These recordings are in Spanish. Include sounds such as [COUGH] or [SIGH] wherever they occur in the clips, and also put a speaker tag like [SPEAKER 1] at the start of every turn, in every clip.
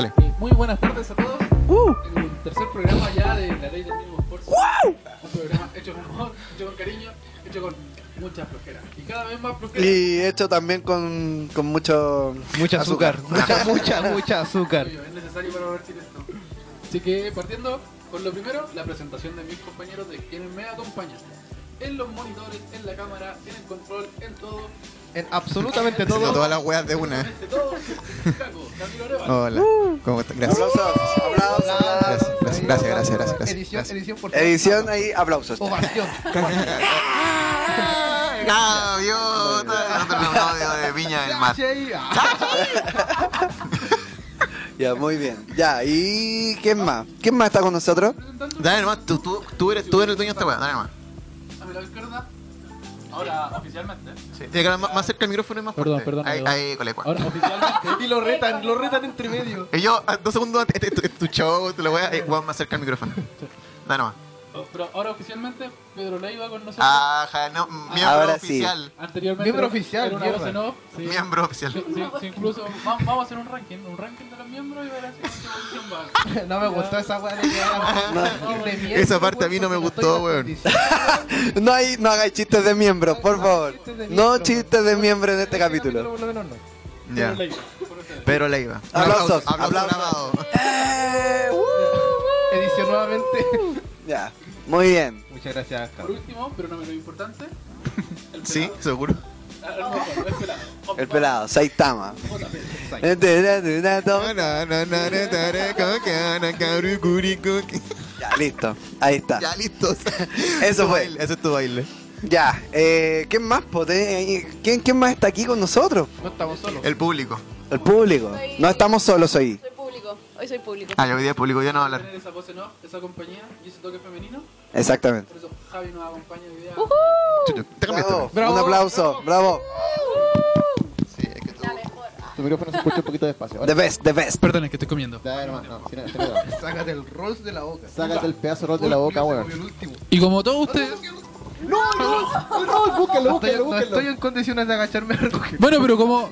[SPEAKER 1] Eh, buenas tardes a todos.
[SPEAKER 2] ¡Uh!
[SPEAKER 1] El tercer programa ya de La Ley del Mínimo Esfuerzo. Un programa hecho con amor, hecho con cariño, hecho con mucha flojera. Y cada vez más flojera.
[SPEAKER 3] Y hecho también con, con mucho...
[SPEAKER 4] Mucha azúcar, mucha, mucha, mucha azúcar.
[SPEAKER 1] Obvio, Es necesario para ver si esto. Así que partiendo con lo primero, la presentación de mis compañeros de quienes me acompañan. En los monitores, en la cámara, en el control, en todo.
[SPEAKER 4] En absolutamente
[SPEAKER 1] Todo.
[SPEAKER 2] Haciendo
[SPEAKER 4] todo.
[SPEAKER 2] todas las weas de una.
[SPEAKER 1] Absolutamente todo. Caco, Camilo Arevalo.
[SPEAKER 2] Hola. ¿Cómo estás? Gracias.
[SPEAKER 3] Aplausos, aplausos, aplausos.
[SPEAKER 2] Gracias, gracias, gracias, gracias, gracias, gracias.
[SPEAKER 4] Edición, edición por favor.
[SPEAKER 3] Edición ahí, aplausos.
[SPEAKER 4] Ovación.
[SPEAKER 2] Gaviota. Otro episodio de Viña del Mar.
[SPEAKER 4] Yay. Ah.
[SPEAKER 3] Ya, muy bien. Ya, ¿y quién más? ¿Quién más está con nosotros?
[SPEAKER 1] Presentando
[SPEAKER 2] Dale nomás, tú, tú, tú, eres, tú eres el dueño de esta wea, dale nomás.
[SPEAKER 1] a mi lado izquierda. Ahora, oficialmente.
[SPEAKER 2] Sí, tiene que hablar más, más cerca del micrófono y más
[SPEAKER 1] Perdón,
[SPEAKER 2] fuerte.
[SPEAKER 1] perdón,
[SPEAKER 2] Ahí,
[SPEAKER 1] amigo.
[SPEAKER 2] ahí, colecua.
[SPEAKER 1] Ahora, oficialmente.
[SPEAKER 4] Y lo retan, lo retan entre medio.
[SPEAKER 2] Y yo, ah, dos segundos antes, este, este es tu show, te lo voy a eh, weón, más cerca del micrófono. Dale nomás.
[SPEAKER 1] Oh, Pero ahora oficialmente Pedro Leiva con nosotros.
[SPEAKER 2] Ajá, no, miembro
[SPEAKER 3] Ahora sí.
[SPEAKER 2] oficial.
[SPEAKER 1] Anteriormente
[SPEAKER 4] Miembro
[SPEAKER 1] era-
[SPEAKER 4] oficial,
[SPEAKER 1] era una
[SPEAKER 4] mierda.
[SPEAKER 1] voz en off, sí.
[SPEAKER 2] Miembro
[SPEAKER 1] Sí,
[SPEAKER 2] oficial.
[SPEAKER 1] sí, sí, incluso va- vamos a hacer un ranking, un ranking de los miembros y ver así en qué posición va.
[SPEAKER 5] [LAUGHS]
[SPEAKER 4] No me gustó esa weá de que
[SPEAKER 1] No.
[SPEAKER 4] de mierda,
[SPEAKER 2] Esa parte a mí no me
[SPEAKER 4] porque
[SPEAKER 2] gustó,
[SPEAKER 4] estoy en
[SPEAKER 2] weón.
[SPEAKER 4] las condiciones.
[SPEAKER 3] No hay, no hagáis chistes de miembros, por favor. No chistes de miembros en este capítulo.
[SPEAKER 4] Por lo menos no.
[SPEAKER 2] Ya.
[SPEAKER 1] Pedro Leiva, por ustedes.
[SPEAKER 2] Pero le iba.
[SPEAKER 3] Aplausos, aplausos.
[SPEAKER 2] grabado.
[SPEAKER 3] Eh, uh.
[SPEAKER 4] Edición nuevamente.
[SPEAKER 3] Ya, muy bien.
[SPEAKER 4] [LAUGHS] Muchas gracias,
[SPEAKER 1] Por último, pero no menos importante, el pelado.
[SPEAKER 2] Sí, seguro.
[SPEAKER 1] Ah, no, no, Oh, el pelado.
[SPEAKER 3] El pelado, Saitama. Ya, listo. Ahí está.
[SPEAKER 2] Ya, listo.
[SPEAKER 3] Eso
[SPEAKER 2] Tu
[SPEAKER 3] fue.
[SPEAKER 2] baile, Ese es tu baile.
[SPEAKER 3] Ya, eh, ¿quién más? po? Te- eh, ¿Quién, ¿Quién más está aquí con nosotros?
[SPEAKER 1] No estamos solos.
[SPEAKER 2] El público.
[SPEAKER 3] El público. No estamos solos hoy.
[SPEAKER 6] Soy público, hoy soy público.
[SPEAKER 2] Ah, yo hoy día público, yo no voy a hablar.
[SPEAKER 1] Tener esa voz en off, esa compañía y ese toque femenino.
[SPEAKER 3] Exactamente.
[SPEAKER 1] Por eso Javi nos acompaña hoy día.
[SPEAKER 2] Chuchu, Te cambiaste.
[SPEAKER 3] Bravo,
[SPEAKER 2] ¿no?
[SPEAKER 4] Bravo.
[SPEAKER 3] Un aplauso, bravo.
[SPEAKER 2] Sí, es que tú.
[SPEAKER 6] La mejor.
[SPEAKER 5] Tu micrófono se escucha un poquito despacio.
[SPEAKER 3] The best, the best.
[SPEAKER 1] Perdonen que estoy comiendo.
[SPEAKER 5] Dale nomás, no, sin-
[SPEAKER 4] [LAUGHS]
[SPEAKER 5] sin miedo.
[SPEAKER 4] Sácate el Rolls de la boca.
[SPEAKER 5] Sácate el pedazo de rol de la boca,
[SPEAKER 4] Uy,
[SPEAKER 5] weón.
[SPEAKER 4] el último.
[SPEAKER 1] Y como todos ustedes,
[SPEAKER 5] No, no, no, no, búscalo,
[SPEAKER 4] No estoy,
[SPEAKER 5] búscalo,
[SPEAKER 4] no
[SPEAKER 5] búscalo.
[SPEAKER 4] estoy en condiciones de agacharme a recoger.
[SPEAKER 1] bueno, pero como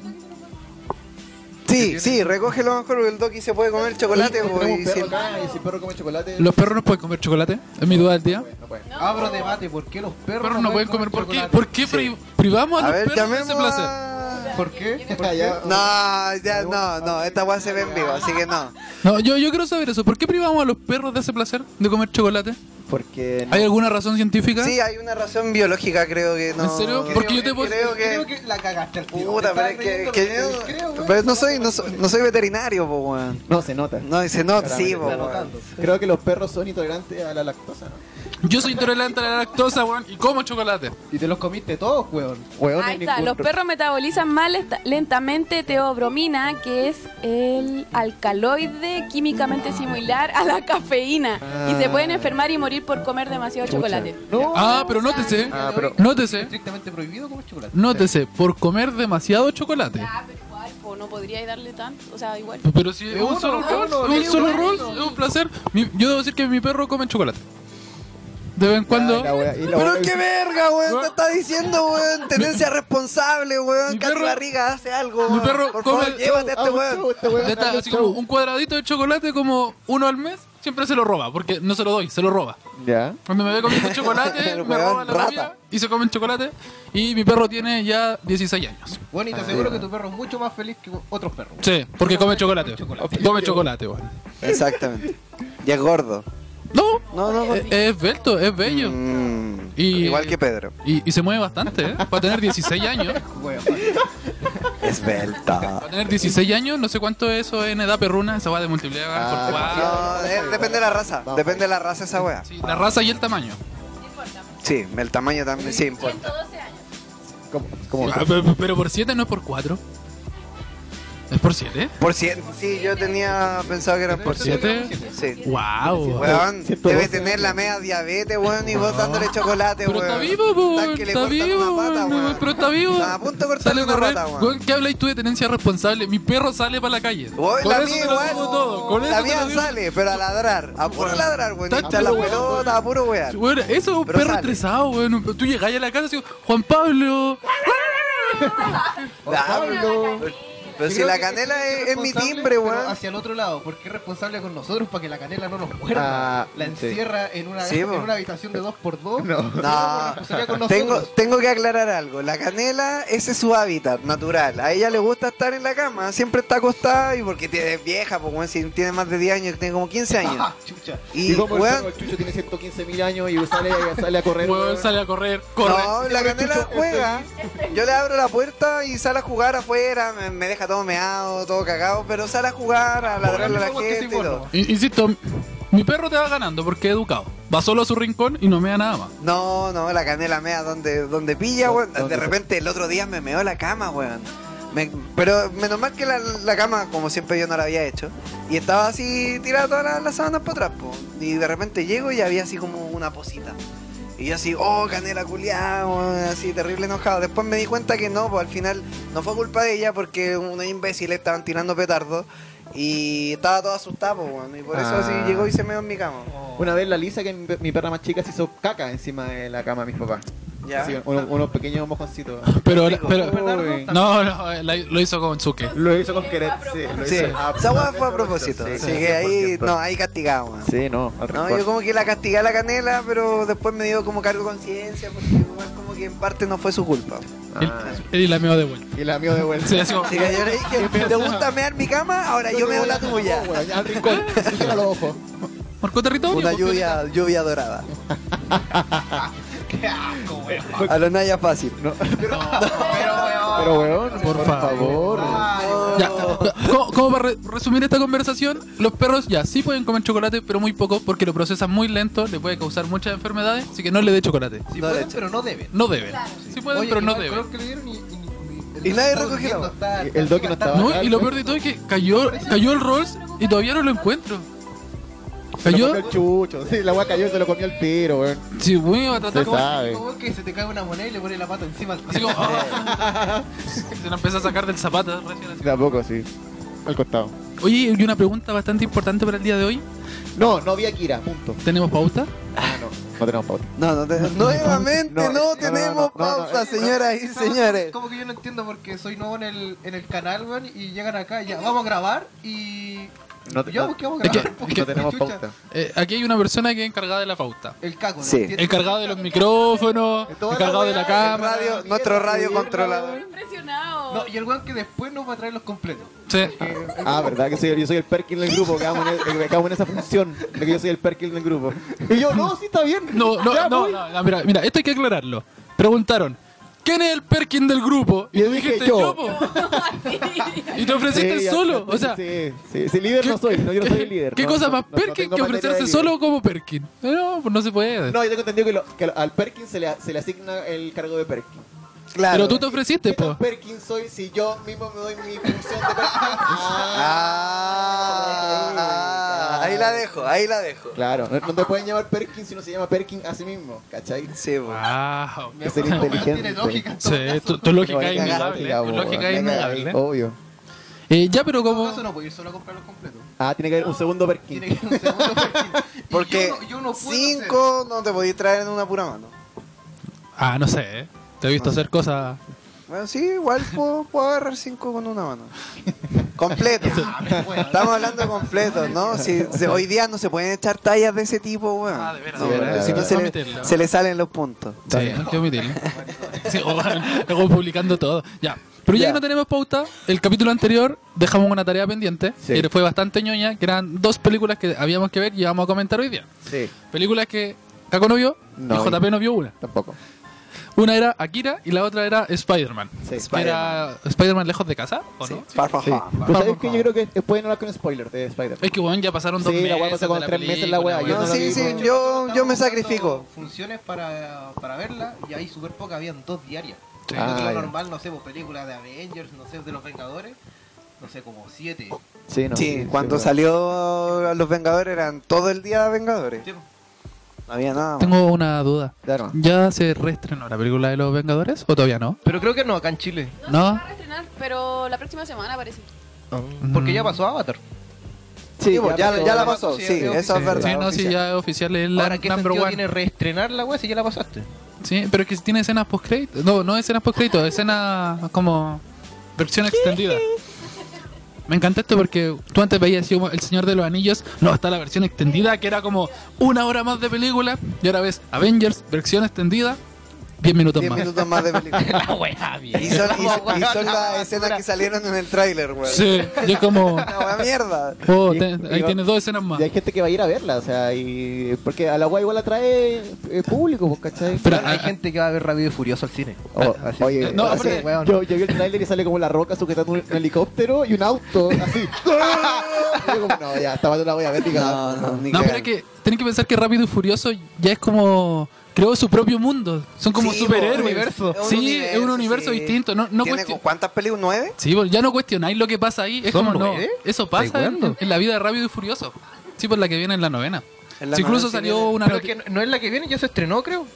[SPEAKER 3] Sí, sí, recógelo mejor porque el Doki se puede comer chocolate. po,
[SPEAKER 5] Tenemos
[SPEAKER 3] y
[SPEAKER 5] un perro
[SPEAKER 3] si-
[SPEAKER 5] acá y si el perro come chocolate.
[SPEAKER 1] los perros no pueden comer chocolate, es mi duda del día.
[SPEAKER 5] No puede.
[SPEAKER 4] Abro debate, ¿por qué los perros,
[SPEAKER 1] Los perros no pueden comer, ¿por qué?
[SPEAKER 4] chocolate?
[SPEAKER 1] ¿Por qué pri- privamos a
[SPEAKER 3] A
[SPEAKER 1] los
[SPEAKER 3] ver,
[SPEAKER 1] perros de
[SPEAKER 3] llamemos
[SPEAKER 1] ese placer?
[SPEAKER 3] a-
[SPEAKER 4] ¿Por qué?
[SPEAKER 5] Ya, ya.
[SPEAKER 3] No, ya, no, no, esta weá se ve en vivo, así que no.
[SPEAKER 1] No, yo, yo quiero saber eso. ¿Por qué privamos a los perros de ese placer de comer chocolate?
[SPEAKER 5] Porque
[SPEAKER 1] ¿Hay alguna razón científica?
[SPEAKER 3] Sí, hay una razón biológica, creo que no.
[SPEAKER 1] ¿En serio? Porque yo te puedo-
[SPEAKER 3] Creo
[SPEAKER 4] Creo
[SPEAKER 3] que.
[SPEAKER 4] que la cagaste al tiro.
[SPEAKER 3] Puta, pero
[SPEAKER 4] Estaba
[SPEAKER 3] es que.
[SPEAKER 4] creyendo
[SPEAKER 3] que
[SPEAKER 4] lo
[SPEAKER 3] yo-
[SPEAKER 4] te creo, weón.
[SPEAKER 3] Pero no soy, no soy, no soy veterinario, po, weón.
[SPEAKER 5] no se nota.
[SPEAKER 3] No, dice no, sí, po,
[SPEAKER 5] Claramente.
[SPEAKER 3] weón.
[SPEAKER 5] Creo que los perros son intolerantes a la lactosa, ¿no?
[SPEAKER 1] Yo soy intolerante a la lactosa, weón, y como chocolate.
[SPEAKER 4] Y te los comiste todos, weón.
[SPEAKER 5] Weón,
[SPEAKER 6] Ahí
[SPEAKER 5] no hay
[SPEAKER 6] está,
[SPEAKER 5] ningún
[SPEAKER 6] los
[SPEAKER 5] pro-
[SPEAKER 6] perros metabolizan más lenta- lentamente teobromina, que es el alcaloide químicamente similar a la cafeína. Y se pueden enfermar y morir por comer demasiado chocolate.
[SPEAKER 4] No,
[SPEAKER 1] Ah, pero nótese.
[SPEAKER 2] Ah, pero.
[SPEAKER 1] Nótese.
[SPEAKER 4] estrictamente prohibido comer chocolate.
[SPEAKER 1] Nótese, por comer demasiado chocolate.
[SPEAKER 6] Ah, pero igual, po, no podríais darle tanto, o sea, igual.
[SPEAKER 1] Pero si es un
[SPEAKER 4] uno,
[SPEAKER 1] solo
[SPEAKER 4] es
[SPEAKER 1] rol,
[SPEAKER 4] uno,
[SPEAKER 1] es un
[SPEAKER 4] es
[SPEAKER 1] solo
[SPEAKER 4] uno.
[SPEAKER 1] rol, es un placer. Mi- yo debo decir que mi perro come chocolate. De vez en cuando.
[SPEAKER 5] Ah, la wea- y la
[SPEAKER 3] Pero
[SPEAKER 5] wea-
[SPEAKER 3] qué verga, weón,
[SPEAKER 1] Weón.
[SPEAKER 3] te está diciendo, weón. Tenencia responsable, weón.
[SPEAKER 1] Mi
[SPEAKER 3] Casi
[SPEAKER 1] perro-
[SPEAKER 3] barriga, hace algo,
[SPEAKER 1] Mi
[SPEAKER 3] weón.
[SPEAKER 1] perro
[SPEAKER 3] Por
[SPEAKER 1] come-
[SPEAKER 3] favor, llévate a
[SPEAKER 5] Ah,
[SPEAKER 3] este
[SPEAKER 5] un show,
[SPEAKER 3] weón.
[SPEAKER 5] este weón,
[SPEAKER 1] Ya está,
[SPEAKER 5] dale,
[SPEAKER 1] así como
[SPEAKER 5] show.
[SPEAKER 1] un cuadradito de chocolate, como uno al mes, siempre se lo roba, porque no se lo doy, se lo roba.
[SPEAKER 5] Ya.
[SPEAKER 1] Cuando me ve
[SPEAKER 5] [LAUGHS]
[SPEAKER 1] comiendo chocolate,
[SPEAKER 3] El
[SPEAKER 1] me roba
[SPEAKER 3] weón
[SPEAKER 1] la
[SPEAKER 3] rata.
[SPEAKER 1] comida y se comen chocolate. Y mi perro tiene ya 16 años.
[SPEAKER 4] Bueno, y
[SPEAKER 3] Ah,
[SPEAKER 4] te aseguro que tu perro es mucho más feliz que otros perros.
[SPEAKER 1] Sí, porque come chocolate.
[SPEAKER 4] Chocolate.
[SPEAKER 1] Come chocolate, weón.
[SPEAKER 3] Exactamente. Y es gordo.
[SPEAKER 1] No,
[SPEAKER 3] No, no,
[SPEAKER 1] es, es belto, es bello.
[SPEAKER 3] Mm,
[SPEAKER 1] Eh, Y-
[SPEAKER 3] Igual que Pedro.
[SPEAKER 1] Y, y se mueve bastante, ¿eh? Para tener 16 años.
[SPEAKER 4] Weón.
[SPEAKER 3] Esbelta.
[SPEAKER 1] Para tener 16 años, no sé cuánto es eso en edad perruna, esa va de multiplicar
[SPEAKER 5] Ah,
[SPEAKER 1] por
[SPEAKER 3] [LAUGHS] No,
[SPEAKER 1] cuatro.
[SPEAKER 3] eh, depende de la raza.
[SPEAKER 5] Vamos.
[SPEAKER 3] Depende de la raza esa weá.
[SPEAKER 1] Sí, la raza y el tamaño.
[SPEAKER 3] Sí, el tamaño también sí importa.
[SPEAKER 6] 112 años.
[SPEAKER 5] Como, como-
[SPEAKER 1] Ah, Pero, pero por 7 no es por 4. ¿Es por 7?
[SPEAKER 3] Por cien, sí, yo tenía pensado que era por
[SPEAKER 1] ¿Por
[SPEAKER 3] cien.
[SPEAKER 1] 7?
[SPEAKER 3] Sí.
[SPEAKER 1] ¡Wow!
[SPEAKER 3] Weón,
[SPEAKER 5] Ciento
[SPEAKER 3] debe
[SPEAKER 5] doce.
[SPEAKER 3] tener la media diabetes, weón, y vos dándole chocolate,
[SPEAKER 1] Pero
[SPEAKER 3] weón.
[SPEAKER 1] está vivo, po,
[SPEAKER 3] Tan que le
[SPEAKER 1] está
[SPEAKER 3] cortan
[SPEAKER 1] vivo,
[SPEAKER 3] una pata,
[SPEAKER 1] weón, no,
[SPEAKER 3] weón.
[SPEAKER 1] pero está vivo.
[SPEAKER 3] Estaba a punto de cortarle
[SPEAKER 1] Sale a
[SPEAKER 3] una
[SPEAKER 1] correr.
[SPEAKER 3] pata, weón.
[SPEAKER 1] Weón, ¿Qué habláis tú de tenencia responsable? Mi perro sale para la calle.
[SPEAKER 3] Weón,
[SPEAKER 1] Con
[SPEAKER 3] la
[SPEAKER 1] eso
[SPEAKER 3] mía
[SPEAKER 1] te lo
[SPEAKER 3] igual.
[SPEAKER 1] digo todo, con
[SPEAKER 3] la
[SPEAKER 1] eso te lo
[SPEAKER 3] mía
[SPEAKER 1] digo.
[SPEAKER 3] sale, pero a ladrar. A puro ladrar, weón.
[SPEAKER 1] Está
[SPEAKER 3] Hincha la
[SPEAKER 1] puro, weón.
[SPEAKER 3] pelota, a puro weón.
[SPEAKER 1] Weón, eso es un
[SPEAKER 3] Pero
[SPEAKER 1] perro
[SPEAKER 3] sale.
[SPEAKER 1] estresado, weón. Tú llegáis a la casa y digo, Juan Pablo.
[SPEAKER 3] [LAUGHS] Ah,
[SPEAKER 5] Pablo.
[SPEAKER 3] Pero si
[SPEAKER 4] creo
[SPEAKER 3] la
[SPEAKER 4] que
[SPEAKER 3] canela
[SPEAKER 4] este
[SPEAKER 3] es, es mi
[SPEAKER 4] responsable,
[SPEAKER 3] timbre,
[SPEAKER 4] pero
[SPEAKER 3] weón.
[SPEAKER 4] Hacia el otro lado, porque es responsable con nosotros para que la canela no nos muerda.
[SPEAKER 5] Ah,
[SPEAKER 4] la
[SPEAKER 5] sí.
[SPEAKER 4] encierra en, una,
[SPEAKER 3] Sí,
[SPEAKER 4] en
[SPEAKER 3] po.
[SPEAKER 4] una habitación de 2x2.
[SPEAKER 2] No.
[SPEAKER 3] No, tengo, tengo que aclarar algo. La canela, ese es su hábitat natural. A ella le gusta estar en la cama, siempre está acostada y porque tiene, es vieja, pues, weón, si tiene más de 10 años, tiene como 15
[SPEAKER 5] [LAUGHS]
[SPEAKER 3] años.
[SPEAKER 4] Chucha.
[SPEAKER 3] Y,
[SPEAKER 5] como el
[SPEAKER 3] weón,
[SPEAKER 5] perro Chucho tiene 115 mil años y sale, sale a correr.
[SPEAKER 1] Weón sale a correr, corre.
[SPEAKER 3] no, la canela juega. Yo le abro la puerta y sale a jugar afuera, me, me deja todo meado, todo cagado, pero sale a jugar, a ladrarle a la
[SPEAKER 4] Somos que
[SPEAKER 3] gente y
[SPEAKER 4] sí, bueno.
[SPEAKER 3] todo.
[SPEAKER 1] I- Insisto, mi perro te va ganando porque es educado. Va solo a su rincón y no mea nada más.
[SPEAKER 3] No, no, la canela mea donde, donde pilla, weón.
[SPEAKER 5] ¿Dónde
[SPEAKER 3] De
[SPEAKER 5] fue?
[SPEAKER 3] repente el otro día me meó la cama, weón. Me- pero menos mal que la, la cama, como siempre yo no la había hecho, y estaba así tirada todas las, las sábanas para atrás, po. y de repente llego y había así como una posita. Y yo así, oh, canela culiada, así terrible enojado. Después me di cuenta que no, pues al final no fue culpa de ella porque unos imbéciles estaban tirando petardos y estaba todo asustado, pues, weón. y por eso así
[SPEAKER 5] Ah.
[SPEAKER 3] llegó y se meó en mi cama.
[SPEAKER 5] Una vez la Lisa, que es mi pe- mi perra más chica, se hizo caca encima de la cama de mis papás.
[SPEAKER 3] Ya.
[SPEAKER 5] Así, unos, unos pequeños [LAUGHS] mojoncitos.
[SPEAKER 1] Pero, pero
[SPEAKER 5] Uy.
[SPEAKER 1] no, no, eh, la- lo hizo con Suke.
[SPEAKER 5] Lo hizo con querer, sí. Lo
[SPEAKER 3] Sí,
[SPEAKER 5] hizo a-
[SPEAKER 3] esa hueá fue a propósito.
[SPEAKER 5] Sí,
[SPEAKER 3] así que ahí,
[SPEAKER 5] 100%.
[SPEAKER 3] no, ahí castigamos. weón.
[SPEAKER 5] Sí, no, al
[SPEAKER 3] No,
[SPEAKER 5] rencor.
[SPEAKER 3] yo como que la castigé a la canela, pero después me dio como cargo de conciencia, porque igual como que en parte no fue su culpa.
[SPEAKER 5] Ah,
[SPEAKER 1] Él y la meó de vuelta.
[SPEAKER 5] y la mío de vuelta.
[SPEAKER 1] Sí, así como-
[SPEAKER 3] Así que yo le dije, ¿te gusta mear mi cama? Ahora [LAUGHS] yo meo la tuya.
[SPEAKER 5] Oh, weón, ya, Al rincón, [LAUGHS] cierra los ojos.
[SPEAKER 1] Marcó territorio.
[SPEAKER 3] Una
[SPEAKER 1] porque-
[SPEAKER 3] lluvia, lluvia dorada.
[SPEAKER 4] Qué asco, weón.
[SPEAKER 3] A lo naya fácil.
[SPEAKER 4] Pero, weón.
[SPEAKER 5] Pero weón,
[SPEAKER 1] Por favor. Ya, ¿Cómo, cómo para re- resumir esta conversación? Los perros ya sí pueden comer chocolate, pero muy poco porque lo procesan muy lento, le puede causar muchas enfermedades, así que no le dé chocolate.
[SPEAKER 4] Sí
[SPEAKER 3] No, de
[SPEAKER 4] pueden,
[SPEAKER 3] hecho.
[SPEAKER 4] pero no deben.
[SPEAKER 1] No deben.
[SPEAKER 6] Claro.
[SPEAKER 1] Sí pueden, pero no deben.
[SPEAKER 3] Y nadie recogió la-
[SPEAKER 5] El Doki no estaba.
[SPEAKER 1] No, y lo peor de todo es que cayó, cayó el Rolls y todavía no lo encuentro.
[SPEAKER 5] Se lo comió
[SPEAKER 1] Cayó.
[SPEAKER 5] el chucho. Sí, la weá cayó y se lo comió el tiro, weón.
[SPEAKER 1] Sí, güey, va a
[SPEAKER 5] Se
[SPEAKER 1] tratar como.
[SPEAKER 5] sabe.
[SPEAKER 4] Como que se te cae una moneda y le pone la pata encima al
[SPEAKER 1] Así
[SPEAKER 4] tío.
[SPEAKER 1] [LAUGHS]
[SPEAKER 5] [LAUGHS]
[SPEAKER 1] como. ah. se la empieza a sacar del zapato recién así.
[SPEAKER 5] Tampoco, sí. Al costado.
[SPEAKER 1] Oye, y una pregunta bastante importante para el día de hoy.
[SPEAKER 5] No, no vi a Kira, punto.
[SPEAKER 1] ¿Tenemos pauta?
[SPEAKER 5] Ah, no. No tenemos pauta.
[SPEAKER 3] No, no, te- nuevamente
[SPEAKER 5] no, no,
[SPEAKER 3] no
[SPEAKER 5] no,
[SPEAKER 3] tenemos
[SPEAKER 5] no, no, no,
[SPEAKER 3] pausa,
[SPEAKER 5] no,
[SPEAKER 3] señoras y
[SPEAKER 4] ¿Sabes?
[SPEAKER 3] señores.
[SPEAKER 4] Como que yo no entiendo porque soy nuevo en el, en el canal, weón, y llegan acá y ya, vamos a grabar y...
[SPEAKER 5] No te-
[SPEAKER 4] ya,
[SPEAKER 5] no-
[SPEAKER 4] pues, ¿qué vamos a
[SPEAKER 1] Es que-
[SPEAKER 4] grabar?
[SPEAKER 1] es
[SPEAKER 4] Porque
[SPEAKER 1] que-
[SPEAKER 5] No tenemos
[SPEAKER 4] chucha,
[SPEAKER 5] pauta.
[SPEAKER 1] Eh, aquí hay una persona que es encargada de la pauta.
[SPEAKER 4] El cago, ¿no?
[SPEAKER 3] Sí.
[SPEAKER 4] ¿Entiendes?
[SPEAKER 1] Encargado de los micrófonos,
[SPEAKER 4] Toda la
[SPEAKER 1] encargado de la
[SPEAKER 3] El
[SPEAKER 4] weá,
[SPEAKER 1] cámara.
[SPEAKER 3] radio- nuestro radio controlador.
[SPEAKER 6] Impresionado. [LAUGHS]
[SPEAKER 4] No, y el weón que después nos va a traer los completos.
[SPEAKER 1] Sí.
[SPEAKER 5] Ah, verdad que soy, yo soy el Perkin del grupo, quedamos en, el- eh, quedamos en esa función de que yo soy el Perkin del grupo. Y yo, no, sí está bien.
[SPEAKER 1] No, no,
[SPEAKER 5] Ya,
[SPEAKER 1] no,
[SPEAKER 5] voy.
[SPEAKER 1] no, no, mira, mira, esto hay que aclararlo. Preguntaron, ¿quién es el Perkin del grupo?
[SPEAKER 5] Y
[SPEAKER 1] tú
[SPEAKER 5] yo dije, yo.
[SPEAKER 1] po.
[SPEAKER 6] Sí.
[SPEAKER 1] Y te ofreciste
[SPEAKER 5] Sí, ya,
[SPEAKER 1] solo.
[SPEAKER 5] sí,
[SPEAKER 1] O sea,
[SPEAKER 5] sí, sí, sí, líder
[SPEAKER 1] ¿qué-
[SPEAKER 5] no soy, no, yo no soy
[SPEAKER 1] [LAUGHS] ¿qué-
[SPEAKER 5] el líder.
[SPEAKER 1] ¿Qué
[SPEAKER 5] no,
[SPEAKER 1] cosa
[SPEAKER 5] no,
[SPEAKER 1] más
[SPEAKER 5] no, no
[SPEAKER 1] Perkin
[SPEAKER 5] tengo
[SPEAKER 1] que
[SPEAKER 5] materia de
[SPEAKER 1] ofrecerse
[SPEAKER 5] líder.
[SPEAKER 1] solo como Perkin? No, pues no se puede.
[SPEAKER 5] No, yo tengo entendido que, lo- que lo- al Perkin se le, se le asigna el cargo de Perkin.
[SPEAKER 1] Pero
[SPEAKER 3] Claro.
[SPEAKER 1] tú te ofreciste,
[SPEAKER 5] ¿Qué tan
[SPEAKER 1] po.
[SPEAKER 5] Perkin soy si yo mismo me doy mi función de Perkin? Ah,
[SPEAKER 3] Ah, ah, ahí la dejo, ahí la dejo.
[SPEAKER 5] Claro, no, no te pueden llamar Perkin si no se llama Perkin a sí mismo, ¿cachai?
[SPEAKER 3] Sí, po.
[SPEAKER 4] Ah.
[SPEAKER 1] Wow.
[SPEAKER 4] Me-
[SPEAKER 5] ser
[SPEAKER 4] weón,
[SPEAKER 5] inteligente.
[SPEAKER 4] Tiene lógica. en todo
[SPEAKER 1] Sí,
[SPEAKER 4] caso.
[SPEAKER 1] tu, tu lógica
[SPEAKER 5] Bueno,
[SPEAKER 1] es
[SPEAKER 5] cagaste,
[SPEAKER 1] innegable.
[SPEAKER 5] Gabo,
[SPEAKER 1] Tu lógica es
[SPEAKER 5] bueno,
[SPEAKER 1] innegable.
[SPEAKER 5] Obvio.
[SPEAKER 1] Eh, ya, pero
[SPEAKER 4] En todo
[SPEAKER 1] como.
[SPEAKER 4] caso no puedo ir solo a comprar los completos.
[SPEAKER 5] Ah, tiene que haber un segundo Perkin.
[SPEAKER 4] Tiene que ir un segundo perfil. Y
[SPEAKER 3] Porque
[SPEAKER 4] yo no- yo no puedo hacer-
[SPEAKER 3] cinco no te podías traer en una pura mano.
[SPEAKER 1] Ah, no sé, eh. Te he visto hacer cosas.
[SPEAKER 3] Bueno, sí, igual puedo, puedo agarrar cinco con una
[SPEAKER 4] [LAUGHS]
[SPEAKER 3] mano. Completo. Estamos hablando de completo, ¿no? Si, si- hoy día no se pueden echar tallas de ese tipo, weón.
[SPEAKER 1] Ah, de veras,
[SPEAKER 3] No,
[SPEAKER 5] de veras,
[SPEAKER 3] porque
[SPEAKER 5] de
[SPEAKER 3] Si no,
[SPEAKER 5] veras.
[SPEAKER 3] se
[SPEAKER 1] Hay que admitirlo.
[SPEAKER 3] le, se le salen los puntos.
[SPEAKER 1] Sí, hay que omitirlo. [LAUGHS] Sí, o van- luego publicando todo. Ya. Pero ya, que
[SPEAKER 5] Ya.
[SPEAKER 1] no tenemos pauta, el capítulo anterior dejamos una tarea pendiente,
[SPEAKER 5] Sí.
[SPEAKER 1] que fue bastante ñoña, que eran dos películas que habíamos que ver y íbamos a comentar hoy día.
[SPEAKER 5] Sí,
[SPEAKER 1] Películas que Caco no vio
[SPEAKER 5] No.
[SPEAKER 1] y JP no vio una.
[SPEAKER 5] tampoco.
[SPEAKER 1] Una era Akira y la otra era Spider-Man.
[SPEAKER 5] Sí,
[SPEAKER 1] Que era Spider-Man lejos de casa, ¿o no?
[SPEAKER 3] Far from
[SPEAKER 5] Sí.
[SPEAKER 3] home.
[SPEAKER 5] Pues sabes que yo creo que pueden hablar con spoiler de Spider.
[SPEAKER 1] Es que, weón, ya pasaron dos
[SPEAKER 5] Sí,
[SPEAKER 1] meses.
[SPEAKER 5] la weá pasó
[SPEAKER 1] de
[SPEAKER 5] como tres meses la
[SPEAKER 1] película,
[SPEAKER 5] weá, yo
[SPEAKER 1] weón.
[SPEAKER 3] No,
[SPEAKER 5] no la
[SPEAKER 3] sí,
[SPEAKER 5] vi,
[SPEAKER 3] sí,
[SPEAKER 5] weón.
[SPEAKER 3] yo, yo me
[SPEAKER 4] Estamos
[SPEAKER 3] sacrifico.
[SPEAKER 4] dando Funciones para, para verla y hay super poca, habían dos diarias.
[SPEAKER 1] Sí.
[SPEAKER 5] Ah,
[SPEAKER 4] Yo creo
[SPEAKER 5] ya.
[SPEAKER 4] normal, no sé, pues, películas de Avengers, no sé, de los Vengadores, no sé, como siete.
[SPEAKER 5] Sí, no.
[SPEAKER 3] Sí, cuando
[SPEAKER 5] es verdad.
[SPEAKER 3] salió Los Vengadores eran todo el día Vengadores.
[SPEAKER 4] Sí, pues.
[SPEAKER 3] No había nada. más.
[SPEAKER 1] Tengo una duda.
[SPEAKER 5] Ya no.
[SPEAKER 1] ¿Ya se reestrenó la película de los Vengadores o todavía no?
[SPEAKER 4] Pero creo que no, acá en Chile.
[SPEAKER 6] No,
[SPEAKER 1] No.
[SPEAKER 6] se va a reestrenar, pero la próxima semana parece.
[SPEAKER 4] Porque
[SPEAKER 1] Mm.
[SPEAKER 4] ya pasó Avatar.
[SPEAKER 3] Sí, pues, ya, ya la
[SPEAKER 4] ya-
[SPEAKER 3] pasó.
[SPEAKER 4] sí,
[SPEAKER 3] Sí,
[SPEAKER 4] ya-
[SPEAKER 3] eso
[SPEAKER 1] Sí,
[SPEAKER 3] es verdad.
[SPEAKER 1] Sí, no, sí,
[SPEAKER 3] oficial.
[SPEAKER 1] ya es oficial es la
[SPEAKER 4] Ahora, ¿qué
[SPEAKER 1] number
[SPEAKER 4] sentido
[SPEAKER 1] one.
[SPEAKER 4] tiene reestrenar la weá si ya la pasaste?
[SPEAKER 1] Sí, pero es que tiene escenas post-crédito. No, no escenas post-crédito, escenas como versión extendida. Me encanta esto porque tú antes veías así como El Señor de los Anillos, no, está la versión extendida, que era como una hora más de película, y ahora ves Avengers, versión extendida, 10 minutos
[SPEAKER 3] 10
[SPEAKER 1] más.
[SPEAKER 3] minutos más de
[SPEAKER 1] [LAUGHS]
[SPEAKER 3] película.
[SPEAKER 7] La weá, bien.
[SPEAKER 3] Y son, y son- y son las escenas que salieron en el tráiler, weón.
[SPEAKER 1] Sí, yo
[SPEAKER 4] [LAUGHS]
[SPEAKER 1] como,
[SPEAKER 3] Una buena mierda.
[SPEAKER 1] oh,
[SPEAKER 5] Y-
[SPEAKER 1] te-
[SPEAKER 5] y
[SPEAKER 1] ahí
[SPEAKER 5] va-
[SPEAKER 1] tienes dos escenas más.
[SPEAKER 5] Y hay gente que va a ir a verla, o sea, y porque a la guay igual atrae eh, público, pues, ¿cachai?
[SPEAKER 1] Pero,
[SPEAKER 4] hay
[SPEAKER 1] ah,
[SPEAKER 4] gente que va a ver Rápido y Furioso al cine.
[SPEAKER 5] O-
[SPEAKER 4] Así-
[SPEAKER 5] oye,
[SPEAKER 1] No,
[SPEAKER 5] así,
[SPEAKER 1] aparte-
[SPEAKER 4] weón.
[SPEAKER 5] yo, yo vi el trailer y sale como la roca sujetando un, un helicóptero y un auto, así. Y yo como, no, ya, esta no la voy a ver, diga.
[SPEAKER 3] No, no, ni
[SPEAKER 1] No, pero
[SPEAKER 3] cagar.
[SPEAKER 1] es que tienen que pensar que Rápido y Furioso ya es como creó su propio mundo. Son como
[SPEAKER 3] Sí,
[SPEAKER 1] superhéroes.
[SPEAKER 3] po,
[SPEAKER 1] Sí, es un universo
[SPEAKER 3] sí.
[SPEAKER 1] distinto. No, no
[SPEAKER 3] ¿Tiene
[SPEAKER 1] cuestio-
[SPEAKER 3] cuántas películas? ¿Nueve?
[SPEAKER 1] Sí, pues, ya no cuestionáis lo que pasa ahí. Es
[SPEAKER 7] ¿Son
[SPEAKER 1] como no.
[SPEAKER 7] nueve?
[SPEAKER 1] Eso
[SPEAKER 7] ¿Estáis
[SPEAKER 1] pasa en,
[SPEAKER 7] jugando?
[SPEAKER 1] en la vida de Rápido y Furioso. Sí, por la que viene en la novena.
[SPEAKER 3] En la
[SPEAKER 1] Sí, incluso
[SPEAKER 3] novena sí
[SPEAKER 1] salió
[SPEAKER 3] viene.
[SPEAKER 1] una
[SPEAKER 4] Pero
[SPEAKER 1] noticia.
[SPEAKER 4] que no- no es la que viene, ya se estrenó, creo.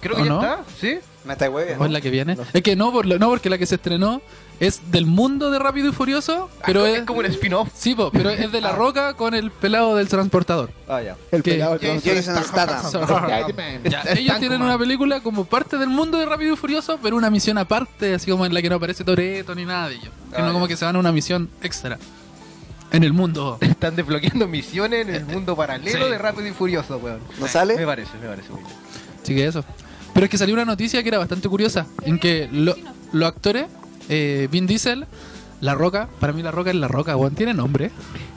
[SPEAKER 4] Creo
[SPEAKER 1] ¿O
[SPEAKER 4] que ya
[SPEAKER 1] no?
[SPEAKER 4] está, ¿sí?
[SPEAKER 3] Me está hueviando.
[SPEAKER 1] ¿O es la que viene? Es que no, por lo- no, porque la que se estrenó es del mundo de Rápido y Furioso, pero
[SPEAKER 4] Ah,
[SPEAKER 1] es.
[SPEAKER 4] es como
[SPEAKER 1] [LAUGHS]
[SPEAKER 4] un spin-off.
[SPEAKER 1] Sí, po, pero es
[SPEAKER 3] Ah.
[SPEAKER 1] de la roca con el pelado
[SPEAKER 3] [LAUGHS]
[SPEAKER 1] del transportador.
[SPEAKER 4] Ah, ya.
[SPEAKER 5] El
[SPEAKER 1] ¿Qué?
[SPEAKER 5] pelado
[SPEAKER 4] Jason
[SPEAKER 5] entonces.
[SPEAKER 3] Jason Statham.
[SPEAKER 4] [LAUGHS]
[SPEAKER 1] Ya, ellos tienen una película como parte del mundo de Rápido y Furioso, pero una misión aparte, así como en la que no aparece Toreto ni nada de ello. Sino como que se van a una misión extra en el mundo.
[SPEAKER 4] Están desbloqueando misiones en el mundo paralelo
[SPEAKER 1] Este- sí.
[SPEAKER 4] de Rápido y Furioso, weón.
[SPEAKER 3] ¿No sale?
[SPEAKER 4] Me parece, me parece muy bien.
[SPEAKER 1] Así que eso. Pero es que salió una noticia que era bastante curiosa, en que lo- los actores, eh, Vin Diesel, La Roca, para mí La Roca es La Roca, weón, tiene nombre.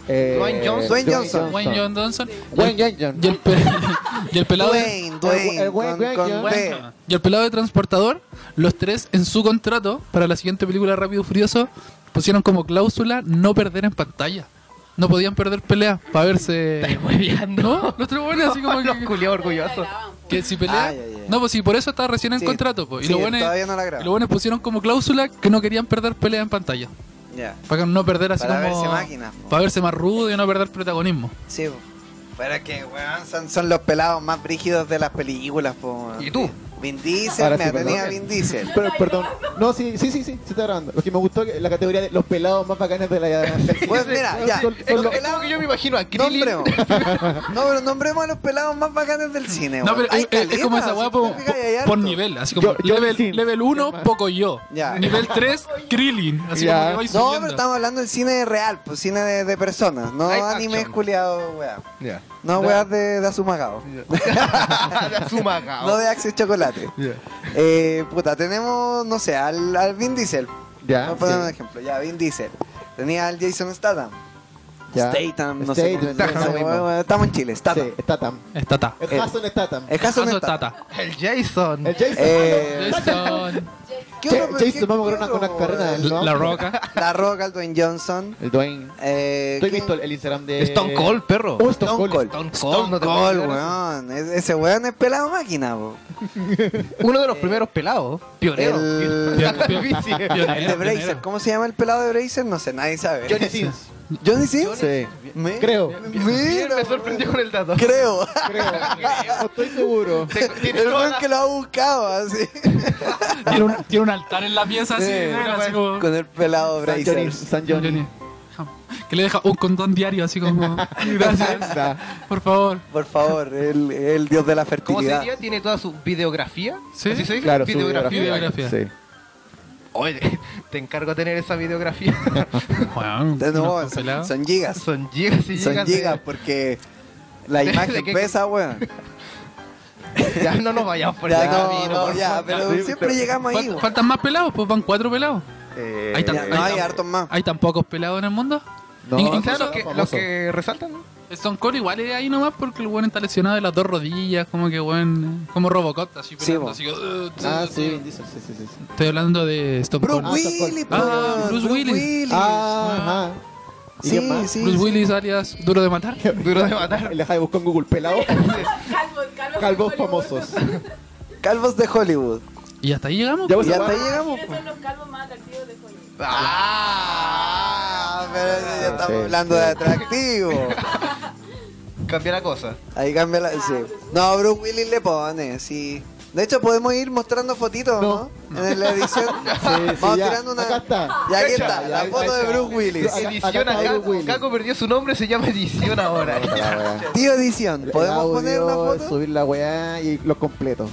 [SPEAKER 5] Eh,
[SPEAKER 4] Dwayne Johnson.
[SPEAKER 3] Dwayne Johnson.
[SPEAKER 1] Wayne John Johnson. y el-
[SPEAKER 5] Dwayne
[SPEAKER 1] Y
[SPEAKER 5] Johnson.
[SPEAKER 1] el, pe- [LAUGHS] y el pelado de-
[SPEAKER 3] Dwayne, Dwayne,
[SPEAKER 5] El güey,
[SPEAKER 3] con-
[SPEAKER 5] güey,
[SPEAKER 3] con
[SPEAKER 5] yo-
[SPEAKER 3] D.
[SPEAKER 1] Y el pelado de transportador, los tres en su contrato para la siguiente película Rápido y Furioso pusieron como cláusula no perder en pantalla. No podían perder pelea para verse. ¿No? Los tres buenos
[SPEAKER 3] [LAUGHS]
[SPEAKER 1] así como
[SPEAKER 4] [LAUGHS] Los
[SPEAKER 1] que,
[SPEAKER 4] culiados orgullosos.
[SPEAKER 1] que si pelea.
[SPEAKER 3] Ah, ya, ya.
[SPEAKER 1] No, pues si por eso está recién en
[SPEAKER 3] Sí,
[SPEAKER 1] contrato. Pues. Y
[SPEAKER 3] sí,
[SPEAKER 1] los buenos
[SPEAKER 3] todavía no la grabo.
[SPEAKER 1] y los buenos pusieron como cláusula que no querían perder pelea en pantalla.
[SPEAKER 3] Ya.
[SPEAKER 1] Para no perder así
[SPEAKER 3] Para
[SPEAKER 1] como.
[SPEAKER 3] verse máquinas, po.
[SPEAKER 1] Para verse más rudo y no perder protagonismo.
[SPEAKER 3] Sí, po. pero es que, weón, son, son los pelados más brígidos de las películas, po. weón.
[SPEAKER 4] ¿Y tú?
[SPEAKER 3] Vin Diesel,
[SPEAKER 5] Ahora
[SPEAKER 3] me
[SPEAKER 5] sí,
[SPEAKER 3] atenía
[SPEAKER 5] perdón.
[SPEAKER 3] a Vin Diesel.
[SPEAKER 5] Pero, perdón. No, sí, sí, sí, sí, sí está grabando. Lo que me gustó es la categoría de los pelados más bacanes de
[SPEAKER 3] [LAUGHS]
[SPEAKER 5] la.
[SPEAKER 3] Pues mira, ya.
[SPEAKER 5] Son-
[SPEAKER 3] Los
[SPEAKER 5] son los-
[SPEAKER 4] Es como
[SPEAKER 3] pelados-
[SPEAKER 4] que yo me imagino a Krillin. [LAUGHS]
[SPEAKER 3] Nombremos. No, pero nombremos a los pelados más bacanes del cine,
[SPEAKER 1] No,
[SPEAKER 3] weón.
[SPEAKER 1] pero
[SPEAKER 3] Hay
[SPEAKER 1] es, es- es como
[SPEAKER 3] caleta,
[SPEAKER 1] esa
[SPEAKER 3] si
[SPEAKER 1] weá
[SPEAKER 3] tú
[SPEAKER 1] por,
[SPEAKER 3] te fijas, hay harto.
[SPEAKER 1] por nivel, así como
[SPEAKER 5] Yo- yo
[SPEAKER 1] level,
[SPEAKER 5] sí.
[SPEAKER 1] level 1, poco yo.
[SPEAKER 3] Ya.
[SPEAKER 1] Nivel 3, Krillin. Así
[SPEAKER 5] Ya.
[SPEAKER 1] como que vais
[SPEAKER 3] No,
[SPEAKER 1] subiendo.
[SPEAKER 3] pero estamos hablando del cine real, pues cine de, de personas, no
[SPEAKER 4] Live
[SPEAKER 3] anime
[SPEAKER 4] action.
[SPEAKER 3] culiado, weá.
[SPEAKER 4] Ya.
[SPEAKER 3] [LAUGHS] No weá de, de Azumagao.
[SPEAKER 4] Azumagao.
[SPEAKER 3] No de Axe
[SPEAKER 1] [LAUGHS]
[SPEAKER 3] Chocolate. Eh, puta, tenemos, no sé, al, al Vin Diesel.
[SPEAKER 5] Ya.
[SPEAKER 1] Ah,
[SPEAKER 3] Vamos a poner un
[SPEAKER 5] sí,
[SPEAKER 3] ejemplo. Ya, Vin Diesel. Tenía al Jason Statham.
[SPEAKER 5] ya.
[SPEAKER 3] Statham, no sé.
[SPEAKER 5] Statham,
[SPEAKER 3] cómo se llama.
[SPEAKER 5] Statham,
[SPEAKER 3] Bueno,
[SPEAKER 5] mismo.
[SPEAKER 3] bueno, Estamos en Chile, Statham.
[SPEAKER 5] Sí, Statham.
[SPEAKER 1] Está, está.
[SPEAKER 5] El
[SPEAKER 3] Eh.
[SPEAKER 5] Jason Statham.
[SPEAKER 3] El caso
[SPEAKER 1] Eso
[SPEAKER 3] no
[SPEAKER 1] está,
[SPEAKER 3] está.
[SPEAKER 1] está.
[SPEAKER 4] El Jason.
[SPEAKER 5] El Jason.
[SPEAKER 3] Eh,
[SPEAKER 1] Jason,
[SPEAKER 3] ¿Qué
[SPEAKER 5] Ja-
[SPEAKER 3] otro-
[SPEAKER 5] Jason,
[SPEAKER 3] qué-
[SPEAKER 5] vamos
[SPEAKER 3] qué
[SPEAKER 5] a
[SPEAKER 3] otro?
[SPEAKER 5] una, una carrera del
[SPEAKER 1] La,
[SPEAKER 5] nombre.
[SPEAKER 1] la Roca.
[SPEAKER 3] La Roca, el Dwayne Johnson.
[SPEAKER 5] El Dwayne.
[SPEAKER 3] Eh,
[SPEAKER 5] ¿Tú has
[SPEAKER 3] ¿quién?
[SPEAKER 5] visto el Instagram de.
[SPEAKER 4] Eh, Stone Cold, perro.
[SPEAKER 5] Oh, Stone
[SPEAKER 3] Stone
[SPEAKER 5] Cold.
[SPEAKER 3] Cold.
[SPEAKER 4] Stone Cold, no
[SPEAKER 3] Stone
[SPEAKER 4] te puedo
[SPEAKER 3] Cold,
[SPEAKER 4] creer eso.
[SPEAKER 3] weón. Es- Ese weón es pelado máquina, po.
[SPEAKER 4] Uno de los primeros pelados. Pionero.
[SPEAKER 3] El-
[SPEAKER 4] [LAUGHS]
[SPEAKER 1] Pionero,
[SPEAKER 3] El de Bracer.
[SPEAKER 1] pionero.
[SPEAKER 3] ¿Cómo se llama el pelado de Bracer? No sé, nadie sabe.
[SPEAKER 5] Johnny Sins.
[SPEAKER 3] Johnny Sins.
[SPEAKER 5] [LAUGHS] Sí.
[SPEAKER 3] Me-
[SPEAKER 5] Creo.
[SPEAKER 3] Mira,
[SPEAKER 4] Me sorprendió con el dato. [LAUGHS]
[SPEAKER 3] Creo.
[SPEAKER 5] Creo. No estoy seguro.
[SPEAKER 4] Tiene
[SPEAKER 3] El
[SPEAKER 4] toda
[SPEAKER 3] weón
[SPEAKER 4] la-
[SPEAKER 3] que lo ha buscado así.
[SPEAKER 1] Tiene un, tiene un altar en la pieza así.
[SPEAKER 3] Sí.
[SPEAKER 1] mira, así como-
[SPEAKER 3] Con el pelado
[SPEAKER 5] San Johnny.
[SPEAKER 3] Bracer.
[SPEAKER 5] San
[SPEAKER 1] Johnny.
[SPEAKER 5] Johnny.
[SPEAKER 1] Que le deja un condón diario así
[SPEAKER 3] [LAUGHS]
[SPEAKER 1] como. Gracias.
[SPEAKER 5] Está.
[SPEAKER 1] Por favor.
[SPEAKER 3] Por favor, el, el dios de la
[SPEAKER 4] ¿Cómo se
[SPEAKER 3] fertilidad.
[SPEAKER 4] diría? Tiene toda su videografía.
[SPEAKER 1] Sí.
[SPEAKER 4] ¿Así se dice?
[SPEAKER 5] Claro, su
[SPEAKER 4] videografía.
[SPEAKER 1] Videografía.
[SPEAKER 5] Sí.
[SPEAKER 4] Oye, te encargo de tener esa videografía. [LAUGHS]
[SPEAKER 1] Bueno,
[SPEAKER 3] De nuevo,
[SPEAKER 1] unos
[SPEAKER 3] son,
[SPEAKER 1] pelados.
[SPEAKER 3] son gigas.
[SPEAKER 4] Son gigas y
[SPEAKER 3] Son
[SPEAKER 4] gigas. de-
[SPEAKER 3] gigas porque la
[SPEAKER 5] [LAUGHS]
[SPEAKER 4] de-
[SPEAKER 3] imagen
[SPEAKER 4] de que-
[SPEAKER 3] pesa, weón.
[SPEAKER 4] [LAUGHS] Ya no nos vayamos por
[SPEAKER 3] Ya,
[SPEAKER 4] ese
[SPEAKER 3] no,
[SPEAKER 4] camino,
[SPEAKER 3] no,
[SPEAKER 4] por
[SPEAKER 3] ya,
[SPEAKER 4] favor.
[SPEAKER 3] pero
[SPEAKER 5] Sí,
[SPEAKER 3] siempre
[SPEAKER 5] pero-
[SPEAKER 3] llegamos ahí,
[SPEAKER 1] Fal-
[SPEAKER 3] weón.
[SPEAKER 1] Faltan más pelados, pues van cuatro pelados.
[SPEAKER 2] Eh,
[SPEAKER 1] Ahí está.
[SPEAKER 3] Ya, No hay
[SPEAKER 1] tam-
[SPEAKER 3] hartos más.
[SPEAKER 1] Hay tan pocos pelados en el mundo.
[SPEAKER 5] No,
[SPEAKER 1] Y-
[SPEAKER 5] no,
[SPEAKER 4] O
[SPEAKER 1] incluso-
[SPEAKER 4] sea, los que, los que resaltan. ¿no?
[SPEAKER 1] Son Cold igual es ahí nomás porque el weón está lesionado de las dos rodillas, como que weón, como Robocop,
[SPEAKER 3] Sí,
[SPEAKER 1] así, peleando,
[SPEAKER 3] bo.
[SPEAKER 1] así que, uh,
[SPEAKER 5] Ah,
[SPEAKER 1] tsu, tsu.
[SPEAKER 5] sí, Vin Diesel, sí, sí, sí. sí.
[SPEAKER 1] Estoy hablando de Stone
[SPEAKER 3] Bruce
[SPEAKER 1] Cold.
[SPEAKER 5] Ah,
[SPEAKER 3] Willis,
[SPEAKER 5] Stone Cold.
[SPEAKER 1] Ah,
[SPEAKER 3] weón,
[SPEAKER 1] Bruce Willis.
[SPEAKER 5] Ah, ajá. ¿Y
[SPEAKER 3] Sí,
[SPEAKER 5] qué más?
[SPEAKER 3] sí.
[SPEAKER 1] Bruce
[SPEAKER 3] sí.
[SPEAKER 1] Willis alias Duro de Matar.
[SPEAKER 4] Duro de matar.
[SPEAKER 5] El deja de buscar en Google pelado.
[SPEAKER 6] Calvos, calvos,
[SPEAKER 5] [LAUGHS] Calvos famosos.
[SPEAKER 3] Calvos de Hollywood.
[SPEAKER 1] Y hasta ahí llegamos.
[SPEAKER 5] Ya
[SPEAKER 3] Y
[SPEAKER 5] vos-
[SPEAKER 3] hasta ahí llegamos.
[SPEAKER 5] Ah,
[SPEAKER 6] ¿Quiénes son los calvos más atractivos de Hollywood?
[SPEAKER 3] Ah, pero ya estamos
[SPEAKER 5] Sí,
[SPEAKER 3] hablando
[SPEAKER 5] sí.
[SPEAKER 3] de atractivo.
[SPEAKER 4] Cambia la cosa.
[SPEAKER 3] Ahí cambia la. Sí. No, Bruce Willis le pone, sí. De hecho, podemos ir mostrando fotitos, ¿no? En la edición.
[SPEAKER 5] [LAUGHS] Sí, sí,
[SPEAKER 3] Vamos
[SPEAKER 5] ya.
[SPEAKER 3] tirando una.
[SPEAKER 5] Acá está.
[SPEAKER 3] Y aquí
[SPEAKER 4] Cacha,
[SPEAKER 3] está, la
[SPEAKER 5] ya,
[SPEAKER 3] foto
[SPEAKER 5] ahí
[SPEAKER 3] de
[SPEAKER 5] está.
[SPEAKER 3] Bruce Willis.
[SPEAKER 5] Acá-
[SPEAKER 4] Edición
[SPEAKER 5] acá está
[SPEAKER 4] acá.
[SPEAKER 5] Bruce Willis.
[SPEAKER 4] Caco perdió su nombre, se llama Edición ahora. [LAUGHS]
[SPEAKER 3] Tío Edición,
[SPEAKER 5] El
[SPEAKER 3] ¿podemos
[SPEAKER 5] audio,
[SPEAKER 3] [LAUGHS] poner una foto?
[SPEAKER 5] Subir la weá y los completos.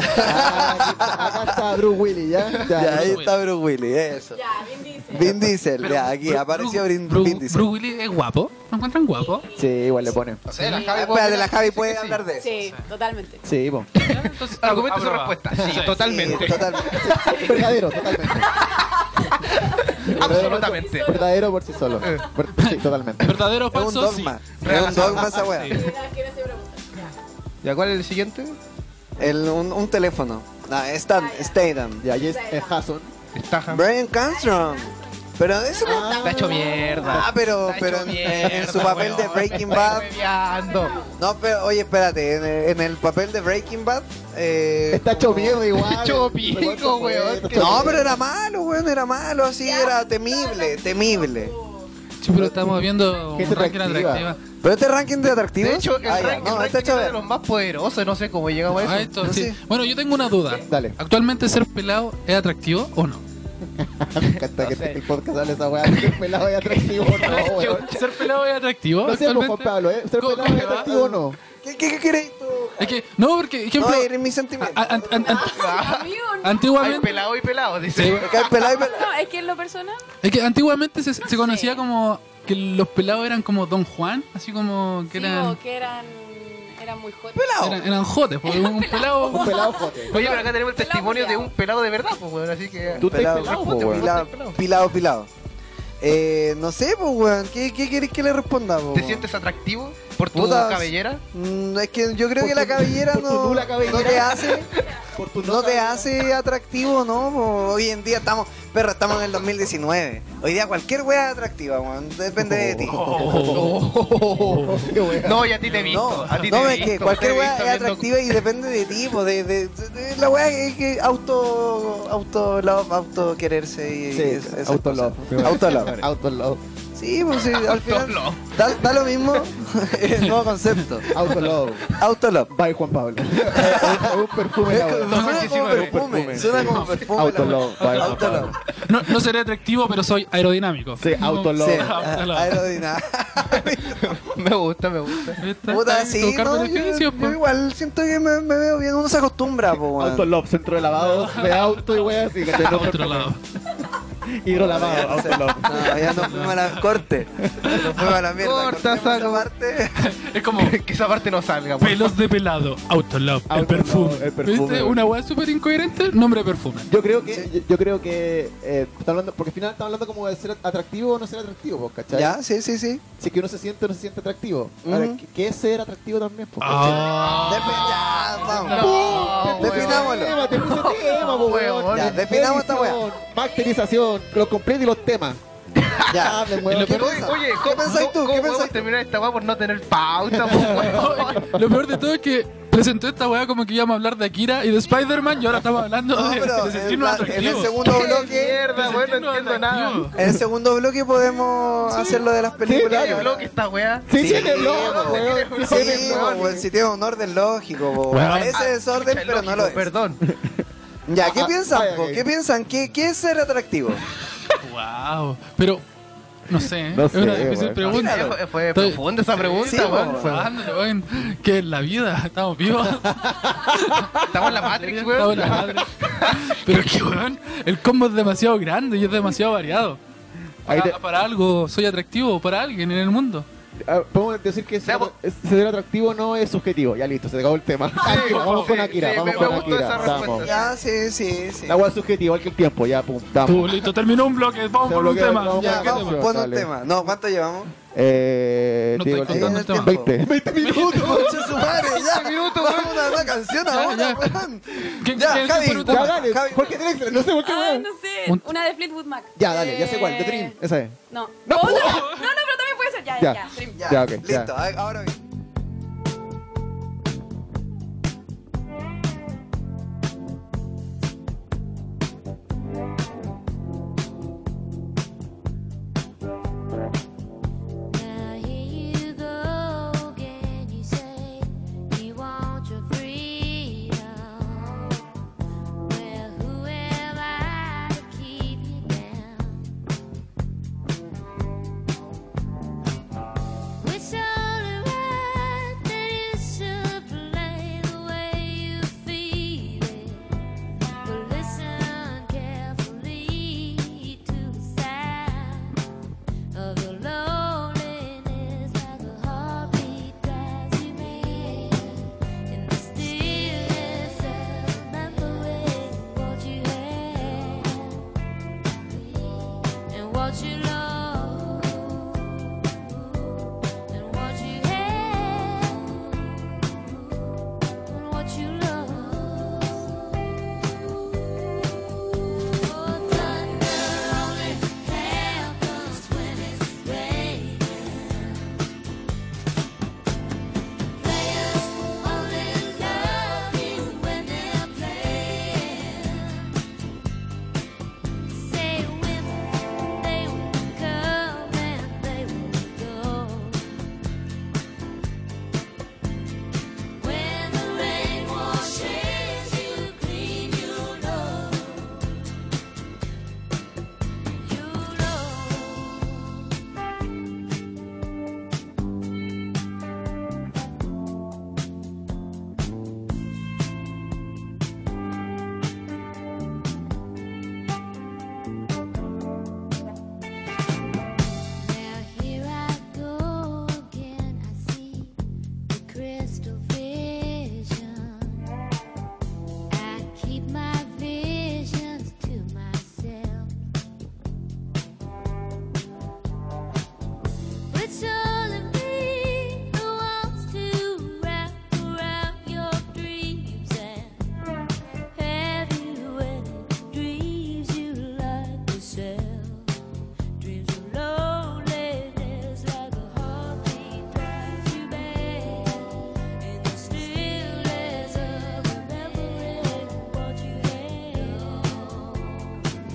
[SPEAKER 5] Ah, acá está Drew Willy, ¿ya?
[SPEAKER 3] Ya,
[SPEAKER 5] ya.
[SPEAKER 3] ahí está Bruce Willis, eso.
[SPEAKER 6] Ya, bien dice.
[SPEAKER 3] Vin Diesel,
[SPEAKER 1] Pero
[SPEAKER 3] ya, aquí
[SPEAKER 1] Bru-
[SPEAKER 3] apareció
[SPEAKER 1] Bru-
[SPEAKER 3] Brin-
[SPEAKER 1] Bru-
[SPEAKER 3] Vin Diesel.
[SPEAKER 1] Bruce Willis es guapo. ¿Lo encuentran guapo?
[SPEAKER 5] Sí, igual le pone.
[SPEAKER 4] No sé, la
[SPEAKER 3] Ah,
[SPEAKER 4] Javi puede
[SPEAKER 3] Espérate, la
[SPEAKER 4] opinar.
[SPEAKER 3] Javi
[SPEAKER 4] Sí,
[SPEAKER 3] puede
[SPEAKER 4] sí,
[SPEAKER 3] hablar de eso.
[SPEAKER 6] Sí, totalmente.
[SPEAKER 5] Sí, po.
[SPEAKER 1] ¿Ya? Entonces,
[SPEAKER 7] Argumente su
[SPEAKER 1] aprobado.
[SPEAKER 7] respuesta. Sí,
[SPEAKER 1] Sí.
[SPEAKER 7] totalmente.
[SPEAKER 3] Sí, totalmente.
[SPEAKER 5] Verdadero, totalmente.
[SPEAKER 7] Absolutamente.
[SPEAKER 5] Verdadero por sí solo. Por- Sí, totalmente.
[SPEAKER 1] ¿Verdadero o
[SPEAKER 3] Es un
[SPEAKER 1] falso? Sí.
[SPEAKER 3] dogma. Es un dogma esa weá.
[SPEAKER 1] Sí.
[SPEAKER 4] ¿Ya cuál es el siguiente?
[SPEAKER 3] El- Un un teléfono. No, Stan, Statham.
[SPEAKER 5] Ya, ahí es eh, Hasson.
[SPEAKER 4] Estaja.
[SPEAKER 3] Brian Cranston. Pero eso
[SPEAKER 5] Ah.
[SPEAKER 3] no...
[SPEAKER 7] Está hecho mierda.
[SPEAKER 3] Ah, pero,
[SPEAKER 7] Está
[SPEAKER 3] pero
[SPEAKER 7] hecho
[SPEAKER 3] en,
[SPEAKER 7] mierda,
[SPEAKER 3] en su papel de
[SPEAKER 7] weón.
[SPEAKER 3] Breaking
[SPEAKER 7] Me
[SPEAKER 3] Bad...
[SPEAKER 7] estáis hueveando.
[SPEAKER 3] No, pero oye, espérate, en, el- en el papel de Breaking Bad... eh,
[SPEAKER 5] Está hecho miedo igual.
[SPEAKER 7] Está hecho pico, weón.
[SPEAKER 5] Está hecho
[SPEAKER 3] No,
[SPEAKER 5] miedo.
[SPEAKER 3] pero era malo, weón, era malo, así, era temible, temible.
[SPEAKER 1] Sí, pero estamos viendo un
[SPEAKER 5] Gente
[SPEAKER 1] ranking
[SPEAKER 5] atractiva.
[SPEAKER 1] atractiva.
[SPEAKER 3] ¿Pero este ranking de atractivos?
[SPEAKER 4] De hecho, el
[SPEAKER 3] Ah, ya,
[SPEAKER 4] ranking,
[SPEAKER 3] no,
[SPEAKER 4] el
[SPEAKER 3] este
[SPEAKER 4] ranking
[SPEAKER 3] hecho
[SPEAKER 4] es
[SPEAKER 3] de-
[SPEAKER 4] de los más poderosos. No sé cómo llegamos
[SPEAKER 1] Ah,
[SPEAKER 4] a eso.
[SPEAKER 1] esto,
[SPEAKER 3] No
[SPEAKER 1] sí.
[SPEAKER 3] sé.
[SPEAKER 1] Bueno, yo tengo una duda.
[SPEAKER 5] Dale.
[SPEAKER 1] ¿Actualmente ser pelado es atractivo o no?
[SPEAKER 5] Me encanta que el podcast sale esa weá. Ser pelado y atractivo, no, weón.
[SPEAKER 1] ¿Ser pelado es atractivo?
[SPEAKER 5] No sé, po, Juan
[SPEAKER 1] actualmente?
[SPEAKER 5] Pablo, ¿eh? Ser
[SPEAKER 1] ¿Cómo-
[SPEAKER 5] pelado y
[SPEAKER 1] cómo te va?
[SPEAKER 5] atractivo, no.
[SPEAKER 3] ¿Qué, qué, qué querés tú?
[SPEAKER 1] Es que, no, porque, ejemplo,
[SPEAKER 3] No, eres mi sentimiento.
[SPEAKER 1] a- an- an- an-
[SPEAKER 5] Ah.
[SPEAKER 6] Amigo, no.
[SPEAKER 4] Hay
[SPEAKER 1] antiguamente,
[SPEAKER 4] pelado y pelado,
[SPEAKER 1] Sí,
[SPEAKER 4] dice.
[SPEAKER 1] weón.
[SPEAKER 3] Porque hay pelado y pelado.
[SPEAKER 6] No, es que en lo personal.
[SPEAKER 1] es que antiguamente se, se conocía
[SPEAKER 6] sé.
[SPEAKER 1] como que los pelados eran como Don Juan, así como que
[SPEAKER 6] Sí,
[SPEAKER 1] eran,
[SPEAKER 6] o que eran, eran muy jóvenes.
[SPEAKER 1] eran, eran jotes, porque un
[SPEAKER 5] Un
[SPEAKER 1] pelado...
[SPEAKER 5] pelado jote.
[SPEAKER 4] Oye, pero acá tenemos el
[SPEAKER 6] Pelado
[SPEAKER 4] testimonio de
[SPEAKER 6] culiao.
[SPEAKER 4] un pelado de verdad, pues, weón. Así que.
[SPEAKER 5] Tú estás
[SPEAKER 3] Pelado,
[SPEAKER 5] pelado, po,
[SPEAKER 4] ponte,
[SPEAKER 5] weón.
[SPEAKER 4] ponte.
[SPEAKER 3] Pilado, pilado, pilado. Eh, no sé, pues, weón, ¿qué, qué querés que le responda, po,
[SPEAKER 4] ¿Te
[SPEAKER 3] weón?
[SPEAKER 4] sientes atractivo por tu
[SPEAKER 3] Puta,
[SPEAKER 4] cabellera?
[SPEAKER 3] Mm, es que yo creo
[SPEAKER 5] Por
[SPEAKER 3] que
[SPEAKER 5] tu-
[SPEAKER 3] la cabellera
[SPEAKER 5] por tu
[SPEAKER 3] no,
[SPEAKER 5] nula cabellera.
[SPEAKER 3] no te hace
[SPEAKER 5] Por [LAUGHS] tu
[SPEAKER 3] no te hace atractivo, ¿no? po. Hoy en día estamos, perro, estamos en el 2019. Hoy día cualquier wea es atractiva, weón. Depende
[SPEAKER 5] Oh.
[SPEAKER 3] de ti.
[SPEAKER 5] Qué weá.
[SPEAKER 4] Oh. No, y a ti te he visto.
[SPEAKER 3] Oh. No,
[SPEAKER 4] a ti
[SPEAKER 3] no
[SPEAKER 4] te he
[SPEAKER 3] es que
[SPEAKER 4] visto,
[SPEAKER 3] cualquier
[SPEAKER 4] te he
[SPEAKER 3] weá
[SPEAKER 4] visto
[SPEAKER 3] es
[SPEAKER 4] viendo-
[SPEAKER 3] atractiva y depende de ti, po, de, de- de- de- la weá es que auto auto love, auto quererse y
[SPEAKER 5] Sí,
[SPEAKER 3] es- esas
[SPEAKER 5] autolove.
[SPEAKER 3] cosas. Autolove.
[SPEAKER 5] Autolove.
[SPEAKER 3] Sí, pues sí, al final
[SPEAKER 4] Autolove.
[SPEAKER 3] da, da lo mismo, [LAUGHS] el nuevo concepto.
[SPEAKER 5] Autolove.
[SPEAKER 3] Autolove.
[SPEAKER 5] By Juan Pablo. [LAUGHS] Es un perfume. la weá.
[SPEAKER 3] Suena como
[SPEAKER 4] 2019.
[SPEAKER 3] perfume, suena como perfume. la weá.
[SPEAKER 5] Autolove. by Juan Pablo.
[SPEAKER 3] Autolove.
[SPEAKER 1] No, no seré atractivo, pero soy aerodinámico.
[SPEAKER 5] Sí,
[SPEAKER 3] Sí,
[SPEAKER 5] autolove.
[SPEAKER 1] Autolove.
[SPEAKER 3] aerodinámico.
[SPEAKER 4] [LAUGHS] Me gusta, me gusta.
[SPEAKER 1] Está-
[SPEAKER 3] Puta,
[SPEAKER 1] está
[SPEAKER 3] sí,
[SPEAKER 1] buscar
[SPEAKER 3] no, yo,
[SPEAKER 1] beneficios,
[SPEAKER 3] yo
[SPEAKER 1] po.
[SPEAKER 3] igual siento que me, me veo bien, uno se acostumbra, po, weón.
[SPEAKER 5] Autolove, centro de lavados de auto y
[SPEAKER 3] [LAUGHS]
[SPEAKER 5] weas así.
[SPEAKER 1] A
[SPEAKER 5] ¿cachai?
[SPEAKER 1] otro lado.
[SPEAKER 5] Hidrolavado,
[SPEAKER 3] No,
[SPEAKER 5] autolove.
[SPEAKER 3] ya no fuimos a la corte. No fuimos a la mierda.
[SPEAKER 4] Corta,
[SPEAKER 3] cortemos esa
[SPEAKER 4] saco.
[SPEAKER 3] parte.
[SPEAKER 1] Es como
[SPEAKER 4] [LAUGHS] que esa parte no salga, por
[SPEAKER 1] pelos de pelado, Autolove, el
[SPEAKER 5] Autolove,
[SPEAKER 1] perfume.
[SPEAKER 5] el perfume.
[SPEAKER 1] ¿Viste? Una weá súper incoherente, nombre de perfume.
[SPEAKER 5] Yo creo que, yo, yo creo que eh, está hablando, porque al final estamos hablando como de ser atractivo o no ser atractivo, pues, ¿cachai?
[SPEAKER 3] Ya, sí, sí, sí.
[SPEAKER 5] Si es que uno se siente o no se siente atractivo. Ahora,
[SPEAKER 3] Ujú.
[SPEAKER 5] ¿qué- ¿qué es ser atractivo también? Pues,
[SPEAKER 1] Ah.
[SPEAKER 3] Defi- ya, vamos.
[SPEAKER 4] No,
[SPEAKER 3] Pum, definámoslo.
[SPEAKER 5] Tema, tenemos ese tema, po, weón.
[SPEAKER 3] Oh, Ya, definamos esta
[SPEAKER 5] Edición, Masterización, los completos y los temas.
[SPEAKER 3] Ya.
[SPEAKER 5] Hablen,
[SPEAKER 1] Y
[SPEAKER 5] weón.
[SPEAKER 1] lo
[SPEAKER 5] ¿Qué
[SPEAKER 1] peor-
[SPEAKER 4] Oye,
[SPEAKER 5] pasa?
[SPEAKER 4] oye,
[SPEAKER 3] ¿Qué
[SPEAKER 4] ¿cómo,
[SPEAKER 3] pensáis tú?
[SPEAKER 4] cómo
[SPEAKER 3] ¿Qué
[SPEAKER 4] podemos
[SPEAKER 3] pensáis tú?
[SPEAKER 4] terminar esta weá por no tener pauta,
[SPEAKER 3] [LAUGHS]
[SPEAKER 4] po, weón?
[SPEAKER 1] Lo peor de todo es que presentó esta weá como que íbamos a hablar de Akira y de Spider-Man y ahora estamos hablando
[SPEAKER 3] No,
[SPEAKER 1] de,
[SPEAKER 3] pero
[SPEAKER 1] de
[SPEAKER 3] en,
[SPEAKER 1] sentirnos
[SPEAKER 3] la- en el
[SPEAKER 1] atractivos.
[SPEAKER 3] segundo bloque.
[SPEAKER 4] Mierda,
[SPEAKER 1] De
[SPEAKER 4] weón, no
[SPEAKER 1] sentirnos
[SPEAKER 4] entiendo nada.
[SPEAKER 1] atractivos.
[SPEAKER 3] En el segundo bloque podemos hacer lo de las películas.
[SPEAKER 4] ¿Qué bloque esta weá?
[SPEAKER 5] Sí,
[SPEAKER 3] Sí,
[SPEAKER 5] tiene blog,
[SPEAKER 3] weón.
[SPEAKER 5] weón.
[SPEAKER 3] Sí,
[SPEAKER 5] tiene blog.
[SPEAKER 3] weón, weón, si tiene un orden lógico, po.
[SPEAKER 1] Weón.
[SPEAKER 3] Parece desorden,
[SPEAKER 4] Pucha,
[SPEAKER 3] pero no lo
[SPEAKER 4] lógico,
[SPEAKER 3] es.
[SPEAKER 4] Perdón.
[SPEAKER 3] Ya, ¿qué
[SPEAKER 5] Ah,
[SPEAKER 3] piensan,
[SPEAKER 5] ah,
[SPEAKER 3] po?
[SPEAKER 5] ok.
[SPEAKER 3] ¿Qué piensan? ¿Qué, qué es ser atractivo?
[SPEAKER 1] Wow. Pero, no sé, ¿eh?
[SPEAKER 5] No
[SPEAKER 1] es una
[SPEAKER 5] sé,
[SPEAKER 1] difícil
[SPEAKER 5] weón.
[SPEAKER 1] pregunta.
[SPEAKER 3] Claro.
[SPEAKER 4] Fue- Fue
[SPEAKER 1] Estoy-
[SPEAKER 4] profunda esa pregunta,
[SPEAKER 3] Sí,
[SPEAKER 4] weón.
[SPEAKER 3] po.
[SPEAKER 4] Fue-
[SPEAKER 1] Ándale, weón. Que en la vida estamos
[SPEAKER 4] [LAUGHS]
[SPEAKER 1] vivos.
[SPEAKER 4] Estamos en la Matrix, weón.
[SPEAKER 1] Estamos en la madre. Pero que weón, el combo es demasiado grande y es demasiado variado.
[SPEAKER 5] Ahí
[SPEAKER 1] Para,
[SPEAKER 5] te-
[SPEAKER 1] para algo soy atractivo, para alguien en el mundo.
[SPEAKER 5] Ah, Podemos decir que ser,
[SPEAKER 4] Seamos-
[SPEAKER 5] es- ser atractivo no es subjetivo. Ya listo, se acabó el tema. Akira, [LAUGHS] vamos
[SPEAKER 4] sí,
[SPEAKER 5] con Akira,
[SPEAKER 4] sí,
[SPEAKER 5] vamos
[SPEAKER 4] me-
[SPEAKER 5] con
[SPEAKER 4] me gustó
[SPEAKER 5] Akira.
[SPEAKER 4] esa
[SPEAKER 5] vamos.
[SPEAKER 4] respuesta.
[SPEAKER 3] Ya, sí, sí, sí.
[SPEAKER 5] La hueá es subjetiva, igual que el tiempo, ya, pum,
[SPEAKER 1] Tú,
[SPEAKER 5] vamos.
[SPEAKER 1] listo, terminó un bloque, vamos
[SPEAKER 5] Se
[SPEAKER 1] por un
[SPEAKER 5] bloqueó,
[SPEAKER 1] tema.
[SPEAKER 5] vamos
[SPEAKER 1] Ya,
[SPEAKER 3] Ya,
[SPEAKER 5] por
[SPEAKER 1] ¿qué
[SPEAKER 3] vamos,
[SPEAKER 1] tema?
[SPEAKER 5] acá.
[SPEAKER 3] pon un
[SPEAKER 5] Dale.
[SPEAKER 3] tema. No, ¿cuánto llevamos?
[SPEAKER 5] Eh,
[SPEAKER 1] No
[SPEAKER 5] te digo
[SPEAKER 1] estoy
[SPEAKER 5] el
[SPEAKER 1] contando
[SPEAKER 5] tema.
[SPEAKER 1] el tema.
[SPEAKER 5] 20,
[SPEAKER 1] [LAUGHS]
[SPEAKER 5] [LAUGHS] 20 minutos.
[SPEAKER 3] Concha su madre, ya. minutos, vamos a una canción ahora,
[SPEAKER 1] ya.
[SPEAKER 3] weón.
[SPEAKER 1] ¿Qué-
[SPEAKER 3] Ya,
[SPEAKER 1] qué- qué
[SPEAKER 3] Javi,
[SPEAKER 1] fue tu
[SPEAKER 5] Ya,
[SPEAKER 1] tema?
[SPEAKER 5] dale.
[SPEAKER 3] Javi.
[SPEAKER 5] ¿Por qué Drexler? No sé por qué.
[SPEAKER 6] Ah,
[SPEAKER 5] weón.
[SPEAKER 6] no sé.
[SPEAKER 1] Un-
[SPEAKER 6] Una de Fleetwood Mac.
[SPEAKER 5] Ya, dale, ya sé cuál, The
[SPEAKER 6] Eh,
[SPEAKER 5] Dream, esa es.
[SPEAKER 6] No.
[SPEAKER 5] No. oh.
[SPEAKER 6] Otra. No, no, pero también puede ser. Ya,
[SPEAKER 5] Ya.
[SPEAKER 6] ya. Dream.
[SPEAKER 3] Ya,
[SPEAKER 5] Ya, ok,
[SPEAKER 3] listo,
[SPEAKER 5] ya.
[SPEAKER 3] a- ahora bien.
[SPEAKER 8] Now here you go again. You say you want your freedom. Well, who am I to keep you down? We're so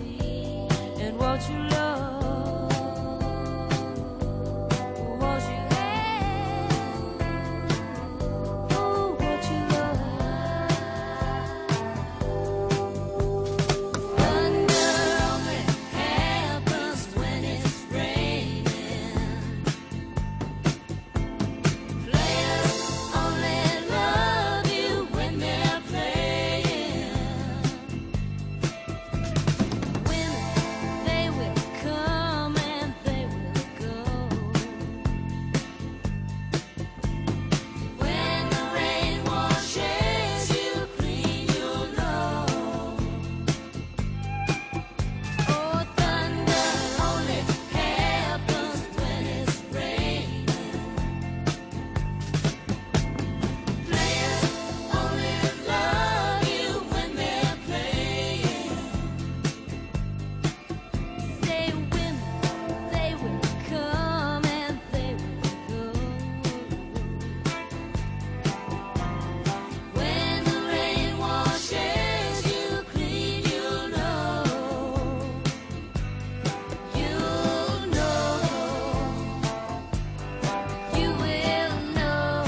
[SPEAKER 8] Won't you love? Won't you have? Oh, won't you love? One girl can help us when it's raining. Players only love you when they're playing. Women, they will come and they will go. When the rain washes you clean, you'll know. Oh, thunder only happens when it's raining. Players only love you when they're playing. They win, they will come and they will go. When the rain washes you clean, you know, you know, you will know,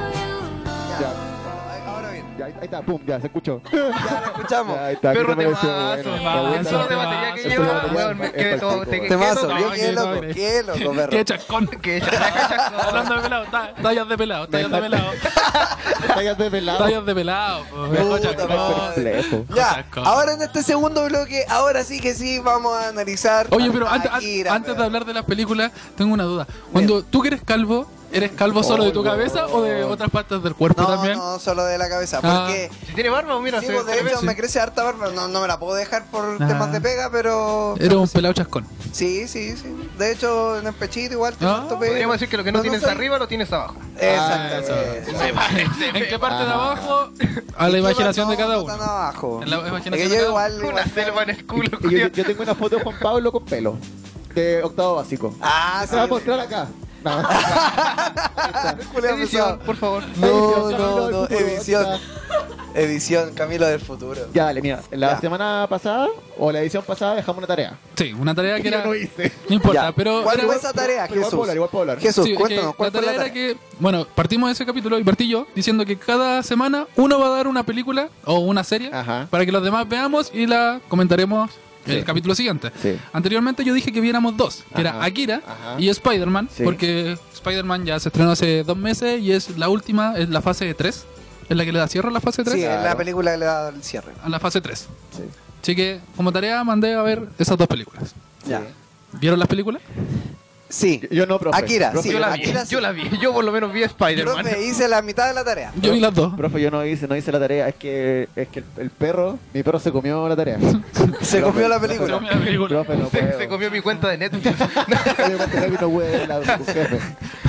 [SPEAKER 8] Oh, you know.
[SPEAKER 5] Ya,
[SPEAKER 3] Ahora
[SPEAKER 5] [LAUGHS]
[SPEAKER 3] bien.
[SPEAKER 5] ya, ahí ahí está, pum, ya, se escuchó.
[SPEAKER 3] Ya lo escuchamos.
[SPEAKER 5] Ya, ahí está, ¿qué
[SPEAKER 4] Perro
[SPEAKER 5] te pareció?
[SPEAKER 4] temazo,
[SPEAKER 5] Bueno,
[SPEAKER 4] temazo,
[SPEAKER 5] está bueno.
[SPEAKER 4] temazo de batería que
[SPEAKER 5] Eso
[SPEAKER 4] lleva,
[SPEAKER 5] está bueno,
[SPEAKER 4] weón, me
[SPEAKER 5] es
[SPEAKER 4] quedé todo-
[SPEAKER 5] fantástico,
[SPEAKER 4] te-
[SPEAKER 5] weón.
[SPEAKER 3] Te vas
[SPEAKER 4] Qué
[SPEAKER 3] yo
[SPEAKER 4] loco,
[SPEAKER 3] qué loco,
[SPEAKER 1] eres.
[SPEAKER 3] qué loco, perro.
[SPEAKER 1] Qué chascón.
[SPEAKER 4] [LAUGHS] Que ya-
[SPEAKER 1] Hablando de pelado, ta- tallas de pelado, tallas de pelado,
[SPEAKER 5] Tallas de pelado.
[SPEAKER 1] tallas de pelado. po.
[SPEAKER 3] Puta
[SPEAKER 1] Chascón.
[SPEAKER 3] madre.
[SPEAKER 5] Perplejo.
[SPEAKER 3] Ya,
[SPEAKER 1] Chascón.
[SPEAKER 3] ahora en este segundo bloque, ahora sí que sí vamos a analizar.
[SPEAKER 1] Oye, pero
[SPEAKER 3] a
[SPEAKER 1] antes, an-
[SPEAKER 3] Akira,
[SPEAKER 1] antes de
[SPEAKER 3] weón.
[SPEAKER 1] hablar de las películas, tengo una duda. Cuando tú que eres calvo, ¿eres calvo solo de tu cabeza o de otras partes del cuerpo
[SPEAKER 3] Oh, No,
[SPEAKER 1] también?
[SPEAKER 3] no, solo de la cabeza,
[SPEAKER 1] Ah.
[SPEAKER 3] porque
[SPEAKER 4] Si tiene barba, mira,
[SPEAKER 3] sí,
[SPEAKER 4] se-
[SPEAKER 3] pues, de hecho
[SPEAKER 1] sí.
[SPEAKER 3] me crece harta barba, no, no me la puedo dejar por
[SPEAKER 1] Ah.
[SPEAKER 3] temas de pega, pero
[SPEAKER 1] Eres un pelado chascón.
[SPEAKER 3] sí, sí, sí. De hecho, en el pechito igual tengo
[SPEAKER 1] Ah.
[SPEAKER 3] harto pelo. Ah,
[SPEAKER 4] podríamos decir que lo que no, tienes
[SPEAKER 3] soy-
[SPEAKER 4] arriba lo tienes abajo.
[SPEAKER 3] Exactamente.
[SPEAKER 1] ¿En qué parte de abajo? A la imaginación de cada
[SPEAKER 3] Están
[SPEAKER 1] uno.
[SPEAKER 3] abajo.
[SPEAKER 1] En la imaginación
[SPEAKER 3] Es que yo
[SPEAKER 1] de cada
[SPEAKER 3] igual.
[SPEAKER 4] Una
[SPEAKER 3] igual-
[SPEAKER 4] selva en el culo,
[SPEAKER 5] Y- y yo, yo tengo una foto de Juan Pablo con pelo. De octavo básico.
[SPEAKER 3] Ah,
[SPEAKER 5] Se va a
[SPEAKER 3] sí. [LAUGHS]
[SPEAKER 5] mostrar acá. No.
[SPEAKER 3] Julio
[SPEAKER 4] Edición,
[SPEAKER 3] Pesado.
[SPEAKER 4] por favor.
[SPEAKER 3] No, no, no,
[SPEAKER 5] Edición, Camilo del futuro,
[SPEAKER 3] edición.
[SPEAKER 5] acá.
[SPEAKER 3] Edición, Camilo del futuro.
[SPEAKER 5] [LAUGHS] Ya, dale, mira. La
[SPEAKER 3] Ya.
[SPEAKER 5] semana pasada o la edición pasada dejamos una tarea.
[SPEAKER 1] Sí, una tarea que
[SPEAKER 5] Yo
[SPEAKER 1] era.
[SPEAKER 5] no hice.
[SPEAKER 1] No importa,
[SPEAKER 3] Ya.
[SPEAKER 1] pero.
[SPEAKER 3] ¿Cuál
[SPEAKER 1] era-
[SPEAKER 3] fue esa tarea,
[SPEAKER 5] Pero igual
[SPEAKER 3] Jesús?
[SPEAKER 5] puedo hablar, igual puedo hablar.
[SPEAKER 3] Jesús,
[SPEAKER 1] Sí, es que
[SPEAKER 3] cuéntanos, ¿cuál
[SPEAKER 1] la
[SPEAKER 3] fue
[SPEAKER 1] tarea
[SPEAKER 3] la
[SPEAKER 1] era
[SPEAKER 3] tarea?
[SPEAKER 1] que, bueno, partimos de ese capítulo y partí yo diciendo que cada semana uno va a dar una película o una serie
[SPEAKER 5] Ajá.
[SPEAKER 1] para que los demás veamos y la comentaremos en
[SPEAKER 5] Sí.
[SPEAKER 1] el capítulo siguiente.
[SPEAKER 5] Sí.
[SPEAKER 1] Anteriormente yo dije que viéramos dos, que
[SPEAKER 5] Ajá.
[SPEAKER 1] era Akira
[SPEAKER 5] Ajá.
[SPEAKER 1] y Spider-Man,
[SPEAKER 5] Sí.
[SPEAKER 1] porque Spider-Man ya se estrenó hace dos meses y es la última, es la fase 3, es la que le da cierre a la fase 3.
[SPEAKER 3] Sí, es la
[SPEAKER 5] Claro.
[SPEAKER 3] película que le da el cierre.
[SPEAKER 1] A la fase 3.
[SPEAKER 5] Sí.
[SPEAKER 1] Así que como tarea mandé a ver esas dos películas.
[SPEAKER 3] Ya.
[SPEAKER 1] ¿Vieron las películas?
[SPEAKER 3] Sí.
[SPEAKER 5] Yo no, profe.
[SPEAKER 3] Akira,
[SPEAKER 5] profe,
[SPEAKER 3] sí,
[SPEAKER 4] Yo la vi,
[SPEAKER 3] Akira sí.
[SPEAKER 4] yo la vi, yo por lo menos vi a Spider-Man.
[SPEAKER 3] Profe, hice la mitad de la
[SPEAKER 1] [LAUGHS]
[SPEAKER 3] tarea.
[SPEAKER 1] Yo vi las dos.
[SPEAKER 5] Profe, yo no hice, no hice la tarea. Es que, es que el, el perro, mi perro se comió la tarea.
[SPEAKER 3] Se
[SPEAKER 5] Profe,
[SPEAKER 3] comió la
[SPEAKER 5] profe,
[SPEAKER 1] [LAUGHS]
[SPEAKER 3] película.
[SPEAKER 1] la película.
[SPEAKER 5] Profe, no
[SPEAKER 4] Se,
[SPEAKER 5] puedo.
[SPEAKER 4] se comió mi cuenta de Netflix.
[SPEAKER 5] Oye, cuánto rápido, güey, la- tu jefe.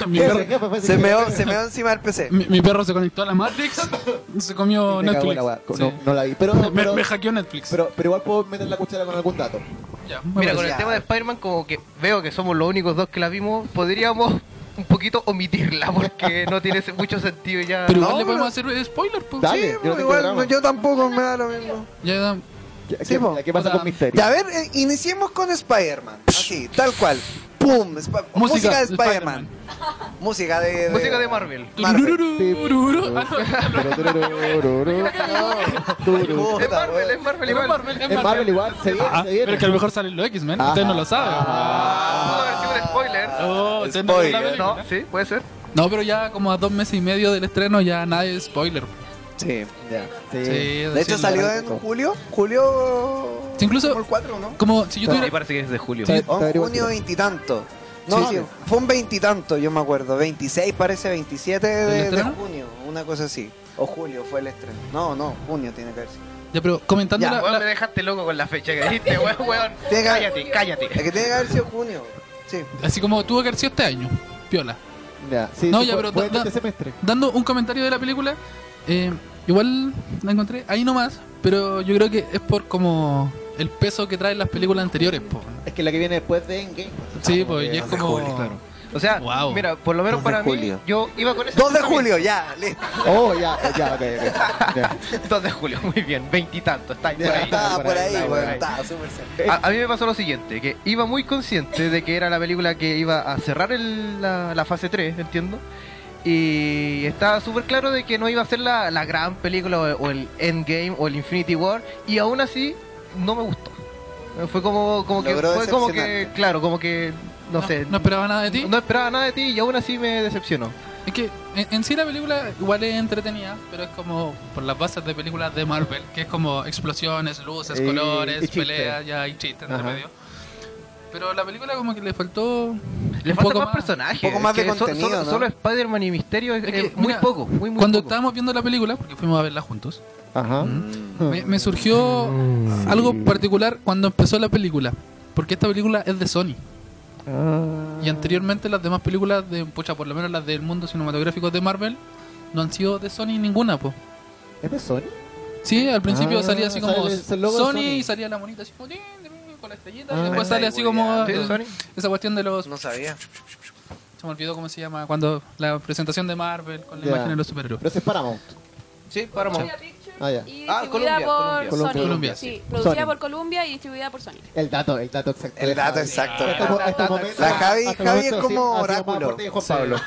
[SPEAKER 1] Mi
[SPEAKER 5] Ese
[SPEAKER 1] perro-
[SPEAKER 5] jefe fue-
[SPEAKER 3] Se meó, se meó encima del PC.
[SPEAKER 1] Mi, mi perro se conectó a la Matrix, se comió
[SPEAKER 5] Me cagó
[SPEAKER 1] Netflix.
[SPEAKER 5] la weá.
[SPEAKER 1] Sí.
[SPEAKER 5] No, no la vi. Pero,
[SPEAKER 1] Me,
[SPEAKER 5] pero,
[SPEAKER 1] me hackeó Netflix.
[SPEAKER 5] pero, pero igual puedo meter la cuchara con algún dato.
[SPEAKER 1] Ya, me parece.
[SPEAKER 4] Mira, con el
[SPEAKER 3] Ya.
[SPEAKER 4] tema de Spider-Man, como que veo que somos los únicos dos que la vimos, podríamos un poquito omitirla porque no tiene ese- mucho sentido ya.
[SPEAKER 1] Pero
[SPEAKER 3] No,
[SPEAKER 1] igual le
[SPEAKER 3] pero-
[SPEAKER 1] podemos hacer spoiler, pues.
[SPEAKER 5] Dale,
[SPEAKER 3] Sí,
[SPEAKER 5] yo no tengo
[SPEAKER 3] igual
[SPEAKER 5] drama.
[SPEAKER 3] yo tampoco me da lo mismo.
[SPEAKER 1] Ya,
[SPEAKER 5] ¿Qué,
[SPEAKER 3] Sí,
[SPEAKER 5] qué-
[SPEAKER 3] po.
[SPEAKER 5] qué pasa
[SPEAKER 1] O sea,
[SPEAKER 5] con Misterio? [LAUGHS]
[SPEAKER 3] Ya, a ver, eh, iniciemos con Spider-Man. Así, tal cual. ¡Pum! Sp- música, de Spider-Man. música de,
[SPEAKER 4] Música de Marvel.
[SPEAKER 1] Turururu,
[SPEAKER 5] Sí.
[SPEAKER 1] turururu. Ah,
[SPEAKER 5] Turururururu. Turururu.
[SPEAKER 4] Es Marvel, es Marvel, es Marvel.
[SPEAKER 1] Marvel, es
[SPEAKER 5] En Marvel igual, se viene,
[SPEAKER 1] Ah,
[SPEAKER 5] se viene.
[SPEAKER 1] pero que a lo mejor sale los X-Men.
[SPEAKER 5] Ajá. Ah.
[SPEAKER 1] Ustedes no lo saben.
[SPEAKER 4] Pudo haber sido Ah, un spoiler.
[SPEAKER 1] No, ustedes Ah, no
[SPEAKER 3] Spoiler.
[SPEAKER 1] saben.
[SPEAKER 4] No, sí, puede ser.
[SPEAKER 1] No, pero ya como a dos meses y medio del estreno ya nadie es spoiler.
[SPEAKER 3] Sí.
[SPEAKER 5] Ya, sí.
[SPEAKER 1] Sí,
[SPEAKER 3] De
[SPEAKER 1] sí,
[SPEAKER 3] hecho,
[SPEAKER 1] sí.
[SPEAKER 3] salió en julio. Julio.
[SPEAKER 1] Sí, incluso-
[SPEAKER 3] Como el 4, ¿no?
[SPEAKER 1] Como si yo
[SPEAKER 4] Y
[SPEAKER 1] tuviera...
[SPEAKER 4] parece que es de julio.
[SPEAKER 5] Sí.
[SPEAKER 3] O en
[SPEAKER 5] Averigua-
[SPEAKER 3] junio veintitanto. No,
[SPEAKER 5] Sí.
[SPEAKER 3] sí, fue un veintitanto, yo me acuerdo. 26, parece, 27 de, de
[SPEAKER 1] estreno?
[SPEAKER 3] junio, una cosa así. O julio fue el estreno. No, no, junio tiene que haber sido.
[SPEAKER 1] Ya, pero comentando
[SPEAKER 3] Ya,
[SPEAKER 1] la-
[SPEAKER 4] Weón,
[SPEAKER 1] la-
[SPEAKER 4] me dejaste loco con la fecha que dijiste, weón, weón.
[SPEAKER 3] Tiene que-
[SPEAKER 4] Cállate,
[SPEAKER 3] Es
[SPEAKER 4] cállate.
[SPEAKER 3] que tiene que haber sido junio. Sí.
[SPEAKER 1] Así como tuvo que haber sido este año. Piola.
[SPEAKER 5] Ya, sí,
[SPEAKER 1] No,
[SPEAKER 5] sí,
[SPEAKER 1] ya,
[SPEAKER 5] fue-
[SPEAKER 1] pero
[SPEAKER 5] fue
[SPEAKER 1] da- da-
[SPEAKER 5] este semestre.
[SPEAKER 1] dando un comentario de la película, eh, igual la encontré ahí nomás, pero yo creo que es por como el peso que traen las películas anteriores. po.
[SPEAKER 5] Es que la que viene después de Endgame.
[SPEAKER 4] [LAUGHS]
[SPEAKER 1] Sí, pues, y es
[SPEAKER 5] Ah,
[SPEAKER 1] como...
[SPEAKER 5] claro.
[SPEAKER 4] O sea,
[SPEAKER 1] Wow.
[SPEAKER 4] mira, por lo
[SPEAKER 2] 2
[SPEAKER 4] menos
[SPEAKER 2] de
[SPEAKER 4] para mí,
[SPEAKER 2] julio.
[SPEAKER 4] yo iba con ese.
[SPEAKER 3] 2 de
[SPEAKER 4] pensamiento. [LAUGHS]
[SPEAKER 3] julio, ya, listo.
[SPEAKER 5] Oh, ya, ya, ok, ok. Ya.
[SPEAKER 4] 2 de julio, muy bien, veintitantos, está ahí por ahí.
[SPEAKER 3] Estaba por ahí,
[SPEAKER 4] está por
[SPEAKER 3] weón,
[SPEAKER 4] ahí.
[SPEAKER 3] estaba súper cerca.
[SPEAKER 4] A, a mí me pasó lo siguiente, que iba muy consciente de que era la película que iba a cerrar el- la, la fase 3, entiendo. Y estaba súper claro de que no iba a ser la, la gran película o, o el Endgame o el Infinity War. Y aún así, no me gustó. Fue como, como que,
[SPEAKER 2] Logró
[SPEAKER 4] fue como que,
[SPEAKER 2] decepcionarte.
[SPEAKER 4] claro, como que, no, sé.
[SPEAKER 1] No esperaba nada de ti.
[SPEAKER 4] No esperaba nada de ti y aún así me decepcionó.
[SPEAKER 1] Es que en, en sí la película igual es entretenida, pero es como por las bases de películas de Marvel, que es como explosiones, luces,
[SPEAKER 5] Y- y
[SPEAKER 1] colores,
[SPEAKER 5] chiste.
[SPEAKER 1] peleas, ya hay chistes entre
[SPEAKER 4] Ajá.
[SPEAKER 1] medio. Pero la película como que le faltó
[SPEAKER 4] Le
[SPEAKER 1] un
[SPEAKER 4] falta
[SPEAKER 1] poco
[SPEAKER 4] más personajes.
[SPEAKER 3] un poco más
[SPEAKER 4] que
[SPEAKER 3] de
[SPEAKER 4] so- solo-
[SPEAKER 3] contenido, ¿no?
[SPEAKER 4] Solo Spider-Man y Misterio es,
[SPEAKER 1] Es que,
[SPEAKER 4] es muy
[SPEAKER 1] mira,
[SPEAKER 4] poco. Muy, muy
[SPEAKER 1] Cuando
[SPEAKER 4] poco.
[SPEAKER 1] estábamos viendo la película, porque fuimos a verla juntos,
[SPEAKER 5] Ajá.
[SPEAKER 1] me, me surgió algo particular cuando empezó la película. Porque esta película es de Sony.
[SPEAKER 5] Ah.
[SPEAKER 1] Y anteriormente las demás películas de, pucha, por lo menos las del mundo cinematográfico de Marvel, no han sido de Sony ninguna, po.
[SPEAKER 5] ¿Es de Sony?
[SPEAKER 1] Sí, al principio
[SPEAKER 5] Ah,
[SPEAKER 1] salía así como
[SPEAKER 5] sale el- el logo de
[SPEAKER 1] Sony,
[SPEAKER 5] Sony.
[SPEAKER 1] y salía la monita así como tin, tin, con la estrellita y
[SPEAKER 5] Ah.
[SPEAKER 1] después sale así como
[SPEAKER 4] Sí,
[SPEAKER 1] eh,
[SPEAKER 4] Sony.
[SPEAKER 1] esa cuestión de los
[SPEAKER 3] No sabía.
[SPEAKER 1] se me olvidó cómo se llama cuando la presentación de Marvel con la
[SPEAKER 5] Ya.
[SPEAKER 1] imagen de los superhéroes.
[SPEAKER 5] Pero ese es Paramount.
[SPEAKER 4] Sí, Paramount.
[SPEAKER 5] Ah, ya.
[SPEAKER 6] Y distribuida
[SPEAKER 4] Ah, Columbia,
[SPEAKER 6] por
[SPEAKER 5] Columbia.
[SPEAKER 6] Sony.
[SPEAKER 1] Columbia,
[SPEAKER 6] Sí,
[SPEAKER 1] sí.
[SPEAKER 6] producida
[SPEAKER 5] Sony.
[SPEAKER 6] por Columbia y distribuida
[SPEAKER 5] [LAUGHS]
[SPEAKER 6] por Sony.
[SPEAKER 5] El dato, el dato exacto.
[SPEAKER 3] El dato
[SPEAKER 5] Ah,
[SPEAKER 3] exacto.
[SPEAKER 5] Hasta el mo- hasta el momento-
[SPEAKER 3] La Javi-
[SPEAKER 5] hasta el
[SPEAKER 3] Javi
[SPEAKER 5] momento
[SPEAKER 3] es
[SPEAKER 5] ha sido-
[SPEAKER 3] como
[SPEAKER 5] ha sido más
[SPEAKER 3] oráculo.
[SPEAKER 5] aporte de Juan Pablo.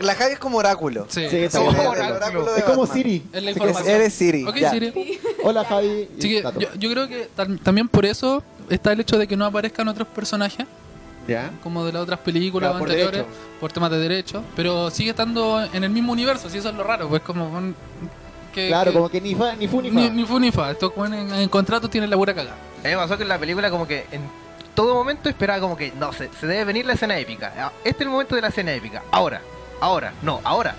[SPEAKER 3] La Javi es como oráculo.
[SPEAKER 1] Sí.
[SPEAKER 5] Sí,
[SPEAKER 3] Sí,
[SPEAKER 5] está
[SPEAKER 3] es
[SPEAKER 5] bueno.
[SPEAKER 3] el
[SPEAKER 4] oráculo.
[SPEAKER 3] oráculo de
[SPEAKER 5] Es como
[SPEAKER 3] Batman.
[SPEAKER 5] Siri.
[SPEAKER 1] Es la
[SPEAKER 5] Así que-
[SPEAKER 1] información.
[SPEAKER 3] Eres Siri.
[SPEAKER 1] Ok,
[SPEAKER 3] ya.
[SPEAKER 1] Siri.
[SPEAKER 5] Hola Javi.
[SPEAKER 1] Así que
[SPEAKER 5] Dato.
[SPEAKER 1] yo, yo creo que tam- también por eso está el hecho de que no aparezcan otros personajes
[SPEAKER 5] Ya.
[SPEAKER 1] como de las otras películas
[SPEAKER 3] Ah,
[SPEAKER 5] Ya, por
[SPEAKER 1] anteriores
[SPEAKER 5] derecho.
[SPEAKER 1] por temas de derechos, pero sigue estando en el mismo universo, si eso es lo raro, pues como un- que,
[SPEAKER 5] Claro,
[SPEAKER 1] eh, que-
[SPEAKER 5] como que ni fa, ni fu ni fa.
[SPEAKER 1] ni, ni fu ni fa, estos weones en, en contrato tienen la pura cagada.
[SPEAKER 4] A mí me pasó que en la película como que en todo momento esperaba como que no se, se debe venir la escena épica. Ah, Este es el momento de la escena épica. Ahora, ahora, no, ahora.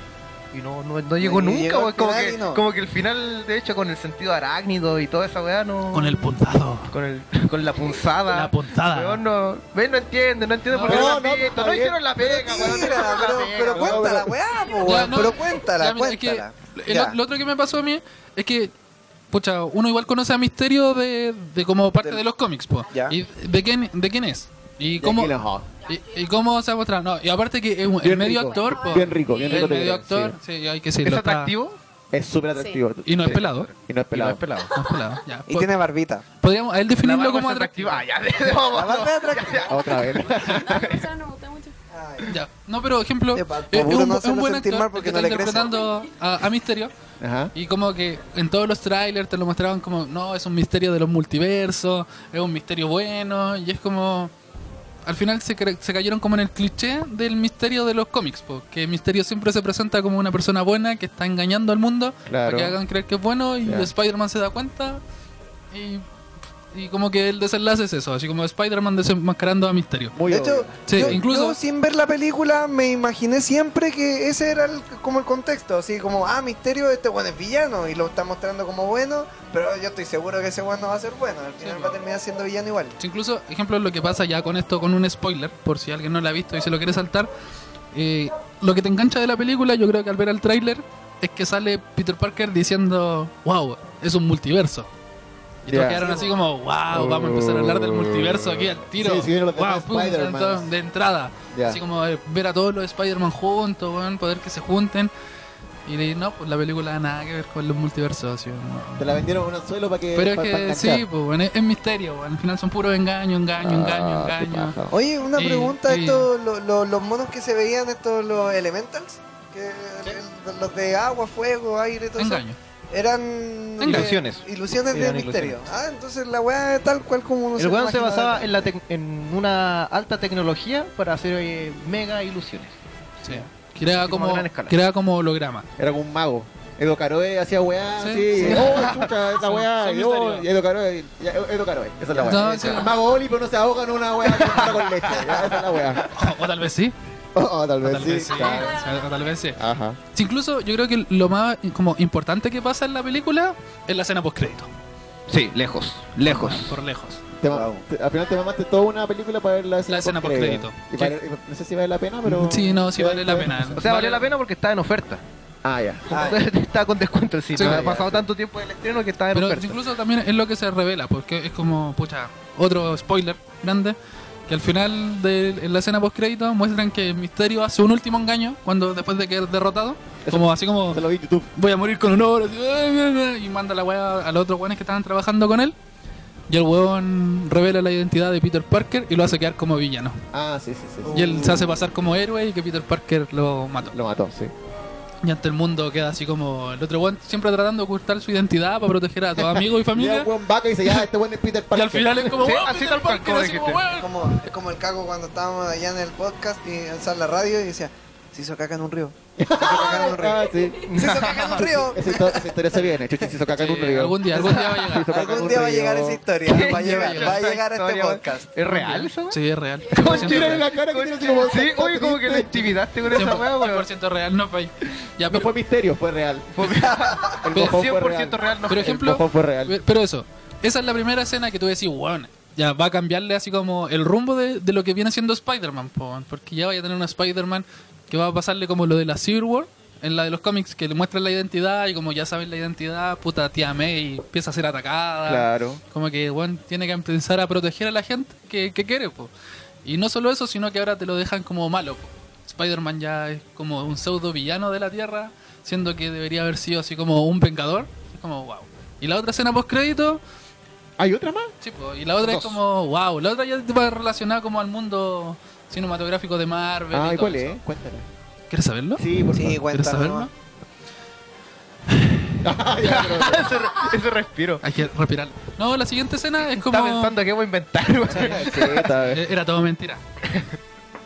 [SPEAKER 4] Y no, no, no llegó
[SPEAKER 3] Y
[SPEAKER 4] nunca,
[SPEAKER 3] llegó al
[SPEAKER 4] weón, como,
[SPEAKER 3] final
[SPEAKER 4] que,
[SPEAKER 3] y no.
[SPEAKER 4] como que el final, de hecho, con el sentido arácnido y toda esa weá, no.
[SPEAKER 1] Con el punzado,
[SPEAKER 4] Con, el- [LAUGHS] con la punzada.
[SPEAKER 1] la punzada.
[SPEAKER 4] Weón, no, ven, no entiende, no entiende
[SPEAKER 1] No,
[SPEAKER 4] por qué
[SPEAKER 5] no,
[SPEAKER 4] la han
[SPEAKER 5] no,
[SPEAKER 4] visto,
[SPEAKER 5] está
[SPEAKER 4] no,
[SPEAKER 5] bien.
[SPEAKER 4] hicieron la pega, weón, no
[SPEAKER 1] [LAUGHS]
[SPEAKER 4] hicieron
[SPEAKER 3] Mira,
[SPEAKER 4] la
[SPEAKER 3] pero,
[SPEAKER 4] pega,
[SPEAKER 3] pero
[SPEAKER 4] weón.
[SPEAKER 3] cuéntala, weá, po,
[SPEAKER 1] Ya,
[SPEAKER 3] weón,
[SPEAKER 1] no,
[SPEAKER 3] pero cuéntala,
[SPEAKER 1] ya, mira, es que
[SPEAKER 3] cuéntala.
[SPEAKER 1] el-
[SPEAKER 3] Ya.
[SPEAKER 1] lo otro que me pasó a mí es que, pucha, uno igual conoce a Misterio de, de como parte
[SPEAKER 3] Del-
[SPEAKER 1] de los cómics, po.
[SPEAKER 3] Ya.
[SPEAKER 1] ¿Y de quién, de quién es? ¿Y cómo,
[SPEAKER 5] Jackie Hall.
[SPEAKER 1] y, y cómo se ha mostrado? No, y aparte que es un- el
[SPEAKER 5] Bien
[SPEAKER 1] medio
[SPEAKER 5] rico.
[SPEAKER 1] actor, po.
[SPEAKER 5] Bien rico, bien
[SPEAKER 1] El
[SPEAKER 5] rico. te
[SPEAKER 1] medio
[SPEAKER 5] creo,
[SPEAKER 1] actor,
[SPEAKER 5] sí.
[SPEAKER 1] sí, hay que
[SPEAKER 4] ¿Es
[SPEAKER 1] decirlo. está-
[SPEAKER 4] atractivo?
[SPEAKER 5] Es súper atractivo.
[SPEAKER 1] Y no es pelado. ¿eh?
[SPEAKER 5] Y no es
[SPEAKER 4] Y no
[SPEAKER 5] pelado.
[SPEAKER 1] [LAUGHS]
[SPEAKER 4] es pelado.
[SPEAKER 1] no es pelado, ya.
[SPEAKER 3] Y
[SPEAKER 1] Po-
[SPEAKER 3] tiene
[SPEAKER 1] [LAUGHS]
[SPEAKER 3] barbita.
[SPEAKER 1] Podríamos a él
[SPEAKER 4] La
[SPEAKER 1] definirlo
[SPEAKER 4] barba
[SPEAKER 1] como
[SPEAKER 4] es
[SPEAKER 1] atractivo.
[SPEAKER 4] atractiva. Ah,
[SPEAKER 1] [LAUGHS]
[SPEAKER 4] ya, de- vamos,
[SPEAKER 3] La barba
[SPEAKER 4] no.
[SPEAKER 3] es atractiva.
[SPEAKER 5] Otra vez.
[SPEAKER 6] No, pero esa no me gusta mucho.
[SPEAKER 1] Ya. No, pero ejemplo,
[SPEAKER 3] Epa,
[SPEAKER 1] es, es
[SPEAKER 3] Pablo
[SPEAKER 1] un,
[SPEAKER 3] no
[SPEAKER 1] es un
[SPEAKER 3] hacerlo
[SPEAKER 1] buen
[SPEAKER 3] sentir
[SPEAKER 1] actor
[SPEAKER 3] mal
[SPEAKER 1] el
[SPEAKER 3] porque
[SPEAKER 1] que
[SPEAKER 3] no
[SPEAKER 1] está
[SPEAKER 3] le crece.
[SPEAKER 1] interpretando a- a Misterio.
[SPEAKER 5] Ajá.
[SPEAKER 1] Y como que en todos los trailers te lo mostraban como, no, es un misterio de los multiversos, es un misterio bueno, y es como... Al final se, cre- se cayeron como en el cliché del misterio de los cómics, porque el misterio siempre se presenta como una persona buena que está engañando al mundo
[SPEAKER 5] Claro.
[SPEAKER 1] para que hagan creer que es bueno y
[SPEAKER 5] Ya.
[SPEAKER 1] Spider-Man se da cuenta y, y como que el desenlace es eso, así como Spider-Man desenmascarando a Misterio.
[SPEAKER 5] Muy
[SPEAKER 3] de hecho,
[SPEAKER 5] obvio.
[SPEAKER 1] Sí,
[SPEAKER 3] yo,
[SPEAKER 1] incluso-
[SPEAKER 3] yo sin ver la película me imaginé siempre que ese era el- como el contexto, así como, ah, misterio, este bueno es villano y lo está mostrando como bueno, pero yo estoy seguro que ese bueno no va a ser bueno, al final va a terminar siendo villano igual.
[SPEAKER 1] Sí, Incluso, ejemplo, lo que pasa ya con esto, con un spoiler, por si alguien no lo ha visto y se lo quiere saltar. eh, lo que te engancha de la película, yo creo que al ver el tráiler, es que sale Peter Parker diciendo, wow, es un multiverso. Y todos
[SPEAKER 5] Ya.
[SPEAKER 1] quedaron así como, wow, vamos a empezar a hablar del multiverso aquí al tiro.
[SPEAKER 5] Sí, sí, vienen los
[SPEAKER 1] wow,
[SPEAKER 5] demás
[SPEAKER 1] pum,
[SPEAKER 5] Spider-Mans.
[SPEAKER 1] tanto de entrada.
[SPEAKER 5] Ya.
[SPEAKER 1] Así como eh, ver a todos los Spider-Man juntos, weón, poder que se junten. Y de- no, pues la película nada que ver con los multiversos. así, no.
[SPEAKER 5] Te la vendieron con un suelo para que.
[SPEAKER 1] Pero es
[SPEAKER 5] Eh, pa- pa
[SPEAKER 1] que
[SPEAKER 5] enganchar.
[SPEAKER 1] sí, pues, bueno, es, es misterio, bueno, al final son puros engaños, engaños, engaños,
[SPEAKER 5] Ah, qué
[SPEAKER 1] engaños.
[SPEAKER 5] paja.
[SPEAKER 3] Oye, una
[SPEAKER 1] Y-
[SPEAKER 3] pregunta,
[SPEAKER 1] y-
[SPEAKER 3] estos, lo- lo- los monos que se veían, estos los elementals, que, los de agua, fuego, aire, todo eso,
[SPEAKER 1] Engaño.
[SPEAKER 3] eran eh,
[SPEAKER 1] Engaño.
[SPEAKER 4] Ilusiones.
[SPEAKER 3] Ilusiones de
[SPEAKER 4] Eran
[SPEAKER 3] misterio. Ah, entonces la weá es tal cual como uno
[SPEAKER 4] El weón se
[SPEAKER 3] imaginaba.
[SPEAKER 4] basaba en, la tec- en una alta tecnología para hacer eh, mega ilusiones.
[SPEAKER 1] Sí. Creaba
[SPEAKER 4] Sí, como a
[SPEAKER 1] como,
[SPEAKER 4] gran escala.
[SPEAKER 1] creaba como holograma. [LAUGHS]
[SPEAKER 5] Era como un mago. Edo Caroe hacía weá,
[SPEAKER 1] Sí,
[SPEAKER 5] así.
[SPEAKER 1] sí. [LAUGHS]
[SPEAKER 5] Oh, chucha, esa
[SPEAKER 1] Son-
[SPEAKER 5] weá.
[SPEAKER 1] son
[SPEAKER 5] y, oh,
[SPEAKER 1] misterios.
[SPEAKER 5] y Edo Caroe. ya, Edo Caroe. Esa es la
[SPEAKER 1] No,
[SPEAKER 5] weá.
[SPEAKER 1] sí.
[SPEAKER 5] El Mago Oli, pero no se ahoga en una weá que está con leche. ya, Esa es
[SPEAKER 1] [LAUGHS]
[SPEAKER 5] la weá.
[SPEAKER 1] O, o tal vez sí.
[SPEAKER 5] Oh, oh, tal
[SPEAKER 1] O
[SPEAKER 5] vez
[SPEAKER 1] tal vez sí.
[SPEAKER 5] sí. claro.
[SPEAKER 1] O tal vez sí.
[SPEAKER 5] Ajá.
[SPEAKER 1] Sí, Incluso yo creo que lo más como importante que pasa en la película es la escena postcrédito.
[SPEAKER 4] Sí, lejos, lejos.
[SPEAKER 1] Por lejos.
[SPEAKER 5] Te ma- te- al final te mamaste toda una película para ver la escena
[SPEAKER 1] escena
[SPEAKER 5] post-crédito.
[SPEAKER 1] post-crédito.
[SPEAKER 5] Y vale- y no sé si vale la pena, pero.
[SPEAKER 1] Sí, no, sí vale la pena.
[SPEAKER 4] O sea, valió la pena porque estaba en oferta.
[SPEAKER 5] Ah, ya.
[SPEAKER 4] [LAUGHS] estaba con descuento el sitio.
[SPEAKER 1] Sí,
[SPEAKER 4] ha
[SPEAKER 1] ya,
[SPEAKER 4] pasado tanto tiempo del estreno que estaba en [LAUGHS]
[SPEAKER 1] Pero
[SPEAKER 4] oferta.
[SPEAKER 1] incluso también es lo que se revela, porque es como, pucha, otro spoiler grande, Y al final de en la escena post crédito muestran que Misterio hace un último engaño cuando después de quedar derrotado, como así como
[SPEAKER 5] Se lo vi en YouTube.
[SPEAKER 1] voy a morir con honor, así, "Ay, ay, ay", y manda la weá a los otros weones que estaban trabajando con él. Y el weón revela la identidad de Peter Parker y lo hace quedar como villano.
[SPEAKER 5] Ah, sí, sí, sí. sí.
[SPEAKER 1] Y él se hace pasar como héroe y que Peter Parker lo mató.
[SPEAKER 5] Lo mató, sí.
[SPEAKER 1] Y ante el mundo queda así como el otro weón siempre tratando de ocultar su identidad para proteger a sus amigos y
[SPEAKER 5] Mira,
[SPEAKER 1] familia.
[SPEAKER 5] el weón vaca y dice, ya, este weón es Peter
[SPEAKER 1] Y
[SPEAKER 5] Parker.
[SPEAKER 1] al final es como,
[SPEAKER 4] Sí,
[SPEAKER 1] weón,
[SPEAKER 4] así
[SPEAKER 1] Peter
[SPEAKER 4] tal cual,
[SPEAKER 1] Parker,
[SPEAKER 4] como
[SPEAKER 1] así como,
[SPEAKER 4] dijiste.
[SPEAKER 1] "Weón".
[SPEAKER 3] Como, es como el caco cuando estábamos allá en el podcast y alzar la radio y decía, se hizo caca en un río. Se hizo caca en un
[SPEAKER 5] Ah, [LAUGHS]
[SPEAKER 3] río.
[SPEAKER 5] sí.
[SPEAKER 3] Se hizo caca [LAUGHS] en un río.
[SPEAKER 5] Esa historia, esa historia se viene. Chuchi se hizo caca en un
[SPEAKER 1] Sí,
[SPEAKER 5] río.
[SPEAKER 1] algún día, algún día va a
[SPEAKER 3] [LAUGHS]
[SPEAKER 1] llegar.
[SPEAKER 5] Se hizo caca en
[SPEAKER 3] Algún
[SPEAKER 5] un
[SPEAKER 3] día va a
[SPEAKER 5] río.
[SPEAKER 3] llegar esa historia. Va
[SPEAKER 4] [LAUGHS]
[SPEAKER 3] a llegar, va a
[SPEAKER 4] Esta
[SPEAKER 3] llegar a este
[SPEAKER 4] historia, weón.
[SPEAKER 3] podcast.
[SPEAKER 4] ¿Es real eso?
[SPEAKER 1] Sí, es real.
[SPEAKER 5] Mira la cara que tiene así como-
[SPEAKER 4] Sí, oye, como que te intimidaste con esa weá, weón.
[SPEAKER 1] 100% real, no fue. Ya,
[SPEAKER 5] No
[SPEAKER 1] pero,
[SPEAKER 5] fue misterio, fue real.
[SPEAKER 4] Fue-
[SPEAKER 5] [LAUGHS] El
[SPEAKER 4] Pero
[SPEAKER 5] mojón
[SPEAKER 4] 100% real, no.
[SPEAKER 1] pero
[SPEAKER 5] El
[SPEAKER 1] ejemplo,
[SPEAKER 5] mojón fue real.
[SPEAKER 1] pero eso, esa es la primera escena que tú decís, weón, ya va a cambiarle así como el rumbo de, de lo que viene siendo Spider-Man, po, weón, porque ya vaya a tener una Spider-Man que va a pasarle como lo de la Civil War, en la de los cómics, que le muestran la identidad y como ya saben la identidad, puta tía May empieza a ser atacada.
[SPEAKER 5] Claro.
[SPEAKER 1] Como que weón tiene que empezar a proteger a la gente que, que quiere, po. Y no solo eso, sino que ahora te lo dejan como malo, po. Spider-Man ya es como un pseudo villano de la Tierra, siendo que debería haber sido así como un vengador. Es como, wow. Y la otra escena post-crédito,
[SPEAKER 5] ¿Hay otra más?
[SPEAKER 1] sí, po, y la otra
[SPEAKER 5] Dos.
[SPEAKER 1] es como, wow. La otra ya va relacionada como al mundo cinematográfico de Marvel.
[SPEAKER 5] Ah,
[SPEAKER 1] y
[SPEAKER 5] ¿y
[SPEAKER 1] todo
[SPEAKER 5] ¿cuál
[SPEAKER 1] eso.
[SPEAKER 5] es? Cuéntala.
[SPEAKER 1] ¿Quieres saberlo?
[SPEAKER 5] Sí, por
[SPEAKER 3] Sí,
[SPEAKER 5] favor.
[SPEAKER 1] ¿Quieres
[SPEAKER 3] cuéntalo.
[SPEAKER 1] saberlo?
[SPEAKER 3] nomás.
[SPEAKER 4] [LAUGHS] ese, re- ese respiro.
[SPEAKER 1] Hay que respirar. No, la siguiente escena es como...
[SPEAKER 4] Está pensando que voy a inventar, [LAUGHS] weón.
[SPEAKER 5] Sí, está bien.
[SPEAKER 1] Eh, Era todo
[SPEAKER 5] [LAUGHS]
[SPEAKER 1] mentira.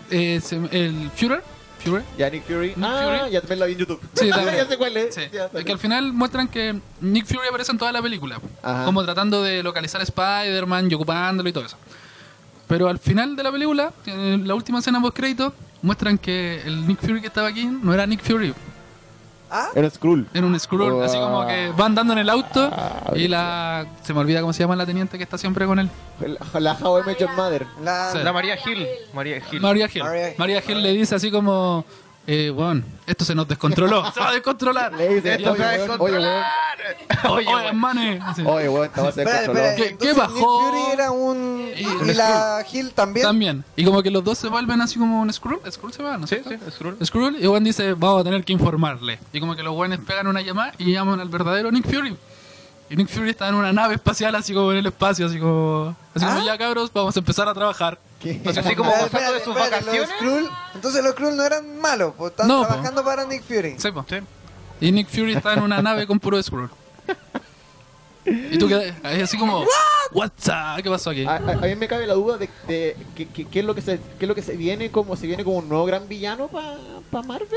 [SPEAKER 1] Eh, se- el Führer. Führer.
[SPEAKER 5] Ya Nick Fury.
[SPEAKER 1] Nick
[SPEAKER 5] ah,
[SPEAKER 1] Fury.
[SPEAKER 5] ya también la vi en YouTube.
[SPEAKER 1] Sí, también.
[SPEAKER 5] [LAUGHS] ya sé cuál es.
[SPEAKER 1] Sí.
[SPEAKER 5] Ya,
[SPEAKER 1] Es que al final muestran que Nick Fury aparece en toda la película.
[SPEAKER 5] Ajá.
[SPEAKER 1] Como tratando de localizar a Spider-Man y ocupándolo y todo eso. Pero al final de la película, en la última escena post-crédito, muestran que el Nick Fury que estaba aquí no era Nick Fury,
[SPEAKER 3] ¿Ah?
[SPEAKER 5] Era Skrull.
[SPEAKER 1] era un Skrull.
[SPEAKER 5] Wow.
[SPEAKER 1] Así como que va andando en el auto
[SPEAKER 5] Ah,
[SPEAKER 1] y la. Se me olvida cómo se llama la teniente que está siempre con él.
[SPEAKER 5] La, la How I Met Your Mother.
[SPEAKER 3] La,
[SPEAKER 1] Sí.
[SPEAKER 4] La María Gil. María Gil.
[SPEAKER 1] María Hill.
[SPEAKER 3] Maria-
[SPEAKER 1] María Hill le dice así como, eh, weón, esto se nos
[SPEAKER 5] [LAUGHS]
[SPEAKER 1] descontroló, se va a descontrolar.
[SPEAKER 5] Le dice
[SPEAKER 1] Y
[SPEAKER 5] esto,
[SPEAKER 1] el
[SPEAKER 5] oye,
[SPEAKER 1] weón,
[SPEAKER 5] weón, oye, weón.
[SPEAKER 1] [LAUGHS] Oye, mane. Así.
[SPEAKER 5] Oye, weón, estaba cerca
[SPEAKER 3] Espera, espera,
[SPEAKER 1] ¿Qué- qué
[SPEAKER 3] entonces
[SPEAKER 1] bajó?
[SPEAKER 3] Nick Fury era un.
[SPEAKER 1] Y-
[SPEAKER 3] Y, la Gil también.
[SPEAKER 1] También. Y como que los dos se vuelven así como un Skrull. Skrull se va, ¿no es
[SPEAKER 4] Sí,
[SPEAKER 1] cierto?
[SPEAKER 4] sí, Skrull.
[SPEAKER 1] Skrull, y Juan dice, vamos a tener que informarle. Y como que los weones pegan una llamada y llaman al verdadero Nick Fury. Y Nick Fury está en una nave espacial así como en el espacio, así como... Así como,
[SPEAKER 3] ¿Ah?
[SPEAKER 1] ya cabros, vamos a empezar a trabajar.
[SPEAKER 3] Pues
[SPEAKER 4] Así como
[SPEAKER 3] Espera,
[SPEAKER 4] gozando de
[SPEAKER 3] espera,
[SPEAKER 4] sus
[SPEAKER 3] espera, los
[SPEAKER 4] vacaciones.
[SPEAKER 3] Skrull- entonces los Skrull no eran malos, pues están
[SPEAKER 1] No, po.
[SPEAKER 3] trabajando para Nick Fury.
[SPEAKER 1] Sí, po. Y Nick Fury está en una nave con puro Skrull. Y tú quedas ahí así como... What's up? ¿Qué pasó aquí?
[SPEAKER 5] A, a- a mí me cabe la duda de, de que- que- qué es lo que se qué es lo que se viene como se viene como un nuevo gran villano para Marvel.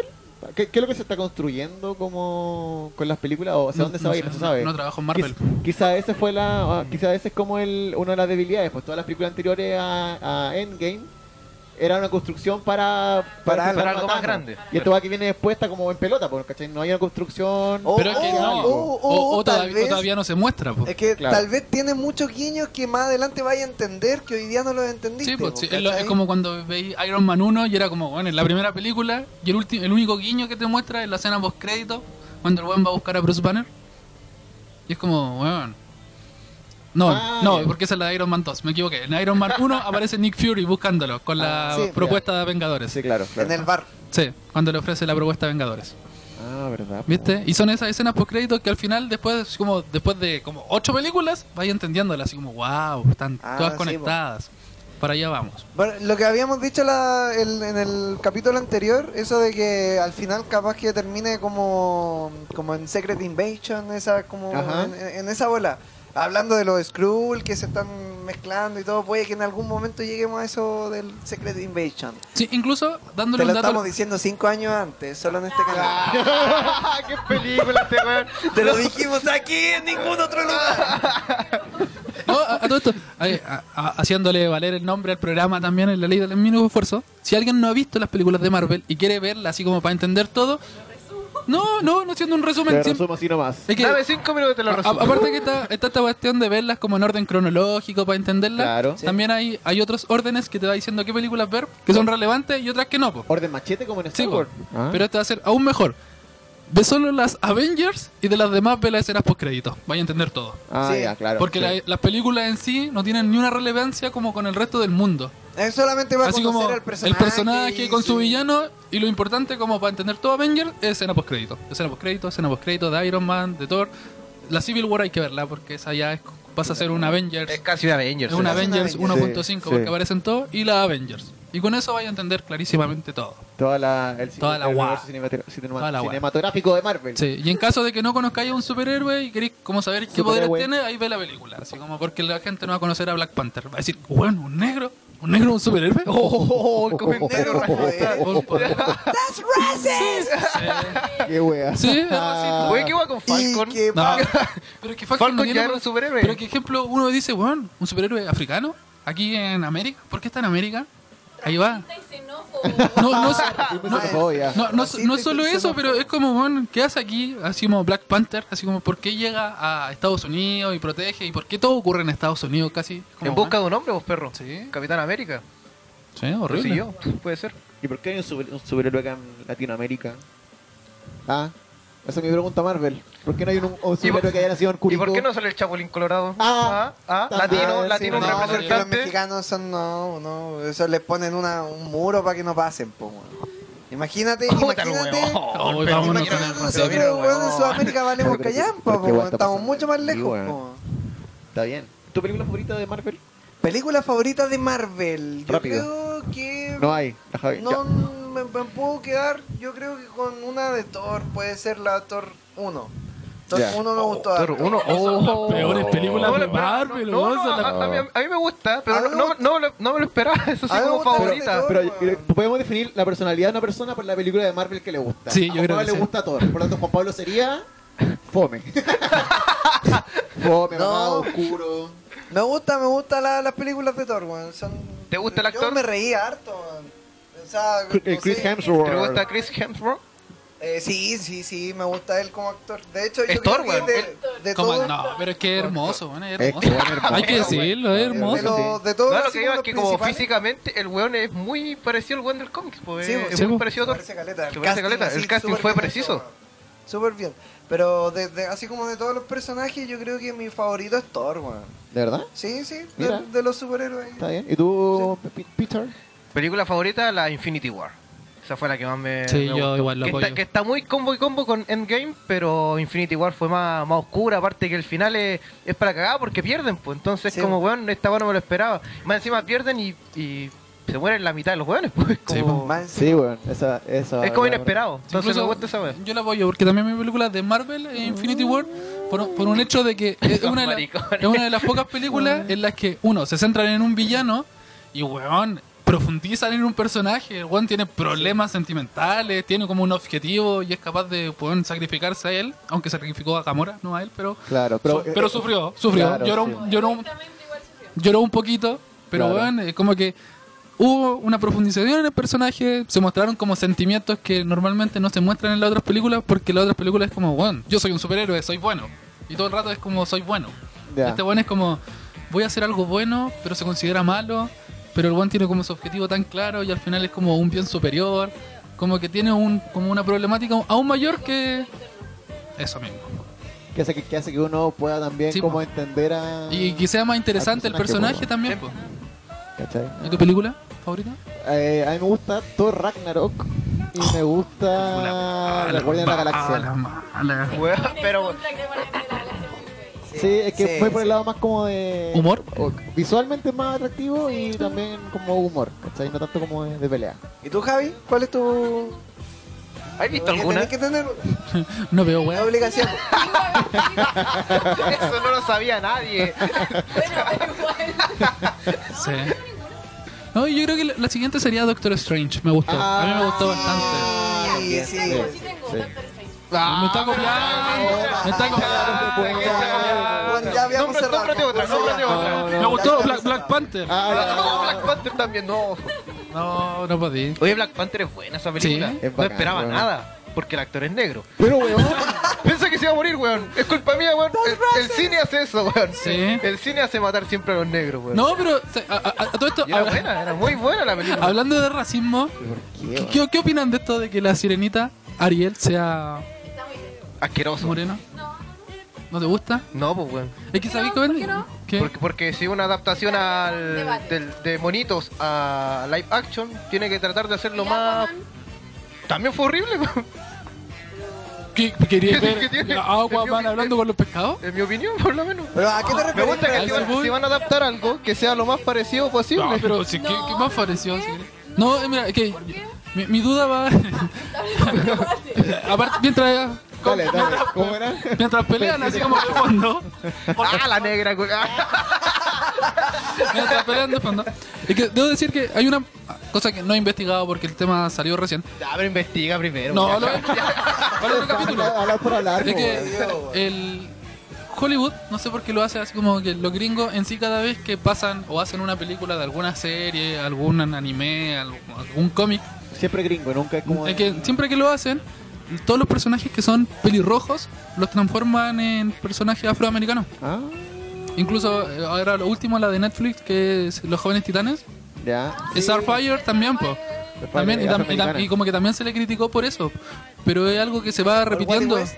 [SPEAKER 5] Pa- ¿Qué, qué es lo que se está construyendo como con las películas o hacia
[SPEAKER 1] No-
[SPEAKER 5] dónde se
[SPEAKER 1] no
[SPEAKER 5] va a ir?
[SPEAKER 1] sé,
[SPEAKER 5] No se sabe.
[SPEAKER 1] no trabajo en Marvel.
[SPEAKER 5] Quiz- quizá ese fue la ah, quizá ese es como el una de las debilidades, pues todas las películas anteriores a, a Endgame era una construcción para
[SPEAKER 3] Para
[SPEAKER 5] que
[SPEAKER 3] algo,
[SPEAKER 5] fuera
[SPEAKER 4] algo
[SPEAKER 5] Thanos.
[SPEAKER 4] más grande.
[SPEAKER 5] Y esto va que viene después está como en pelota, pues, ¿cachai? No hay una construcción.
[SPEAKER 3] Oh,
[SPEAKER 1] Pero es que
[SPEAKER 3] oh,
[SPEAKER 1] no.
[SPEAKER 3] oh, oh,
[SPEAKER 1] o, o
[SPEAKER 3] tal
[SPEAKER 1] todavía, o
[SPEAKER 3] vez-
[SPEAKER 1] todavía no se muestra, po.
[SPEAKER 3] Es que
[SPEAKER 5] Claro.
[SPEAKER 3] tal vez tiene muchos guiños que más adelante vaya a entender que hoy día no los entendiste.
[SPEAKER 1] Sí, pues, sí,
[SPEAKER 3] po,
[SPEAKER 1] es, lo- es
[SPEAKER 3] ¿cachai?
[SPEAKER 1] como cuando veis Iron Man 1 y era como, bueno, en la primera película y el, ulti- el único guiño que te muestra es la escena post-crédito cuando el weón va a buscar a Bruce Banner. Y es como, weón. No,
[SPEAKER 5] Ah,
[SPEAKER 1] no,
[SPEAKER 5] ya.
[SPEAKER 1] porque esa es la de Iron Man 2, me equivoqué. En Iron Man
[SPEAKER 3] [LAUGHS]
[SPEAKER 1] 1 aparece Nick Fury buscándolo con la
[SPEAKER 3] Ah, sí,
[SPEAKER 1] propuesta de Vengadores.
[SPEAKER 5] Sí,
[SPEAKER 1] Sí.
[SPEAKER 5] claro, claro.
[SPEAKER 3] En el bar.
[SPEAKER 1] cuando le ofrece la propuesta de Vengadores.
[SPEAKER 5] Ah, verdad. [LAUGHS]
[SPEAKER 1] ¿Viste? Y son esas escenas post-crédito que al final, después, como, después de como ocho películas, vais entendiéndolas así como, wow, están
[SPEAKER 3] Ah,
[SPEAKER 1] todas
[SPEAKER 3] sí, po.
[SPEAKER 1] conectadas. Para allá vamos.
[SPEAKER 3] Bueno, lo que habíamos dicho la- el- en el capítulo anterior, eso de que al final capaz que termine como, como en Secret Invasion, esa, como
[SPEAKER 5] Ajá.
[SPEAKER 3] en, en esa bola. Hablando de los Skrull que se están mezclando y todo, puede que en algún momento lleguemos a eso del Secret Invasion.
[SPEAKER 1] Sí, incluso dándole
[SPEAKER 3] Te lo
[SPEAKER 1] un dato.
[SPEAKER 3] estamos diciendo cinco años antes, solo en este
[SPEAKER 1] Ah.
[SPEAKER 3] canal.
[SPEAKER 4] ¡Qué película este weón!
[SPEAKER 3] Te lo dijimos aquí en ningún otro
[SPEAKER 1] Ah.
[SPEAKER 3] lugar.
[SPEAKER 1] [LAUGHS] No, a, a todo esto, ay, a- a- haciéndole valer el nombre al programa también en la ley del mínimo esfuerzo. Si alguien no ha visto las películas de Marvel y quiere verla así como para entender todo, no, no, no siendo un resumen.
[SPEAKER 5] Te
[SPEAKER 1] sim-
[SPEAKER 5] resumo así nomás.
[SPEAKER 1] es que,
[SPEAKER 4] Dame 5 minutos y te lo
[SPEAKER 3] Ah,
[SPEAKER 1] a-
[SPEAKER 4] resumo.
[SPEAKER 1] aparte que está, está esta cuestión de verlas como en orden cronológico para entenderlas,
[SPEAKER 5] Claro.
[SPEAKER 1] también hay, hay otros órdenes que te va diciendo qué películas ver que son relevantes y otras que no. po.
[SPEAKER 5] Orden machete como en Star
[SPEAKER 1] Sí, po.
[SPEAKER 5] Wars. Ah.
[SPEAKER 1] Pero este va a ser aún mejor. Ve solo las Avengers y de las demás ve las escenas post crédito. Vaya a entender todo.
[SPEAKER 5] Ah,
[SPEAKER 3] Sí,
[SPEAKER 5] ya, claro.
[SPEAKER 1] Porque
[SPEAKER 5] Sí.
[SPEAKER 1] la- las películas en sí no tienen ni una relevancia como con el resto del mundo.
[SPEAKER 3] Es solamente para
[SPEAKER 1] Así
[SPEAKER 3] conocer
[SPEAKER 1] como
[SPEAKER 3] al personaje.
[SPEAKER 1] el personaje con
[SPEAKER 3] y-
[SPEAKER 1] su villano y lo importante como para entender todo Avenger es escena postcrédito. Escena postcrédito, escena postcrédito de Iron Man, de Thor. La Civil War hay que verla porque esa ya es, pasa a ser una Avengers.
[SPEAKER 4] Es casi un Avengers.
[SPEAKER 1] Es una
[SPEAKER 3] Es una
[SPEAKER 1] Avengers
[SPEAKER 3] Avengers.
[SPEAKER 1] 1.5
[SPEAKER 5] Sí,
[SPEAKER 1] porque
[SPEAKER 5] sí.
[SPEAKER 1] aparecen todos y la Avengers. Y con eso vaya a entender clarísimamente todo.
[SPEAKER 5] Toda la, el, cine-
[SPEAKER 1] Toda la
[SPEAKER 5] el
[SPEAKER 1] guada.
[SPEAKER 5] universo cinematera- cinema-
[SPEAKER 1] Toda la guada.
[SPEAKER 5] cinematográfico de Marvel.
[SPEAKER 1] Sí, y en caso de que no conozcáis a un superhéroe y queréis como saber qué
[SPEAKER 5] Superhéroe.
[SPEAKER 1] poderes tiene, ahí ve la película. Así como porque la gente no va a conocer a Black Panther. Va a decir, bueno, un negro, un negro, un superhéroe.
[SPEAKER 4] Oh, oh, oh, comentario
[SPEAKER 3] Negro
[SPEAKER 4] racista.
[SPEAKER 3] Rafael.
[SPEAKER 1] Por- [LAUGHS] por-
[SPEAKER 3] ¡That's racist!
[SPEAKER 5] Qué wea. [LAUGHS]
[SPEAKER 1] Sí, es racista.
[SPEAKER 4] Güey, ¿qué va con Falcon?
[SPEAKER 3] Y que
[SPEAKER 1] No.
[SPEAKER 3] va-
[SPEAKER 1] Pero es que Falcon, no
[SPEAKER 4] Falcon
[SPEAKER 1] tiene
[SPEAKER 4] ya era un superhéroe.
[SPEAKER 1] Pero que ejemplo, uno dice, bueno, un superhéroe africano, aquí en América, ¿por qué está en América? Ahí va. No, no, so-
[SPEAKER 3] Pues
[SPEAKER 1] no,
[SPEAKER 5] Xenofobia.
[SPEAKER 1] no, no so- no es solo eso, pero es como, bueno, ¿qué hace aquí? Así como Black Panther, así como, ¿por qué llega a Estados Unidos y protege? ¿Y por qué todo ocurre en Estados Unidos casi? Como,
[SPEAKER 4] [LAUGHS] En busca de un hombre, vos perro.
[SPEAKER 1] Sí.
[SPEAKER 4] Capitán América. Pues
[SPEAKER 1] Sí, horrible.
[SPEAKER 4] Sí, yo. Puede ser.
[SPEAKER 5] ¿Y por qué hay un, super- un superhéroe acá en Latinoamérica? Ah, esa es mi pregunta, Marvel. ¿Por qué no hay un, un superhéroe
[SPEAKER 4] por-
[SPEAKER 5] que haya nacido en
[SPEAKER 4] ¿Y
[SPEAKER 5] Curicó?
[SPEAKER 4] por qué no sale el Chapulín Colorado?
[SPEAKER 5] Ah,
[SPEAKER 4] ah, ah,
[SPEAKER 5] también.
[SPEAKER 4] latino,
[SPEAKER 3] Ah, sí,
[SPEAKER 4] latino, un
[SPEAKER 3] no, porque los
[SPEAKER 4] representante.
[SPEAKER 3] mexicanos son no, no, eso les ponen una, un muro para que no pasen, po, weón. Imagínate,
[SPEAKER 4] Puta, el
[SPEAKER 3] imagínate.
[SPEAKER 4] weón. Oh,
[SPEAKER 1] Hoy
[SPEAKER 4] Pero
[SPEAKER 1] vámonos
[SPEAKER 4] imagínate,
[SPEAKER 1] con el
[SPEAKER 3] nosotros,
[SPEAKER 4] pero,
[SPEAKER 3] weón, en
[SPEAKER 4] weón.
[SPEAKER 3] Sudamérica valemos
[SPEAKER 5] Pero que-
[SPEAKER 3] callampa,
[SPEAKER 5] pero
[SPEAKER 3] po,
[SPEAKER 5] que
[SPEAKER 3] weón,
[SPEAKER 5] está
[SPEAKER 3] estamos
[SPEAKER 5] pasando
[SPEAKER 3] mucho más
[SPEAKER 5] aquí,
[SPEAKER 3] lejos.
[SPEAKER 5] weón.
[SPEAKER 3] po.
[SPEAKER 5] Está bien. ¿Tu película favorita de Marvel?
[SPEAKER 3] Película favorita de Marvel. Yo
[SPEAKER 5] Rápido.
[SPEAKER 3] creo que
[SPEAKER 5] No hay. La Javi.
[SPEAKER 3] no me, me puedo quedar. Yo creo que con una de Thor puede ser la Thor 1. Thor
[SPEAKER 5] Ya.
[SPEAKER 3] 1 me gustó.
[SPEAKER 4] Pero
[SPEAKER 3] harto.
[SPEAKER 4] uno, [LAUGHS] oh.
[SPEAKER 1] Peores películas
[SPEAKER 4] No,
[SPEAKER 1] de
[SPEAKER 4] no,
[SPEAKER 1] Marvel,
[SPEAKER 4] no,
[SPEAKER 1] weón,
[SPEAKER 4] no,
[SPEAKER 1] son
[SPEAKER 4] a,
[SPEAKER 1] las-
[SPEAKER 4] a mí, a mí me gusta,
[SPEAKER 3] A
[SPEAKER 4] pero
[SPEAKER 3] mí
[SPEAKER 4] no,
[SPEAKER 3] me
[SPEAKER 4] no,
[SPEAKER 3] gusta.
[SPEAKER 4] no me lo- no me lo esperaba. [LAUGHS] Eso sí,
[SPEAKER 3] A mí me
[SPEAKER 4] como
[SPEAKER 3] gusta
[SPEAKER 4] favorita.
[SPEAKER 3] Thor.
[SPEAKER 5] Pero
[SPEAKER 3] weón.
[SPEAKER 5] eh, podemos definir la personalidad de una persona por la película de Marvel que le gusta.
[SPEAKER 1] Sí,
[SPEAKER 5] a
[SPEAKER 1] yo
[SPEAKER 5] Juan
[SPEAKER 1] creo
[SPEAKER 5] Pablo
[SPEAKER 1] que
[SPEAKER 5] le
[SPEAKER 1] sí.
[SPEAKER 5] gusta Thor. Por lo tanto, Juan Pablo sería. Fome. [LAUGHS] Fome,
[SPEAKER 3] No.
[SPEAKER 5] mamado, oscuro.
[SPEAKER 3] Me gusta, me gusta la- las películas de Thor, weón. Son...
[SPEAKER 4] ¿Te gusta el
[SPEAKER 3] Yo
[SPEAKER 4] actor?
[SPEAKER 3] me reí harto, weón. O sea,
[SPEAKER 5] El
[SPEAKER 3] no
[SPEAKER 5] Chris
[SPEAKER 3] sé.
[SPEAKER 4] ¿Te
[SPEAKER 5] Hemsworth.
[SPEAKER 4] gusta Chris Hemsworth?
[SPEAKER 3] Eh, sí, sí, sí, me gusta él como actor. De hecho, yo
[SPEAKER 4] Es Thor,
[SPEAKER 3] creo
[SPEAKER 4] weón.
[SPEAKER 3] que de,
[SPEAKER 4] Él-
[SPEAKER 3] de eh,
[SPEAKER 1] Como-
[SPEAKER 3] todo,
[SPEAKER 1] no, pero es que es hermoso, weón, es
[SPEAKER 5] Es que,
[SPEAKER 1] hermoso.
[SPEAKER 5] weón, hermoso.
[SPEAKER 1] Hay que decirlo, es
[SPEAKER 3] de,
[SPEAKER 1] hermoso.
[SPEAKER 3] lo, de todo
[SPEAKER 4] No, lo
[SPEAKER 3] así
[SPEAKER 4] que digo
[SPEAKER 3] como
[SPEAKER 4] es
[SPEAKER 3] los
[SPEAKER 4] que como
[SPEAKER 3] principales,
[SPEAKER 4] físicamente el weón es muy parecido al weón del cómics, pues,
[SPEAKER 3] Sí,
[SPEAKER 4] es
[SPEAKER 3] sí,
[SPEAKER 4] muy
[SPEAKER 1] po.
[SPEAKER 4] parecido a Thor.
[SPEAKER 3] parece caleta.
[SPEAKER 4] Se parece caleta,
[SPEAKER 3] así,
[SPEAKER 4] el casting
[SPEAKER 3] súper
[SPEAKER 4] fue
[SPEAKER 3] bien
[SPEAKER 4] preciso.
[SPEAKER 3] hecho, weón. Súper bien. Pero de- de- así como de todos los personajes, yo creo que mi favorito es Thor, weón.
[SPEAKER 5] ¿De verdad?
[SPEAKER 3] Sí, sí,
[SPEAKER 5] Mira.
[SPEAKER 3] de, de los superhéroes.
[SPEAKER 5] Está bien. ¿Y tú, P- Peter?
[SPEAKER 4] Película favorita, la Infinity War. Esa fue la que más me.
[SPEAKER 1] Sí,
[SPEAKER 4] me
[SPEAKER 1] yo
[SPEAKER 4] gustó.
[SPEAKER 1] igual la
[SPEAKER 4] que
[SPEAKER 1] apoyo.
[SPEAKER 4] está, que está muy combo y combo con Endgame, pero Infinity War fue más, más oscura. Aparte que el final es, es para cagar porque pierden, pues. Entonces,
[SPEAKER 3] Sí.
[SPEAKER 4] como weón, esta weón no me lo esperaba. Más encima pierden y, y se mueren la mitad de los weones, [LAUGHS] pues. Como,
[SPEAKER 3] Más encima.
[SPEAKER 5] Sí, weón. Esa, esa.
[SPEAKER 4] es como inesperado. Entonces,
[SPEAKER 1] Incluso
[SPEAKER 4] me gusta esa Mm. weón.
[SPEAKER 1] Yo la apoyo porque también mi película de Marvel, eh, Infinity War, por, un- por un hecho de [LAUGHS] que es
[SPEAKER 4] Son
[SPEAKER 1] una, de la-
[SPEAKER 4] maricones.
[SPEAKER 1] es una de las pocas películas en las que, uno, se centran en un villano y, weón, profundizan en un personaje. El weón tiene problemas sentimentales, tiene como un objetivo y es capaz de, weón, sacrificarse a él, aunque sacrificó a Gamora, no a él, pero,
[SPEAKER 5] Claro, pero. eh,
[SPEAKER 1] su- pero sufrió, sufrió.
[SPEAKER 5] Claro,
[SPEAKER 1] lloró,
[SPEAKER 5] sí.
[SPEAKER 1] un- lloró un- lloró un poquito, pero
[SPEAKER 5] Claro.
[SPEAKER 1] bueno, es como que hubo una profundización en el personaje, se mostraron como sentimientos que normalmente no se muestran en las otras películas, porque las otras películas es como, bueno, yo soy un superhéroe, soy bueno. Y todo el rato es como, soy bueno.
[SPEAKER 5] Ya.
[SPEAKER 1] Este bueno es como, voy a hacer algo bueno, pero se considera malo, pero el buen tiene como su objetivo tan claro y al final es como un bien superior, como que tiene un, como una problemática aún mayor que eso mismo.
[SPEAKER 5] que hace que, que hace que uno pueda también
[SPEAKER 1] Sí,
[SPEAKER 5] como
[SPEAKER 1] po.
[SPEAKER 5] entender a
[SPEAKER 1] Y que sea más interesante el personaje
[SPEAKER 5] personaje,
[SPEAKER 1] también. po.
[SPEAKER 5] ¿Cachai?
[SPEAKER 1] ¿Y tu película favorita?
[SPEAKER 5] Eh, a mí me gusta Thor Ragnarok y me gusta
[SPEAKER 1] Ah,
[SPEAKER 5] la Guardia Ah, de la Galaxia
[SPEAKER 4] Weón, pero
[SPEAKER 5] sí es que
[SPEAKER 3] Sí,
[SPEAKER 5] fue por el
[SPEAKER 3] sí.
[SPEAKER 5] lado más como de
[SPEAKER 1] ¿Humor?
[SPEAKER 5] o- visualmente más atractivo y también como humor ¿cachai? no tanto como de, de pelea
[SPEAKER 3] ¿Y tú, Javi? ¿Cuál es tu...?
[SPEAKER 4] ¿has visto
[SPEAKER 3] Porque
[SPEAKER 4] alguna?
[SPEAKER 3] tenés que tener una
[SPEAKER 1] No veo, weá.
[SPEAKER 3] obligación.
[SPEAKER 5] [LAUGHS]
[SPEAKER 4] [LAUGHS] Eso no lo
[SPEAKER 1] [LAUGHS]
[SPEAKER 4] sabía nadie.
[SPEAKER 1] Sí. No, yo creo que la, la siguiente sería Doctor Strange. Me gustó. A mí me gustó
[SPEAKER 3] sí,
[SPEAKER 1] bastante.
[SPEAKER 3] sí.
[SPEAKER 6] [LAUGHS]
[SPEAKER 1] me está copiando. Me está
[SPEAKER 4] Ah,
[SPEAKER 1] copiando.
[SPEAKER 4] que está
[SPEAKER 3] Bueno, ya habíamos
[SPEAKER 4] Nombra-
[SPEAKER 3] cerrado.
[SPEAKER 4] nómbrate otra,
[SPEAKER 3] Eso ya.
[SPEAKER 4] nómbrate otra.
[SPEAKER 3] No, no,
[SPEAKER 1] Me
[SPEAKER 3] no.
[SPEAKER 1] gustó
[SPEAKER 3] Ya
[SPEAKER 1] Black,
[SPEAKER 3] habíamos
[SPEAKER 1] Black
[SPEAKER 3] cerrado.
[SPEAKER 1] Panther.
[SPEAKER 5] Ah.
[SPEAKER 4] No, Black Panther también, no.
[SPEAKER 1] No, no podí.
[SPEAKER 4] Oye, Black Panther es buena esa película.
[SPEAKER 1] Sí.
[SPEAKER 5] Es
[SPEAKER 4] no
[SPEAKER 5] bacán,
[SPEAKER 4] esperaba
[SPEAKER 5] weón.
[SPEAKER 4] nada, porque el actor es negro.
[SPEAKER 5] pero [LAUGHS] weón
[SPEAKER 4] Piensa que se iba a morir, weón. Es culpa mía, weón. El, el cine hace eso, weón.
[SPEAKER 1] Sí.
[SPEAKER 4] El cine hace matar siempre a los negros, weón.
[SPEAKER 1] No, pero se- a, a- a todo esto.
[SPEAKER 4] Y era
[SPEAKER 1] habla-
[SPEAKER 4] buena, era muy buena la película.
[SPEAKER 1] hablando de racismo, ¿qué, qué, qué opinan de esto de que la sirenita Ariel sea
[SPEAKER 4] Asqueroso.
[SPEAKER 1] morena? ¿No te gusta?
[SPEAKER 4] No, pues, weón.
[SPEAKER 1] Es que sabéis que
[SPEAKER 6] no?
[SPEAKER 1] ¿Qué?
[SPEAKER 4] Porque, porque si una adaptación al,
[SPEAKER 6] Debate.
[SPEAKER 4] del- de monitos a live action, tiene que tratar de hacerlo
[SPEAKER 6] Y
[SPEAKER 4] más...
[SPEAKER 6] Aquaman,
[SPEAKER 4] También fue horrible,
[SPEAKER 1] [LAUGHS] ¿Qué, querías
[SPEAKER 4] ¿Qué-
[SPEAKER 1] ver
[SPEAKER 4] qué tiene?
[SPEAKER 1] a Aquaman hablando con los pescados?
[SPEAKER 4] en mi opinión, por lo menos.
[SPEAKER 3] Pero ¿a qué te
[SPEAKER 4] Me
[SPEAKER 3] refieres?
[SPEAKER 4] gusta que si
[SPEAKER 1] Ahí se
[SPEAKER 4] van,
[SPEAKER 1] voy.
[SPEAKER 4] si van a adaptar algo, que sea lo más parecido posible.
[SPEAKER 1] No, pero sí, ¿qué,
[SPEAKER 6] No,
[SPEAKER 1] qué más
[SPEAKER 6] ¿por
[SPEAKER 1] pareció?
[SPEAKER 6] qué?
[SPEAKER 1] Sí. No, eh, mira, que mi, mi duda va. [LAUGHS] Aparte, mientras,
[SPEAKER 5] Dale, dale. ¿Cómo era?
[SPEAKER 1] mientras pelean así como de fondo,
[SPEAKER 4] Ah, la negra, cu- ah.
[SPEAKER 1] mientras pelean de fondo. Es que debo decir que hay una cosa que no he investigado porque el tema salió recién.
[SPEAKER 4] Ya, pero investiga primero.
[SPEAKER 1] No,
[SPEAKER 4] ya.
[SPEAKER 1] lo voy a investigar. Para otro capítulo.
[SPEAKER 5] Hablar por hablar.
[SPEAKER 1] Es
[SPEAKER 5] po, weón.
[SPEAKER 1] que el Hollywood, no sé por qué lo hace así como que los gringos en sí cada vez que pasan o hacen una película de alguna serie, algún anime, algún, algún cómic,
[SPEAKER 5] Siempre gringo, nunca es como.
[SPEAKER 1] es que siempre que lo hacen, todos los personajes que son pelirrojos los transforman en personajes afroamericanos.
[SPEAKER 5] Ah,
[SPEAKER 1] Incluso eh, ahora lo último, la de Netflix, que es Los Jóvenes Titanes,
[SPEAKER 5] ya.
[SPEAKER 1] es Starfire también, po. También, y, tam- y tam- y como que también se le criticó por eso, pero es algo que se va repitiendo.
[SPEAKER 3] Wally West,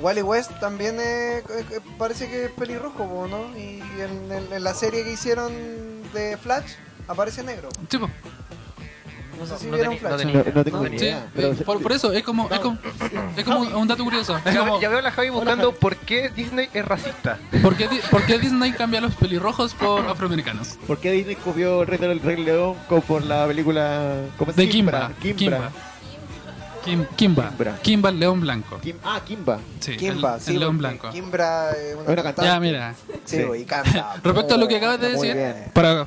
[SPEAKER 3] Wally West también eh, eh, eh, parece que es pelirrojo, po, ¿no? Y en, en- en la serie que hicieron de Flash aparece negro.
[SPEAKER 1] Sí, po.
[SPEAKER 3] No sé si
[SPEAKER 4] No
[SPEAKER 3] vieron
[SPEAKER 4] tenía- no
[SPEAKER 3] Flash.
[SPEAKER 5] No, no tengo
[SPEAKER 4] No,
[SPEAKER 5] ni
[SPEAKER 1] Sí,
[SPEAKER 5] idea. pero
[SPEAKER 1] eh, por, por eso es como, es como, es como un, un dato curioso.
[SPEAKER 4] [LAUGHS]
[SPEAKER 1] Es
[SPEAKER 4] Ya,
[SPEAKER 1] como,
[SPEAKER 4] ya veo a la Javi buscando por qué Disney es [LAUGHS] racista.
[SPEAKER 1] ¿por, qué, Di- por qué Disney cambia los pelirrojos por afroamericanos?
[SPEAKER 5] ¿Por qué Disney copió el Rey, del- Rey León co- por la película. ¿Cómo es?
[SPEAKER 1] De Kimba.
[SPEAKER 5] Pues Kimbra.
[SPEAKER 1] Kimba. Kim- Kimba.
[SPEAKER 5] Kimbra.
[SPEAKER 1] Kimba el león blanco.
[SPEAKER 5] Kim- ah, Kimba.
[SPEAKER 1] Sí,
[SPEAKER 3] Kimba,
[SPEAKER 1] el,
[SPEAKER 3] sí.
[SPEAKER 1] el león
[SPEAKER 3] porque
[SPEAKER 1] blanco.
[SPEAKER 3] Kimbra eh,
[SPEAKER 5] Es una
[SPEAKER 3] cantante.
[SPEAKER 1] Ya, mira.
[SPEAKER 3] Sí, po, y canta.
[SPEAKER 1] [LAUGHS] Respecto a lo que acabas de
[SPEAKER 5] Muy
[SPEAKER 1] decir,
[SPEAKER 5] bien.
[SPEAKER 1] para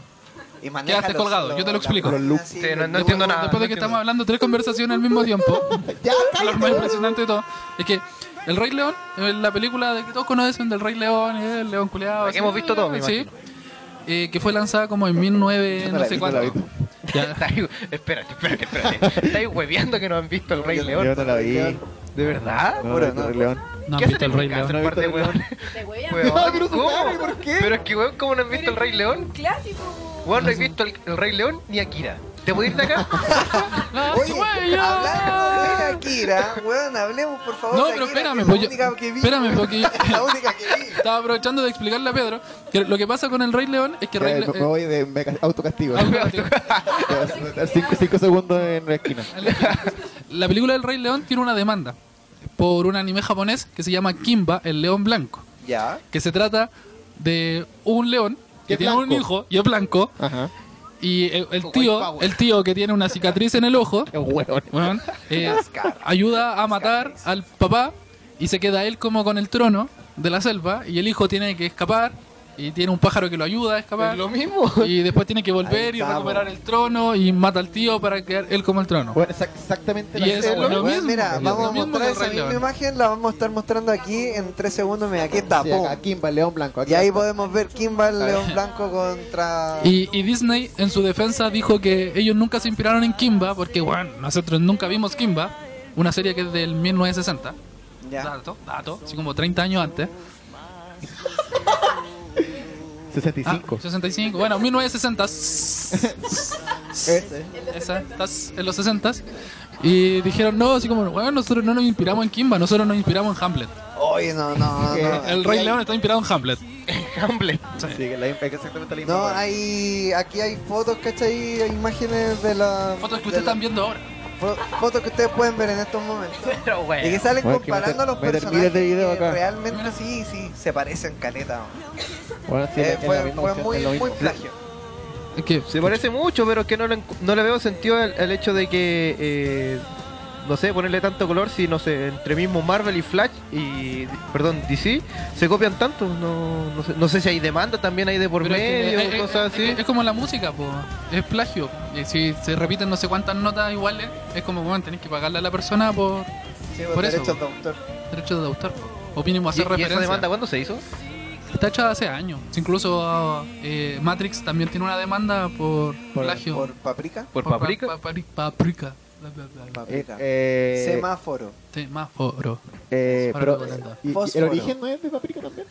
[SPEAKER 3] Y maneja
[SPEAKER 1] Quedaste
[SPEAKER 3] los-
[SPEAKER 1] colgado,
[SPEAKER 3] los-
[SPEAKER 1] yo te
[SPEAKER 3] la-
[SPEAKER 1] lo explico.
[SPEAKER 3] los looks.
[SPEAKER 4] Sí, no- no
[SPEAKER 3] Yo-
[SPEAKER 4] entiendo nada.
[SPEAKER 1] después de que
[SPEAKER 4] entiendo.
[SPEAKER 1] estamos hablando tres conversaciones al mismo tiempo,
[SPEAKER 5] Ya,
[SPEAKER 1] lo
[SPEAKER 5] cállate.
[SPEAKER 1] más impresionante de todo es que el Rey León, eh, la película de que todos conocen del Rey León, eh, el León culeado,
[SPEAKER 4] La que hemos visto todos, me
[SPEAKER 1] sí, eh, que fue lanzada como en 19
[SPEAKER 5] Yo
[SPEAKER 1] no,
[SPEAKER 5] no la
[SPEAKER 1] sé
[SPEAKER 5] vi, no la
[SPEAKER 1] cuánto. Ya.
[SPEAKER 4] [LAUGHS] Está ahí- espérate, espérate, espérate. Estáis hueveando que no han visto el Rey
[SPEAKER 5] Yo
[SPEAKER 4] León.
[SPEAKER 5] no la vi.
[SPEAKER 4] ¿De verdad?
[SPEAKER 5] No,
[SPEAKER 3] Puro,
[SPEAKER 5] no,
[SPEAKER 3] no.
[SPEAKER 5] Rey León.
[SPEAKER 1] No
[SPEAKER 4] ¿Qué
[SPEAKER 1] han visto el
[SPEAKER 4] hacen
[SPEAKER 1] Rey
[SPEAKER 4] en mi casa,
[SPEAKER 1] León.
[SPEAKER 4] un par de
[SPEAKER 5] No he visto el
[SPEAKER 1] [LAUGHS]
[SPEAKER 4] hueones?
[SPEAKER 6] ¿Te huevean?
[SPEAKER 4] Hueón,
[SPEAKER 5] No, pero
[SPEAKER 4] ¿cómo?
[SPEAKER 5] supone, ¿por qué?
[SPEAKER 4] Pero es que, hueón, ¿cómo no has visto el Rey León?
[SPEAKER 6] Clásico.
[SPEAKER 4] Hueón, no he visto el, el Rey León ni Akira. ¿Te puedo ir de acá?
[SPEAKER 5] [LAUGHS]
[SPEAKER 1] La
[SPEAKER 3] Oye,
[SPEAKER 1] sueño.
[SPEAKER 3] hablando de Akira, weón, hablemos por favor.
[SPEAKER 1] No,
[SPEAKER 3] de
[SPEAKER 1] pero
[SPEAKER 3] Akira,
[SPEAKER 1] espérame,
[SPEAKER 3] que es
[SPEAKER 1] pues
[SPEAKER 3] la
[SPEAKER 1] yo-
[SPEAKER 3] única que vi,
[SPEAKER 1] espérame,
[SPEAKER 3] weón. [LAUGHS]
[SPEAKER 1] porque yo-
[SPEAKER 3] la única que vi.
[SPEAKER 1] Estaba aprovechando de explicarle a Pedro que lo que pasa con el Rey León es que
[SPEAKER 5] Ya,
[SPEAKER 1] Rey
[SPEAKER 5] me,
[SPEAKER 1] Le-
[SPEAKER 5] me voy de me ca- autocastigo.
[SPEAKER 1] eh, aguante.
[SPEAKER 5] Ya, Ah, cinco, cinco segundos en la esquina.
[SPEAKER 1] La película del Rey León tiene una demanda por un anime japonés que se llama Kimba, el león blanco,
[SPEAKER 3] Ya.
[SPEAKER 1] que se trata de un león
[SPEAKER 5] Que
[SPEAKER 1] que
[SPEAKER 5] es
[SPEAKER 1] tiene un
[SPEAKER 5] blanco.
[SPEAKER 1] hijo y es blanco
[SPEAKER 5] Ajá.
[SPEAKER 1] y el, el tío, el tío que tiene una cicatriz en el ojo, weón, eh, ayuda a matar al papá y se queda él como con el trono de la selva y el hijo tiene que escapar y tiene un pájaro que lo ayuda a escapar
[SPEAKER 4] Lo mismo.
[SPEAKER 1] y después tiene que volver
[SPEAKER 3] Ahí
[SPEAKER 1] y
[SPEAKER 3] estamos.
[SPEAKER 1] recuperar el trono y mata al tío para quedar él como el trono.
[SPEAKER 5] Bueno, exac- exactamente
[SPEAKER 1] Y es
[SPEAKER 5] misma,
[SPEAKER 1] lo
[SPEAKER 5] weón.
[SPEAKER 3] Weón,
[SPEAKER 1] mismo,
[SPEAKER 3] mira,
[SPEAKER 1] es lo
[SPEAKER 3] vamos a
[SPEAKER 1] mismo
[SPEAKER 3] mostrar
[SPEAKER 1] que el
[SPEAKER 3] esa
[SPEAKER 1] Rey
[SPEAKER 3] misma
[SPEAKER 1] León.
[SPEAKER 3] imagen, la vamos a estar mostrando aquí en tres segundos. Mira, aquí está,
[SPEAKER 5] Sí,
[SPEAKER 3] pum.
[SPEAKER 5] acá, Kimba, León Blanco. aquí
[SPEAKER 3] Y ahí
[SPEAKER 5] está.
[SPEAKER 3] podemos ver Kimball León Blanco contra.
[SPEAKER 1] Y, y Disney en su defensa dijo que ellos nunca se inspiraron en Kimba porque bueno, nosotros nunca vimos Kimba, una serie que es del 1960,
[SPEAKER 3] Ya.
[SPEAKER 1] dato, dato, así como 30 años antes.
[SPEAKER 5] 65.
[SPEAKER 1] Ah, 65. Bueno, 1960.
[SPEAKER 3] Este.
[SPEAKER 5] Ese.
[SPEAKER 1] Esa, estás en los 60. Y dijeron, no, así como, bueno, nosotros no nos inspiramos en Kimba, nosotros nos inspiramos en Hamlet.
[SPEAKER 3] Oye, no, no, no.
[SPEAKER 1] El Rey León está inspirado en Hamlet.
[SPEAKER 4] Hamlet.
[SPEAKER 5] Sí, que la- exactamente la misma.
[SPEAKER 3] No,
[SPEAKER 5] weón.
[SPEAKER 3] hay, aquí hay fotos, ¿cachai? Hay imágenes de la.
[SPEAKER 1] Fotos que
[SPEAKER 3] de
[SPEAKER 1] ustedes
[SPEAKER 3] la-
[SPEAKER 1] están viendo ahora.
[SPEAKER 3] fo- Fotos que ustedes pueden ver en estos momentos.
[SPEAKER 4] Pero,
[SPEAKER 3] Y que
[SPEAKER 4] hueón.
[SPEAKER 3] salen
[SPEAKER 5] Bueno, que
[SPEAKER 3] comparando a los
[SPEAKER 5] meter- meter
[SPEAKER 3] personajes
[SPEAKER 5] miles de videos
[SPEAKER 3] que
[SPEAKER 5] acá.
[SPEAKER 3] realmente sí, sí, se parecen caleta. weón.
[SPEAKER 5] Bueno, sí,
[SPEAKER 3] Eh,
[SPEAKER 5] es la
[SPEAKER 3] fue
[SPEAKER 5] misma
[SPEAKER 3] fue
[SPEAKER 5] opción,
[SPEAKER 3] muy,
[SPEAKER 5] es lo mismo.
[SPEAKER 3] muy plagio.
[SPEAKER 1] Es que,
[SPEAKER 4] Se parece mucho, pero es que no le, encu- no le veo sentido el, el hecho de que, eh, no sé, ponerle tanto color si, no sé, entre mismo Marvel y Flash y, perdón, DC, se copian tanto. No, no, sé, no sé si hay demanda también ahí de por
[SPEAKER 1] pero es que-
[SPEAKER 4] medio,
[SPEAKER 1] es- es-
[SPEAKER 4] cosas así.
[SPEAKER 1] es que es como la música, po. es plagio. Y si se repiten no sé cuántas notas iguales, es como, bueno, tenés que pagarle a la persona por
[SPEAKER 3] Sí, por
[SPEAKER 1] Por eso.
[SPEAKER 3] derechos de autor.
[SPEAKER 1] derechos de autor. po. O mínimo
[SPEAKER 4] ¿Y-
[SPEAKER 1] hacer
[SPEAKER 4] ¿Y,
[SPEAKER 1] referencia.
[SPEAKER 4] esa demanda cuándo se hizo?
[SPEAKER 1] Está hecha hace años. Incluso eh, Matrix también tiene una demanda por, plagio.
[SPEAKER 3] Por paprika.
[SPEAKER 4] ¿Por,
[SPEAKER 1] pa-
[SPEAKER 4] Paprika?
[SPEAKER 1] pa- pari- paprika. Bla, bla, bla.
[SPEAKER 5] Eh,
[SPEAKER 3] Paprika.
[SPEAKER 5] eh,
[SPEAKER 3] Semáforo.
[SPEAKER 1] Sí, más oro.
[SPEAKER 5] eh,
[SPEAKER 1] Ahora
[SPEAKER 5] pero,
[SPEAKER 1] lo volando.
[SPEAKER 5] y- y ¿El
[SPEAKER 3] Fósforo.
[SPEAKER 5] origen no es de Paprika también?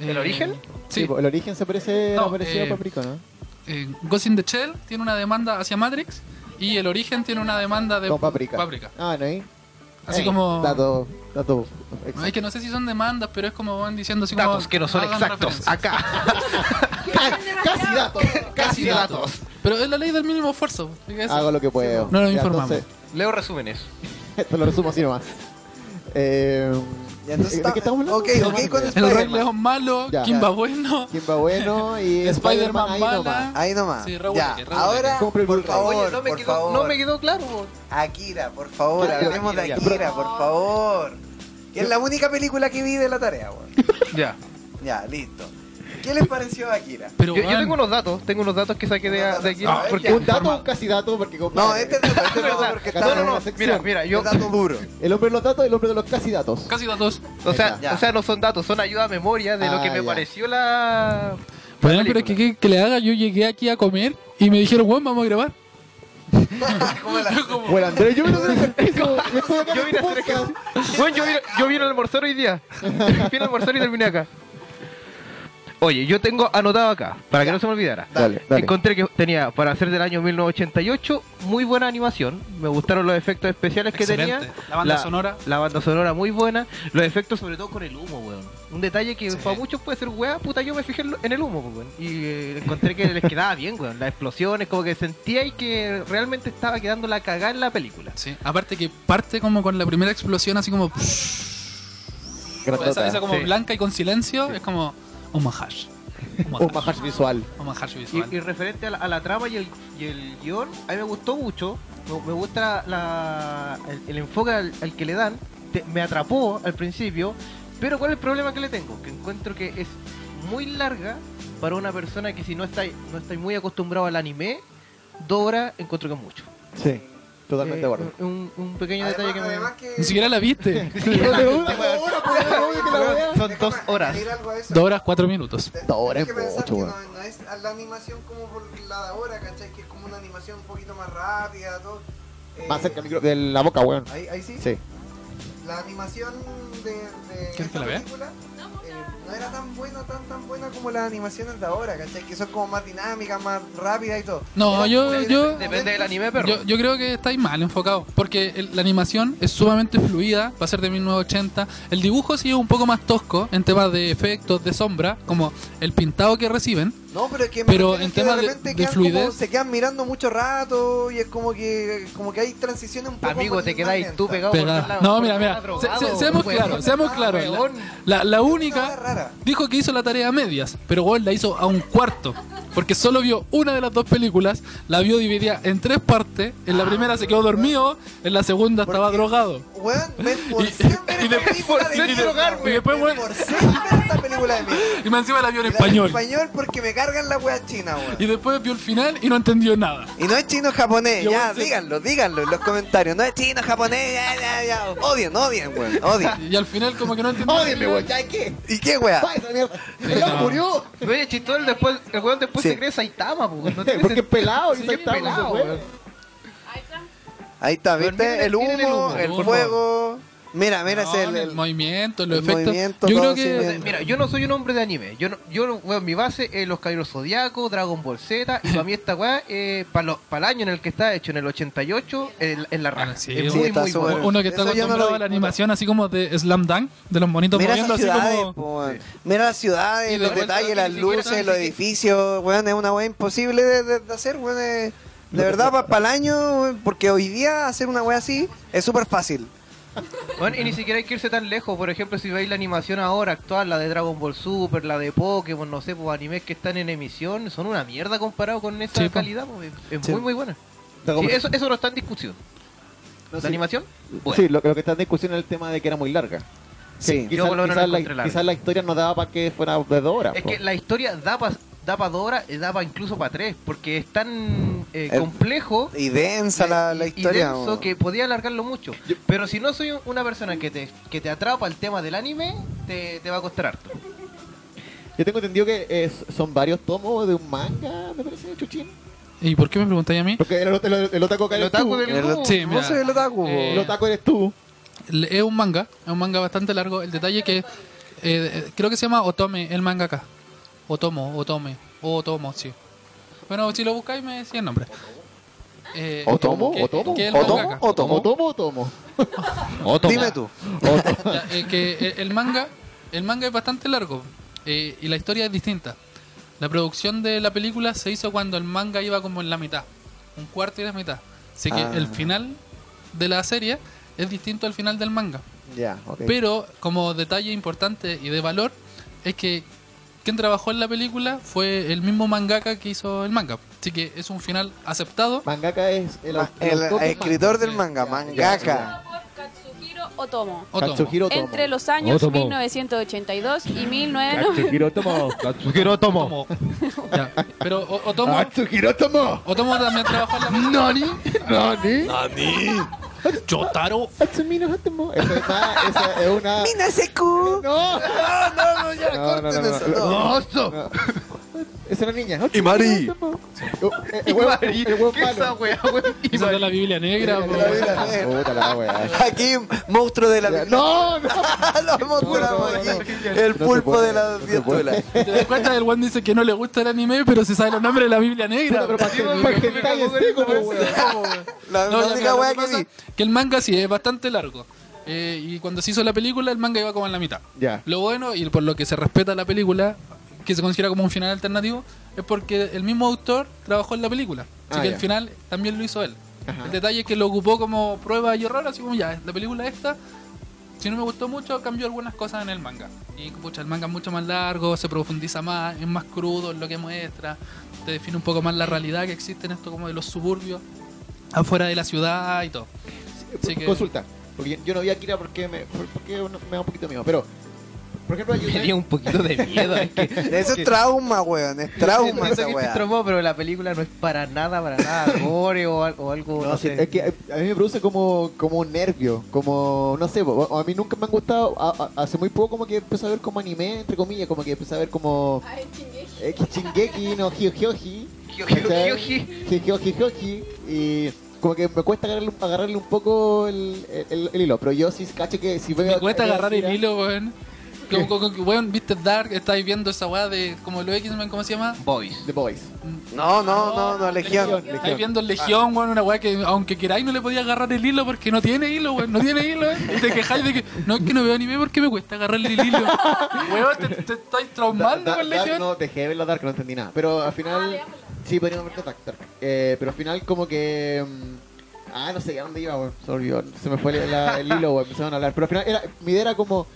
[SPEAKER 1] Eh,
[SPEAKER 4] origen?
[SPEAKER 1] Sí.
[SPEAKER 5] po, el origen se parece
[SPEAKER 1] No,
[SPEAKER 5] era parecido
[SPEAKER 1] eh,
[SPEAKER 5] a Paprika, ¿no?
[SPEAKER 1] eh, Ghost in the Shell tiene una demanda hacia Matrix y el origen tiene una demanda de
[SPEAKER 5] Con Paprika.
[SPEAKER 1] Paprika.
[SPEAKER 5] Ah, no, ahí.
[SPEAKER 1] Así
[SPEAKER 5] Eh,
[SPEAKER 1] como.
[SPEAKER 5] Dato, dato.
[SPEAKER 1] No, Es que no sé si son demandas, pero es como van diciendo así
[SPEAKER 4] Datos
[SPEAKER 1] como.
[SPEAKER 4] que no son
[SPEAKER 1] hagan
[SPEAKER 4] exactos.
[SPEAKER 1] referencias.
[SPEAKER 4] [LAUGHS] Acá. Ah,
[SPEAKER 5] Casi dato.
[SPEAKER 1] Casi datos. Pero es la ley del mínimo esfuerzo. así que eso-
[SPEAKER 5] Hago lo que puedo.
[SPEAKER 1] No nos
[SPEAKER 5] Ya,
[SPEAKER 1] informamos.
[SPEAKER 5] entonces,
[SPEAKER 4] Leo resúmenes.
[SPEAKER 5] Esto lo resumo así nomás. Eh,
[SPEAKER 3] Ya, entonces
[SPEAKER 5] ¿De qué
[SPEAKER 3] está-
[SPEAKER 5] estamos hablando?
[SPEAKER 3] ok, ok, con
[SPEAKER 1] El Rey
[SPEAKER 3] Spider-Man.
[SPEAKER 1] León malo,
[SPEAKER 5] Ya.
[SPEAKER 1] Kimba
[SPEAKER 5] Ya.
[SPEAKER 1] bueno.
[SPEAKER 5] Kimba bueno
[SPEAKER 4] [LAUGHS]
[SPEAKER 5] y
[SPEAKER 1] Spider-Man
[SPEAKER 5] Spider-Man ahí
[SPEAKER 1] mala.
[SPEAKER 5] nomás.
[SPEAKER 3] Ahí nomás.
[SPEAKER 1] Sí, Raúl,
[SPEAKER 3] ya,
[SPEAKER 1] que Raúl,
[SPEAKER 3] ahora,
[SPEAKER 5] que- Compre el
[SPEAKER 3] por
[SPEAKER 5] Blu-ray.
[SPEAKER 3] favor,
[SPEAKER 4] Oye, no me,
[SPEAKER 3] por
[SPEAKER 4] quedó,
[SPEAKER 3] favor.
[SPEAKER 4] no me quedó claro.
[SPEAKER 3] Akira, por favor,
[SPEAKER 5] Ya,
[SPEAKER 3] hablemos de
[SPEAKER 4] ya, ya.
[SPEAKER 3] Akira, por favor. Que es la única película que vi de la tarea, weón.
[SPEAKER 4] Ya.
[SPEAKER 3] Ya, listo. ¿Qué les pareció Akira?
[SPEAKER 1] Pero
[SPEAKER 4] Yo, yo
[SPEAKER 1] weón,
[SPEAKER 4] tengo unos datos, tengo unos datos que saqué de, de aquí.
[SPEAKER 3] Ah,
[SPEAKER 4] porque
[SPEAKER 3] ya.
[SPEAKER 5] Un dato, un casi dato, porque
[SPEAKER 3] No,
[SPEAKER 5] compadre,
[SPEAKER 3] este es dato, este no,
[SPEAKER 5] [LAUGHS]
[SPEAKER 4] ¿Verdad?
[SPEAKER 3] porque
[SPEAKER 5] No,
[SPEAKER 3] está
[SPEAKER 5] no, no,
[SPEAKER 3] una sección.
[SPEAKER 4] Mira, mira, yo.
[SPEAKER 3] Es dato duro.
[SPEAKER 5] El hombre de los datos, el hombre de los casi datos.
[SPEAKER 1] Casi datos.
[SPEAKER 4] O sea,
[SPEAKER 3] Ya.
[SPEAKER 4] o sea, no son datos, son ayuda a memoria de lo que
[SPEAKER 5] Ah,
[SPEAKER 4] me
[SPEAKER 5] ya.
[SPEAKER 4] pareció la.
[SPEAKER 1] Bueno,
[SPEAKER 4] la
[SPEAKER 1] pero es que,
[SPEAKER 4] película.
[SPEAKER 1] que, que le haga, yo llegué aquí a comer y me dijeron, bueno, vamos a grabar.
[SPEAKER 3] ¿Cómo la-
[SPEAKER 5] Bueno, Andrés, yo me lo
[SPEAKER 4] [LAUGHS]
[SPEAKER 5] ejercicio. me estoy acá este
[SPEAKER 4] Yo vine a hacer
[SPEAKER 5] podcast.
[SPEAKER 4] Bueno, yo, vine- yo vine a almorzar hoy
[SPEAKER 5] [LAUGHS]
[SPEAKER 4] día. Vine a almorzar y terminé acá. Oye, yo tengo anotado acá, para que no se me olvidara.
[SPEAKER 5] Dale, dale.
[SPEAKER 4] Encontré que tenía, para hacer del año 1988, muy buena animación. Me gustaron los efectos especiales que tenía.
[SPEAKER 1] La banda sonora.
[SPEAKER 4] La banda sonora muy buena. Los efectos, sobre todo con el humo, weón. Un detalle que
[SPEAKER 1] Sí.
[SPEAKER 4] para muchos puede ser weá, puta, yo me fijé en lo- en el humo, pues, weón. Y eh, encontré que les quedaba bien, weón. Las explosiones, como que sentía y que realmente estaba quedando la cagada en la película.
[SPEAKER 1] Sí, aparte que parte como con la primera explosión, así como. esa,
[SPEAKER 5] Grandota.
[SPEAKER 1] esa como
[SPEAKER 4] Sí.
[SPEAKER 1] blanca y con silencio, es como un
[SPEAKER 5] [LAUGHS]
[SPEAKER 1] mahash. Un
[SPEAKER 5] Un
[SPEAKER 1] mahash.
[SPEAKER 5] majash visual.
[SPEAKER 1] Un mahash
[SPEAKER 4] Y,
[SPEAKER 1] visual.
[SPEAKER 4] y referente a la, a la trama y el, y el guión, a mí me gustó mucho. Me, me gusta la- el, el enfoque al, al que le dan. Te- me atrapó al principio. Pero ¿cuál es el problema que le tengo? Que encuentro que es muy larga para una persona que si no estáis no estáis muy acostumbrado al anime, dos horas encuentro que es mucho.
[SPEAKER 5] Sí, totalmente de
[SPEAKER 4] Eh,
[SPEAKER 5] acuerdo.
[SPEAKER 4] un, un pequeño detalle que me... [LAUGHS]
[SPEAKER 3] Además que...
[SPEAKER 1] Ni siquiera la
[SPEAKER 5] [LAUGHS]
[SPEAKER 1] viste.
[SPEAKER 5] Pero de una, de una, por favor, obvio pues, que la wea-
[SPEAKER 4] Son
[SPEAKER 3] Déjame
[SPEAKER 4] dos horas.
[SPEAKER 3] añadir algo a eso.
[SPEAKER 1] Dos horas, cuatro minutos.
[SPEAKER 3] Te-
[SPEAKER 5] Dos horas
[SPEAKER 3] tienes que
[SPEAKER 5] es
[SPEAKER 3] pensar
[SPEAKER 5] mucho,
[SPEAKER 3] que
[SPEAKER 5] weón.
[SPEAKER 3] No, no es la animación como por la de ahora, ¿cachai? Que es como una animación un poquito más rápida, todo. Eh,
[SPEAKER 5] Más cerca el micro de la boca, weón.
[SPEAKER 3] Ahí, ahí sí.
[SPEAKER 5] Sí.
[SPEAKER 3] La animación de, de
[SPEAKER 1] que
[SPEAKER 3] esta
[SPEAKER 1] la vea?
[SPEAKER 3] película eh, no era tan buena, tan tan buena como las animaciones de ahora, ¿cachai? Que son como más dinámicas, más rápidas y todo.
[SPEAKER 1] No,
[SPEAKER 3] Era
[SPEAKER 1] yo-
[SPEAKER 3] como-
[SPEAKER 1] yo-
[SPEAKER 4] Depende del anime, perro.
[SPEAKER 1] Yo, yo creo que estáis mal enfocado, porque el- la animación es sumamente fluida, va a ser de 1980. El dibujo sí es un poco más tosco en temas de efectos, de sombra, como el pintado que reciben.
[SPEAKER 3] No, pero es que
[SPEAKER 1] Pero
[SPEAKER 3] me refiero
[SPEAKER 1] en
[SPEAKER 3] que
[SPEAKER 1] temas de-
[SPEAKER 3] repente
[SPEAKER 1] de
[SPEAKER 3] quedan
[SPEAKER 1] fluidez-
[SPEAKER 3] como- se quedan mirando mucho rato y es como que como que hay transiciones un poco
[SPEAKER 4] Amigo,
[SPEAKER 3] más-
[SPEAKER 4] te
[SPEAKER 3] más
[SPEAKER 4] quedáis tú
[SPEAKER 3] lentas.
[SPEAKER 4] pegado. por
[SPEAKER 1] Pegada.
[SPEAKER 4] la-
[SPEAKER 1] No,
[SPEAKER 4] por
[SPEAKER 1] mira,
[SPEAKER 4] la
[SPEAKER 1] mira.
[SPEAKER 4] drogado, pues.
[SPEAKER 1] Se- se- seamos
[SPEAKER 4] weón.
[SPEAKER 1] claros, seamos claros.
[SPEAKER 4] Ah, Weón.
[SPEAKER 1] La, la- la
[SPEAKER 3] Una
[SPEAKER 1] única
[SPEAKER 3] rara.
[SPEAKER 1] dijo que hizo la tarea a medias, pero Gold la hizo a un cuarto. Porque solo vio una de las dos películas, la vio dividida en tres partes. En la primera se quedó dormido, en la segunda
[SPEAKER 3] ¿Por
[SPEAKER 1] estaba
[SPEAKER 3] qué?
[SPEAKER 1] drogado.
[SPEAKER 3] Weón, me esforcé
[SPEAKER 1] Y-
[SPEAKER 3] en ver
[SPEAKER 1] y
[SPEAKER 3] esta
[SPEAKER 1] después
[SPEAKER 3] película de
[SPEAKER 1] forcé en
[SPEAKER 3] mierda,
[SPEAKER 1] drogarme.
[SPEAKER 3] weón.
[SPEAKER 1] Y después,
[SPEAKER 3] Me
[SPEAKER 1] weón-
[SPEAKER 3] forcé en ver esta película de mierda.
[SPEAKER 1] Y más encima la vio en
[SPEAKER 3] La vi
[SPEAKER 1] español.
[SPEAKER 3] En español porque me cargan la wea china,
[SPEAKER 1] Y
[SPEAKER 3] weón.
[SPEAKER 1] después vio el final y no entendió nada.
[SPEAKER 3] Y no es chino japonés,
[SPEAKER 1] Yo
[SPEAKER 3] ya,
[SPEAKER 1] voy a-
[SPEAKER 3] díganlo, díganlo en los comentarios. No es chino japonés, ya, ya, ya. Odien, odien, weón, odien.
[SPEAKER 1] Y al final como que no entendió
[SPEAKER 5] Ódienme, weón. ¿Ya qué?
[SPEAKER 3] ¿Y qué wea?
[SPEAKER 5] ¡Pa esa mierda!
[SPEAKER 1] Sí,
[SPEAKER 5] ¡El
[SPEAKER 1] no.
[SPEAKER 5] murió!
[SPEAKER 4] Oye, chistó el después, el weón después
[SPEAKER 3] Sí.
[SPEAKER 4] se cree Saitama,
[SPEAKER 5] [LAUGHS]
[SPEAKER 4] po, no tiene
[SPEAKER 5] Porque es
[SPEAKER 4] sentido.
[SPEAKER 5] pelado,
[SPEAKER 4] Sí,
[SPEAKER 5] y está
[SPEAKER 4] pelado, weón.
[SPEAKER 3] Ahí está,
[SPEAKER 4] Pero miren
[SPEAKER 3] ¿viste?
[SPEAKER 4] el-
[SPEAKER 3] El
[SPEAKER 4] miren el
[SPEAKER 3] humo,
[SPEAKER 4] humo,
[SPEAKER 3] el
[SPEAKER 1] por
[SPEAKER 3] fuego. Mira, mira,
[SPEAKER 1] No,
[SPEAKER 3] ese es el-
[SPEAKER 1] el
[SPEAKER 3] el-
[SPEAKER 1] movimiento, los
[SPEAKER 3] el
[SPEAKER 1] efectos.
[SPEAKER 3] movimiento,
[SPEAKER 1] yo creo
[SPEAKER 3] todo
[SPEAKER 1] que
[SPEAKER 3] así,
[SPEAKER 4] Mira, yo no soy un hombre de anime. Yo no, yo no- weón, mi base es los Caballeros Zodiaco, Dragon Ball Z, y para mí esta weá, eh, para el año en el que está hecho, en el 88, en, en la raja.
[SPEAKER 1] Ah, sí,
[SPEAKER 4] es
[SPEAKER 1] sí,
[SPEAKER 4] muy,
[SPEAKER 3] está
[SPEAKER 4] muy
[SPEAKER 3] súper-
[SPEAKER 4] bueno.
[SPEAKER 1] uno que está
[SPEAKER 3] Eso yo no
[SPEAKER 1] acostumbrado
[SPEAKER 3] lo
[SPEAKER 1] a la
[SPEAKER 3] discuto.
[SPEAKER 1] animación así como de Slam Dunk, de los monitos
[SPEAKER 3] Mira
[SPEAKER 1] moviendo
[SPEAKER 3] esas
[SPEAKER 1] así
[SPEAKER 3] ciudades,
[SPEAKER 1] como
[SPEAKER 3] po, weón. Mira las
[SPEAKER 1] Y
[SPEAKER 3] ciudades, los
[SPEAKER 1] después
[SPEAKER 3] detalles,
[SPEAKER 4] ni
[SPEAKER 3] las
[SPEAKER 4] siquiera-
[SPEAKER 3] luces,
[SPEAKER 4] ni
[SPEAKER 3] los
[SPEAKER 4] siquiera-
[SPEAKER 3] edificios, weón, es una weá imposible de, de- de hacer, weón. es- de verdad, para el año, weón, porque hoy día hacer una weá así es súper fácil.
[SPEAKER 4] Bueno, y ni siquiera hay que irse tan lejos. Por ejemplo, si veis la animación ahora actual, la de Dragon Ball Super, la de Pokémon, no sé, pues animes que están en emisión, son una mierda comparado con esa
[SPEAKER 1] Sí, po.
[SPEAKER 4] calidad. po, es es
[SPEAKER 5] Sí.
[SPEAKER 4] muy, muy buena.
[SPEAKER 5] Dragon
[SPEAKER 4] Sí,
[SPEAKER 5] Ball-
[SPEAKER 4] eso, eso no está en discusión.
[SPEAKER 5] No,
[SPEAKER 4] ¿La
[SPEAKER 5] sí.
[SPEAKER 4] animación? Bueno.
[SPEAKER 5] Sí, lo, lo que está en discusión es el tema de que era muy larga.
[SPEAKER 3] Sí.
[SPEAKER 4] Yo
[SPEAKER 5] Quizás
[SPEAKER 4] por lo menos
[SPEAKER 5] quizás
[SPEAKER 4] la
[SPEAKER 5] la,
[SPEAKER 4] encontré larga.
[SPEAKER 5] quizás la historia no daba para que fuera de dos horas.
[SPEAKER 4] Es
[SPEAKER 5] po.
[SPEAKER 4] que la historia da para da pa dos horas, y da pa incluso para tres, porque es tan eh,
[SPEAKER 3] Eh,
[SPEAKER 4] complejo
[SPEAKER 3] Y densa la, la
[SPEAKER 4] y-
[SPEAKER 3] historia.
[SPEAKER 4] y denso
[SPEAKER 3] weón.
[SPEAKER 4] que podía alargarlo mucho. Pero si no soy una persona que te, que te atrapa el tema del anime, te, te va a costar harto.
[SPEAKER 5] Yo tengo entendido que eh, s- son varios tomos de un manga, me parece, Chuchín.
[SPEAKER 1] ¿Y por qué me preguntáis a mí?
[SPEAKER 5] Porque el, el, el otaku acá
[SPEAKER 4] El
[SPEAKER 5] eres
[SPEAKER 4] otaku
[SPEAKER 5] tú.
[SPEAKER 4] del
[SPEAKER 3] El
[SPEAKER 4] grupo.
[SPEAKER 1] Sí,
[SPEAKER 3] ¿Vos
[SPEAKER 1] mira.
[SPEAKER 3] soy el otaku?
[SPEAKER 1] Eh,
[SPEAKER 5] El otaku eres tú.
[SPEAKER 1] Le- Es un manga, es un manga bastante largo. El detalle que eh, eh, creo que se llama Otome, el manga acá. Otomo, Otome, Otomo, sí. Bueno, si lo buscáis me decís el nombre. eh,
[SPEAKER 5] ¿O tomo?
[SPEAKER 1] que-
[SPEAKER 5] ¿O tomo?
[SPEAKER 1] que el
[SPEAKER 3] ¿O tomo?
[SPEAKER 1] mangaka.
[SPEAKER 3] ¿O
[SPEAKER 5] ¿O
[SPEAKER 3] tomo?
[SPEAKER 5] tomo o tomo?
[SPEAKER 3] Dime tú.
[SPEAKER 1] Ya, eh, que eh, el manga el manga es bastante largo eh, y la historia es distinta la producción de la película se hizo cuando el manga iba como en la mitad un cuarto y la mitad así que
[SPEAKER 3] Ah.
[SPEAKER 1] el final de la serie es distinto al final del manga
[SPEAKER 5] [LAUGHS] Ya, ok.
[SPEAKER 1] pero como detalle importante y de valor es que quien trabajó en la película fue el mismo mangaka que hizo el manga así que es un final aceptado
[SPEAKER 5] Mangaka es el,
[SPEAKER 3] Ma-
[SPEAKER 5] au-
[SPEAKER 3] Ah, El eh,
[SPEAKER 5] autor del
[SPEAKER 3] escritor del
[SPEAKER 1] Sí,
[SPEAKER 3] manga,
[SPEAKER 5] ya,
[SPEAKER 3] mangaka.
[SPEAKER 6] Por Katsuhiro Otomo.
[SPEAKER 1] o tomo.
[SPEAKER 5] Katsuhiro Otomo.
[SPEAKER 6] Entre los años
[SPEAKER 7] Otomo.
[SPEAKER 6] 1982 y 1990.
[SPEAKER 7] Katsuhiro Tomo. Katsuhiro Tomo.
[SPEAKER 1] Otomo. Ya. pero o-
[SPEAKER 5] [LAUGHS]
[SPEAKER 1] Otomo,
[SPEAKER 7] Katsuhiro Tomo.
[SPEAKER 1] Otomo también trabajó en la película
[SPEAKER 7] Nani. Nani.
[SPEAKER 1] Jotaro
[SPEAKER 5] Hatsumino Hatomo. Eso es nada, esa es una...
[SPEAKER 3] ¡Minaseku!
[SPEAKER 5] ¡No!
[SPEAKER 3] [LAUGHS] No, no, no, ya,
[SPEAKER 5] No, no,
[SPEAKER 3] corten
[SPEAKER 5] no, no.
[SPEAKER 3] eso.
[SPEAKER 5] No.
[SPEAKER 4] ¡Oso!
[SPEAKER 5] Es una niña.
[SPEAKER 3] Y Mari.
[SPEAKER 5] El
[SPEAKER 4] [LAUGHS]
[SPEAKER 5] huevo, el huevo
[SPEAKER 4] ¿Qué esa
[SPEAKER 5] malo.
[SPEAKER 4] wea, weón? Y
[SPEAKER 1] Esa era la Biblia Negra, po.
[SPEAKER 5] Puta la wea.
[SPEAKER 3] Aquí, monstruo de la...
[SPEAKER 5] No, no.
[SPEAKER 3] Lo mostramos
[SPEAKER 5] no, no,
[SPEAKER 3] aquí.
[SPEAKER 4] no.
[SPEAKER 3] El
[SPEAKER 5] se
[SPEAKER 3] pulpo
[SPEAKER 5] puede,
[SPEAKER 3] de la
[SPEAKER 5] no se puede.
[SPEAKER 3] diotuela.
[SPEAKER 1] ¿Te das cuenta? El Juan dice que no le gusta el anime, pero se sabe los nombres de la Biblia Negra.
[SPEAKER 3] [LAUGHS]
[SPEAKER 5] Pero para que para que el talle esté como wea.
[SPEAKER 3] La
[SPEAKER 1] No, ya, mira,
[SPEAKER 3] única
[SPEAKER 1] lo
[SPEAKER 3] weá
[SPEAKER 1] que
[SPEAKER 3] que
[SPEAKER 1] pasa [LAUGHS]
[SPEAKER 3] vi.
[SPEAKER 1] es que el manga sí es bastante largo. Eh, y cuando se hizo la película, el manga iba como en la mitad.
[SPEAKER 5] Ya.
[SPEAKER 1] Lo bueno, y por lo que se respeta la película, que se considera como un final alternativo, es porque el mismo autor trabajó en la película. Así
[SPEAKER 5] Ah,
[SPEAKER 1] que
[SPEAKER 5] ya.
[SPEAKER 1] el final también lo hizo él. El detalle es que lo ocupó como prueba y error, así como ya, la película esta, si no me gustó mucho, cambió algunas cosas en el manga. Y pucha, el manga es mucho más largo, se profundiza más, es más crudo en lo que muestra, te define un poco más la realidad que existe en esto como de los suburbios, afuera de la ciudad y todo. Así que-
[SPEAKER 5] Consulta. Porque yo no vi a Kira porque me, porque no- me da un poquito de miedo. Pero, por ejemplo, hay
[SPEAKER 4] [LAUGHS] Me dio un poquito de miedo. Es [LAUGHS] que,
[SPEAKER 3] Eso es trauma, weón.
[SPEAKER 1] [LAUGHS]
[SPEAKER 3] Es trauma
[SPEAKER 4] Siento
[SPEAKER 3] esa
[SPEAKER 4] que te
[SPEAKER 3] weá.
[SPEAKER 4] traumó, pero la película no es para nada, para [LAUGHS] nada gore o, al- o algo.
[SPEAKER 5] No,
[SPEAKER 4] no
[SPEAKER 5] sí,
[SPEAKER 4] sé.
[SPEAKER 5] es que eh, a a mí me produce como, como un nervio, como, no sé, bo- a mí nunca me han gustado, a- a- hace muy poco como que empecé a ver como anime, entre comillas, como que empecé a ver como
[SPEAKER 6] Ay, chingue.
[SPEAKER 5] eh, Shingeki no Hyohyoji,
[SPEAKER 4] Hyohyoji.
[SPEAKER 5] Hyohyoji, y como que me cuesta agarrarle, agarrarle un poco el, el- el hilo, pero yo sí cacho que si veo...
[SPEAKER 1] Me cuesta agarrar el
[SPEAKER 5] Akira-
[SPEAKER 1] hilo, weón.
[SPEAKER 5] ¿Qué?
[SPEAKER 1] Como- como- como- Weón, viste Dark, estáis viendo esa weá de como lo X-Men, ¿cómo se llama?
[SPEAKER 4] Boys.
[SPEAKER 5] The Boys.
[SPEAKER 3] No, no, no,
[SPEAKER 1] Ah,
[SPEAKER 3] no,
[SPEAKER 5] Legión,
[SPEAKER 3] legión.
[SPEAKER 1] Estáis
[SPEAKER 5] Legión.
[SPEAKER 1] viendo Legión, weón, una weá que aunque queráis no le podía agarrar el hilo porque no tiene hilo, weón, no tiene hilo, eh. Y te quejáis de que no es que no veo anime porque me cuesta agarrarle el
[SPEAKER 5] [LAUGHS]
[SPEAKER 1] hilo. Weón, te, te estáis
[SPEAKER 5] Da-
[SPEAKER 1] traumando
[SPEAKER 5] da-
[SPEAKER 1] con
[SPEAKER 5] Dark,
[SPEAKER 1] Legión.
[SPEAKER 5] no, dejé de verla Dark, no entendí nada. Pero
[SPEAKER 6] Ah,
[SPEAKER 5] al final. sí, podríamos ver Dark. Dark. Eh, pero al final, como que. mm, ah, no sé, ¿a dónde iba, weón? Se me olvidó, Se me fue el, la- el hilo, weón. Empezaron a hablar. Pero al final, era, mi idea era como.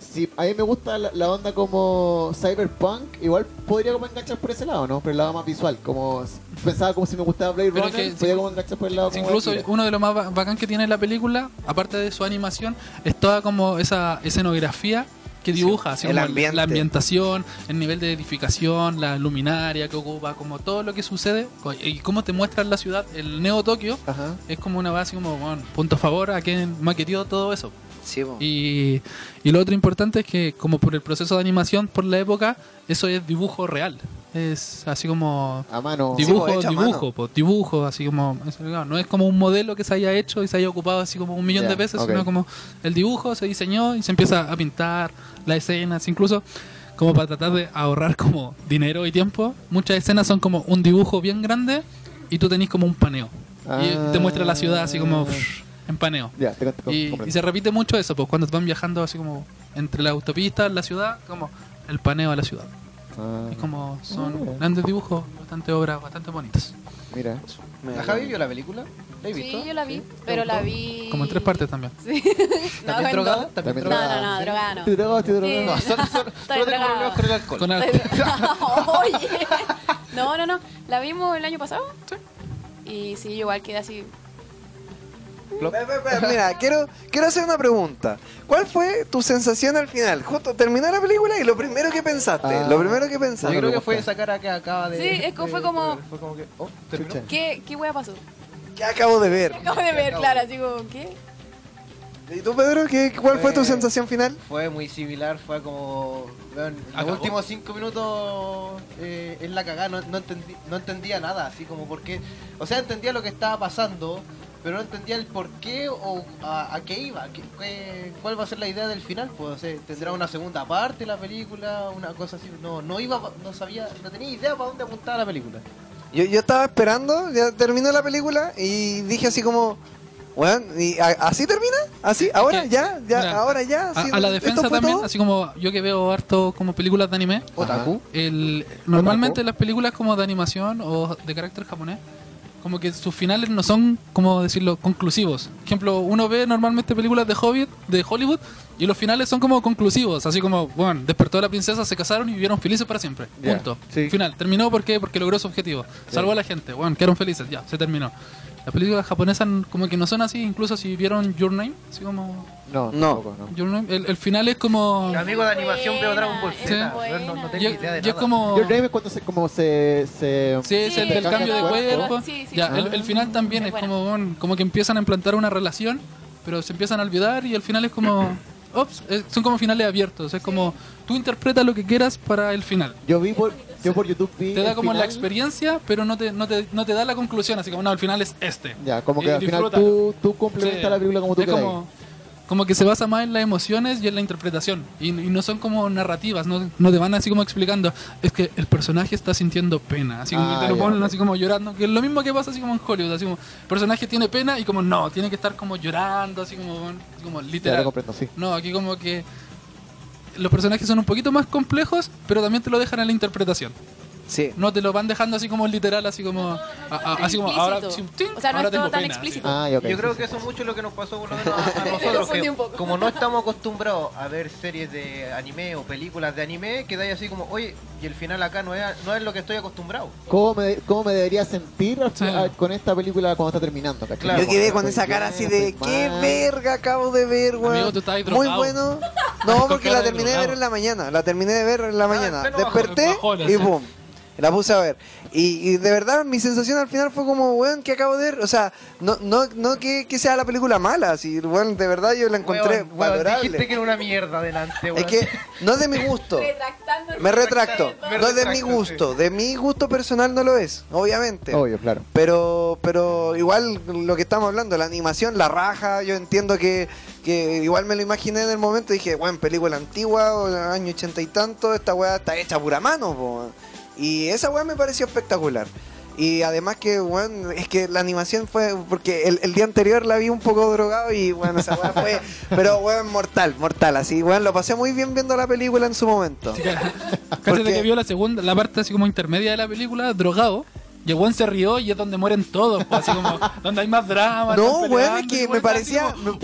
[SPEAKER 5] Si a mí me gusta la, la onda como cyberpunk, igual podría como enganchar por ese lado, ¿no? Pero el lado más visual, como s- pensaba como si me gustaba Blade
[SPEAKER 1] Pero
[SPEAKER 5] Runner,
[SPEAKER 1] que si-
[SPEAKER 5] podía como enganchar por el lado
[SPEAKER 1] Sí,
[SPEAKER 5] como
[SPEAKER 1] Incluso
[SPEAKER 5] Akira.
[SPEAKER 1] uno de los más ba- bacán que tiene la película, aparte de su animación, es toda como esa escenografía que dibuja, así
[SPEAKER 3] el
[SPEAKER 1] como
[SPEAKER 3] ambiente.
[SPEAKER 1] la ambientación, el nivel de edificación, la luminaria que ocupa, como todo lo que sucede co- y cómo te muestran la ciudad, el Neo Tokio
[SPEAKER 5] Ajá.
[SPEAKER 1] es como una base como bueno, punto a favor a quien maqueteó todo eso.
[SPEAKER 3] Sí, po.
[SPEAKER 1] Y, y lo otro importante es que como por el proceso de animación por la época, eso es dibujo real. Es así como
[SPEAKER 5] A mano.
[SPEAKER 3] Sí,
[SPEAKER 1] Dibujo,
[SPEAKER 3] pues, hecho a
[SPEAKER 1] dibujo,
[SPEAKER 3] mano.
[SPEAKER 1] pues, dibujo, así como. no, No es como un modelo que se haya hecho y se haya ocupado así como un millón
[SPEAKER 5] Ya,
[SPEAKER 1] de veces,
[SPEAKER 5] ok.
[SPEAKER 1] sino como el dibujo se diseñó y se empieza a pintar las escenas, incluso como para tratar de ahorrar como dinero y tiempo. Muchas escenas son como un dibujo bien grande y tú tenés como un paneo. Y te muestra la ciudad así como psh, en paneo.
[SPEAKER 5] Ah. Ya, te, te-
[SPEAKER 1] Y,
[SPEAKER 5] comprendo.
[SPEAKER 1] y se repite mucho eso, pues cuando van viajando así como entre la autopista, la ciudad, como el paneo a la ciudad.
[SPEAKER 5] Ah,
[SPEAKER 1] Es como
[SPEAKER 5] Ah.
[SPEAKER 1] son grandes dibujos, bastante obras, bastante bonitas.
[SPEAKER 5] mira.
[SPEAKER 4] ¿La Javi vio la película? ¿La he visto?
[SPEAKER 6] Sí, yo la vi, pero la vi.
[SPEAKER 1] Como en tres partes también.
[SPEAKER 6] Sí. No,
[SPEAKER 4] ¿También
[SPEAKER 6] en
[SPEAKER 4] drogada?
[SPEAKER 6] dos.
[SPEAKER 5] También
[SPEAKER 6] No, no, no, drogada no.
[SPEAKER 5] Te drogas, te
[SPEAKER 6] Sí.
[SPEAKER 5] drogas.
[SPEAKER 4] [LAUGHS] No, solo,
[SPEAKER 6] [LAUGHS]
[SPEAKER 4] solo,
[SPEAKER 6] Estoy
[SPEAKER 4] solo tengo
[SPEAKER 6] drogada.
[SPEAKER 4] problemas con el alcohol.
[SPEAKER 1] Con
[SPEAKER 6] [LAUGHS]
[SPEAKER 1] al-
[SPEAKER 6] Oye. No, no, no. La vimos el año pasado. Y sí, igual queda así.
[SPEAKER 3] Ve, ve, ve, Mira, quiero, quiero hacer una pregunta. ¿Cuál fue tu sensación al final? Justo terminó la película y lo primero que pensaste,
[SPEAKER 5] Ah.
[SPEAKER 3] lo primero que
[SPEAKER 4] Yo
[SPEAKER 3] pensaste.
[SPEAKER 4] creo que fue esa cara que acaba de.
[SPEAKER 6] Sí, es que fue como-
[SPEAKER 4] Fue como que. Oh, terminó.
[SPEAKER 5] Chucha.
[SPEAKER 6] ¿Qué, qué wea pasó?
[SPEAKER 3] ¿Qué acabo de ver?
[SPEAKER 6] [LAUGHS] Acabo de ver, Clara, así como, ¿qué?
[SPEAKER 3] ¿Y tú, Pedro, qué, cuál fue
[SPEAKER 1] Eh.
[SPEAKER 3] tu
[SPEAKER 4] Fue-
[SPEAKER 3] sensación final?
[SPEAKER 4] Fue muy similar, fue como. weón, los
[SPEAKER 1] Acabó.
[SPEAKER 4] últimos cinco minutos eh, en la cagada no, no entendí- no entendía nada, así como porque. O sea, entendía lo que estaba pasando, pero no entendía el por qué o a, a qué iba, qué- qué- cuál va a ser la idea del final. Pues, o sea, ¿Tendrá una segunda parte la película? Una cosa así. No, no iba, pa- no sabía, no tenía idea para dónde apuntaba la película.
[SPEAKER 3] Yo, yo estaba esperando, ya terminó la película y dije así como, weón, ¿y a- ¿así termina? ¿Así? ¿Ahora?
[SPEAKER 1] que-
[SPEAKER 3] ¿Ya? ¿Ya?
[SPEAKER 1] mira,
[SPEAKER 3] ¿Ahora ya?
[SPEAKER 1] A,
[SPEAKER 3] ¿Así?
[SPEAKER 1] a la
[SPEAKER 3] ¿Esto
[SPEAKER 1] defensa
[SPEAKER 3] fue
[SPEAKER 1] también,
[SPEAKER 3] todo?
[SPEAKER 1] así como yo que veo harto como películas de anime,
[SPEAKER 5] Otaku.
[SPEAKER 1] el, normalmente las películas como de animación o de carácter japonés, como que sus finales no son, como decirlo, conclusivos. Por ejemplo, uno ve normalmente películas de Hobbit, de Hollywood, y los finales son como conclusivos, así como, bueno, despertó a la princesa, se casaron y vivieron felices para siempre.
[SPEAKER 5] Ya,
[SPEAKER 1] Punto.
[SPEAKER 5] sí.
[SPEAKER 1] Final. Terminó porque porque logró su objetivo. Salvó a la gente, bueno, quedaron felices, ya, se terminó. Las películas japonesas como que no son así, incluso si vieron Your Name, así como
[SPEAKER 5] No,
[SPEAKER 3] No.
[SPEAKER 5] tampoco, no.
[SPEAKER 1] Your Name, el, el final es como...
[SPEAKER 4] Mi amigo de animación veo Dragon Ball
[SPEAKER 6] Sí.
[SPEAKER 4] Z. weón, No, no tengo
[SPEAKER 1] Ya,
[SPEAKER 4] idea de
[SPEAKER 1] ya es
[SPEAKER 4] nada.
[SPEAKER 1] como...
[SPEAKER 5] Your Name es cuando se, como se, se...
[SPEAKER 1] Sí, es el
[SPEAKER 5] Sí,
[SPEAKER 1] del cambio de
[SPEAKER 5] el cambio de
[SPEAKER 1] cuerpo.
[SPEAKER 6] cuerpo. Sí, sí,
[SPEAKER 1] Ya,
[SPEAKER 6] sí.
[SPEAKER 1] el, el final también
[SPEAKER 6] Es
[SPEAKER 1] es
[SPEAKER 6] bueno.
[SPEAKER 1] como, bueno, como que empiezan a implantar una relación, pero se empiezan a olvidar y al final es como... Ops, eh, son como finales abiertos, es como tú interpretas lo que quieras para el final.
[SPEAKER 5] Yo vi por, yo por YouTube vi
[SPEAKER 1] Te da
[SPEAKER 5] el
[SPEAKER 1] como la
[SPEAKER 5] final.
[SPEAKER 1] experiencia, pero no te, no, te, no te da la conclusión, así como no, el final es este.
[SPEAKER 5] Ya, como
[SPEAKER 1] Y
[SPEAKER 5] que al final
[SPEAKER 1] disfrútalo.
[SPEAKER 5] tú, tú complementas
[SPEAKER 1] Sí.
[SPEAKER 5] la película como tú
[SPEAKER 1] Es
[SPEAKER 5] quieras.
[SPEAKER 1] como, como que se basa más en las emociones y en la interpretación. Y, y no son como narrativas, no, no te van así como explicando. Es que el personaje está sintiendo pena. Así como que
[SPEAKER 5] Ah,
[SPEAKER 1] te lo
[SPEAKER 5] ya,
[SPEAKER 1] ponen
[SPEAKER 5] ok.
[SPEAKER 1] así como llorando. Que es lo mismo que pasa así como en Hollywood. Así como, el personaje tiene pena y como no, tiene que estar como llorando, así como, así como
[SPEAKER 5] Ya, lo
[SPEAKER 1] literal.
[SPEAKER 5] comprendo, sí.
[SPEAKER 1] No, aquí como que los personajes son un poquito más complejos, pero también te lo dejan a la interpretación.
[SPEAKER 3] Sí.
[SPEAKER 1] No te lo van dejando así como literal, así como a- a- así como ahora
[SPEAKER 6] Explícito.
[SPEAKER 1] ting,
[SPEAKER 6] O sea, no
[SPEAKER 1] ahora
[SPEAKER 6] es todo
[SPEAKER 1] tengo
[SPEAKER 6] tan
[SPEAKER 1] pena, así.
[SPEAKER 6] explícito.
[SPEAKER 5] Ah, ya, ok.
[SPEAKER 4] Yo creo
[SPEAKER 5] sí,
[SPEAKER 4] que eso es mucho lo que nos pasó por lo
[SPEAKER 6] [LAUGHS]
[SPEAKER 4] menos a, a nosotros.
[SPEAKER 6] confundí
[SPEAKER 4] que
[SPEAKER 6] un poco.
[SPEAKER 4] como no estamos acostumbrados a ver series de anime o películas de anime, quedáis así como, oye, y el final acá no es, no es lo que estoy acostumbrado.
[SPEAKER 5] sí. ¿Cómo me, ¿Cómo me debería sentir al-
[SPEAKER 1] Sí.
[SPEAKER 5] al- con esta película cuando está terminando? cachai?
[SPEAKER 4] Claro,
[SPEAKER 3] Yo quedé con
[SPEAKER 5] Estoy
[SPEAKER 3] esa cara
[SPEAKER 5] bien,
[SPEAKER 3] así de,
[SPEAKER 5] estoy
[SPEAKER 3] ¿qué
[SPEAKER 5] mal".
[SPEAKER 3] verga acabo de ver,
[SPEAKER 1] Amigo,
[SPEAKER 3] weón?
[SPEAKER 1] tú estabas
[SPEAKER 3] Muy
[SPEAKER 1] drogado.
[SPEAKER 3] bueno.
[SPEAKER 1] [LAUGHS] Con
[SPEAKER 3] No, porque
[SPEAKER 1] cara
[SPEAKER 3] la
[SPEAKER 1] de
[SPEAKER 3] terminé de
[SPEAKER 1] drogado. Ah,
[SPEAKER 3] ver en la mañana. La terminé de ver en la mañana.
[SPEAKER 4] pleno bajón,
[SPEAKER 3] Desperté
[SPEAKER 1] bajón, así.
[SPEAKER 3] y boom. La puse a ver. Y, y de verdad, mi sensación al final fue como, weón, ¿qué acabo de ver? O sea, no, no, no que, que sea la película mala. Si, weón, de verdad yo la encontré
[SPEAKER 4] Weón, weón, dijiste
[SPEAKER 3] valorable.
[SPEAKER 4] que era una mierda adelante,
[SPEAKER 3] Es
[SPEAKER 4] weón.
[SPEAKER 3] que no es de mi
[SPEAKER 4] [LAUGHS]
[SPEAKER 3] gusto.
[SPEAKER 6] Retractando el-
[SPEAKER 3] Me
[SPEAKER 6] [LAUGHS]
[SPEAKER 3] retracto.
[SPEAKER 4] Me
[SPEAKER 3] No es de mi
[SPEAKER 4] retracto,
[SPEAKER 3] gusto. De mi gusto personal no lo es, obviamente.
[SPEAKER 5] Obvio, claro.
[SPEAKER 3] Pero, pero igual lo que estamos hablando, la animación, la raja, yo entiendo que, que igual me lo imaginé en el momento, dije, bueno, película antigua, o año ochenta y tanto, esta weá está hecha a pura mano, po". y esa weá me pareció espectacular. Y además que, bueno, es que la animación fue, porque el, el día anterior la vi un poco drogado y, bueno, esa weá fue, pero, weón, mortal, mortal, así, bueno, lo pasé muy bien viendo la película en su momento. [LAUGHS]
[SPEAKER 1] Cállate
[SPEAKER 3] Porque-
[SPEAKER 1] que vio la segunda, la parte así como intermedia de la película, drogado. Y el weón se rió y es donde mueren todos, pues, así
[SPEAKER 3] [LAUGHS]
[SPEAKER 1] como, donde hay más drama.
[SPEAKER 3] No,
[SPEAKER 1] están
[SPEAKER 3] weón,
[SPEAKER 1] peleando,
[SPEAKER 3] es que
[SPEAKER 1] y el
[SPEAKER 3] me
[SPEAKER 1] weón
[SPEAKER 3] parecía-
[SPEAKER 1] así como,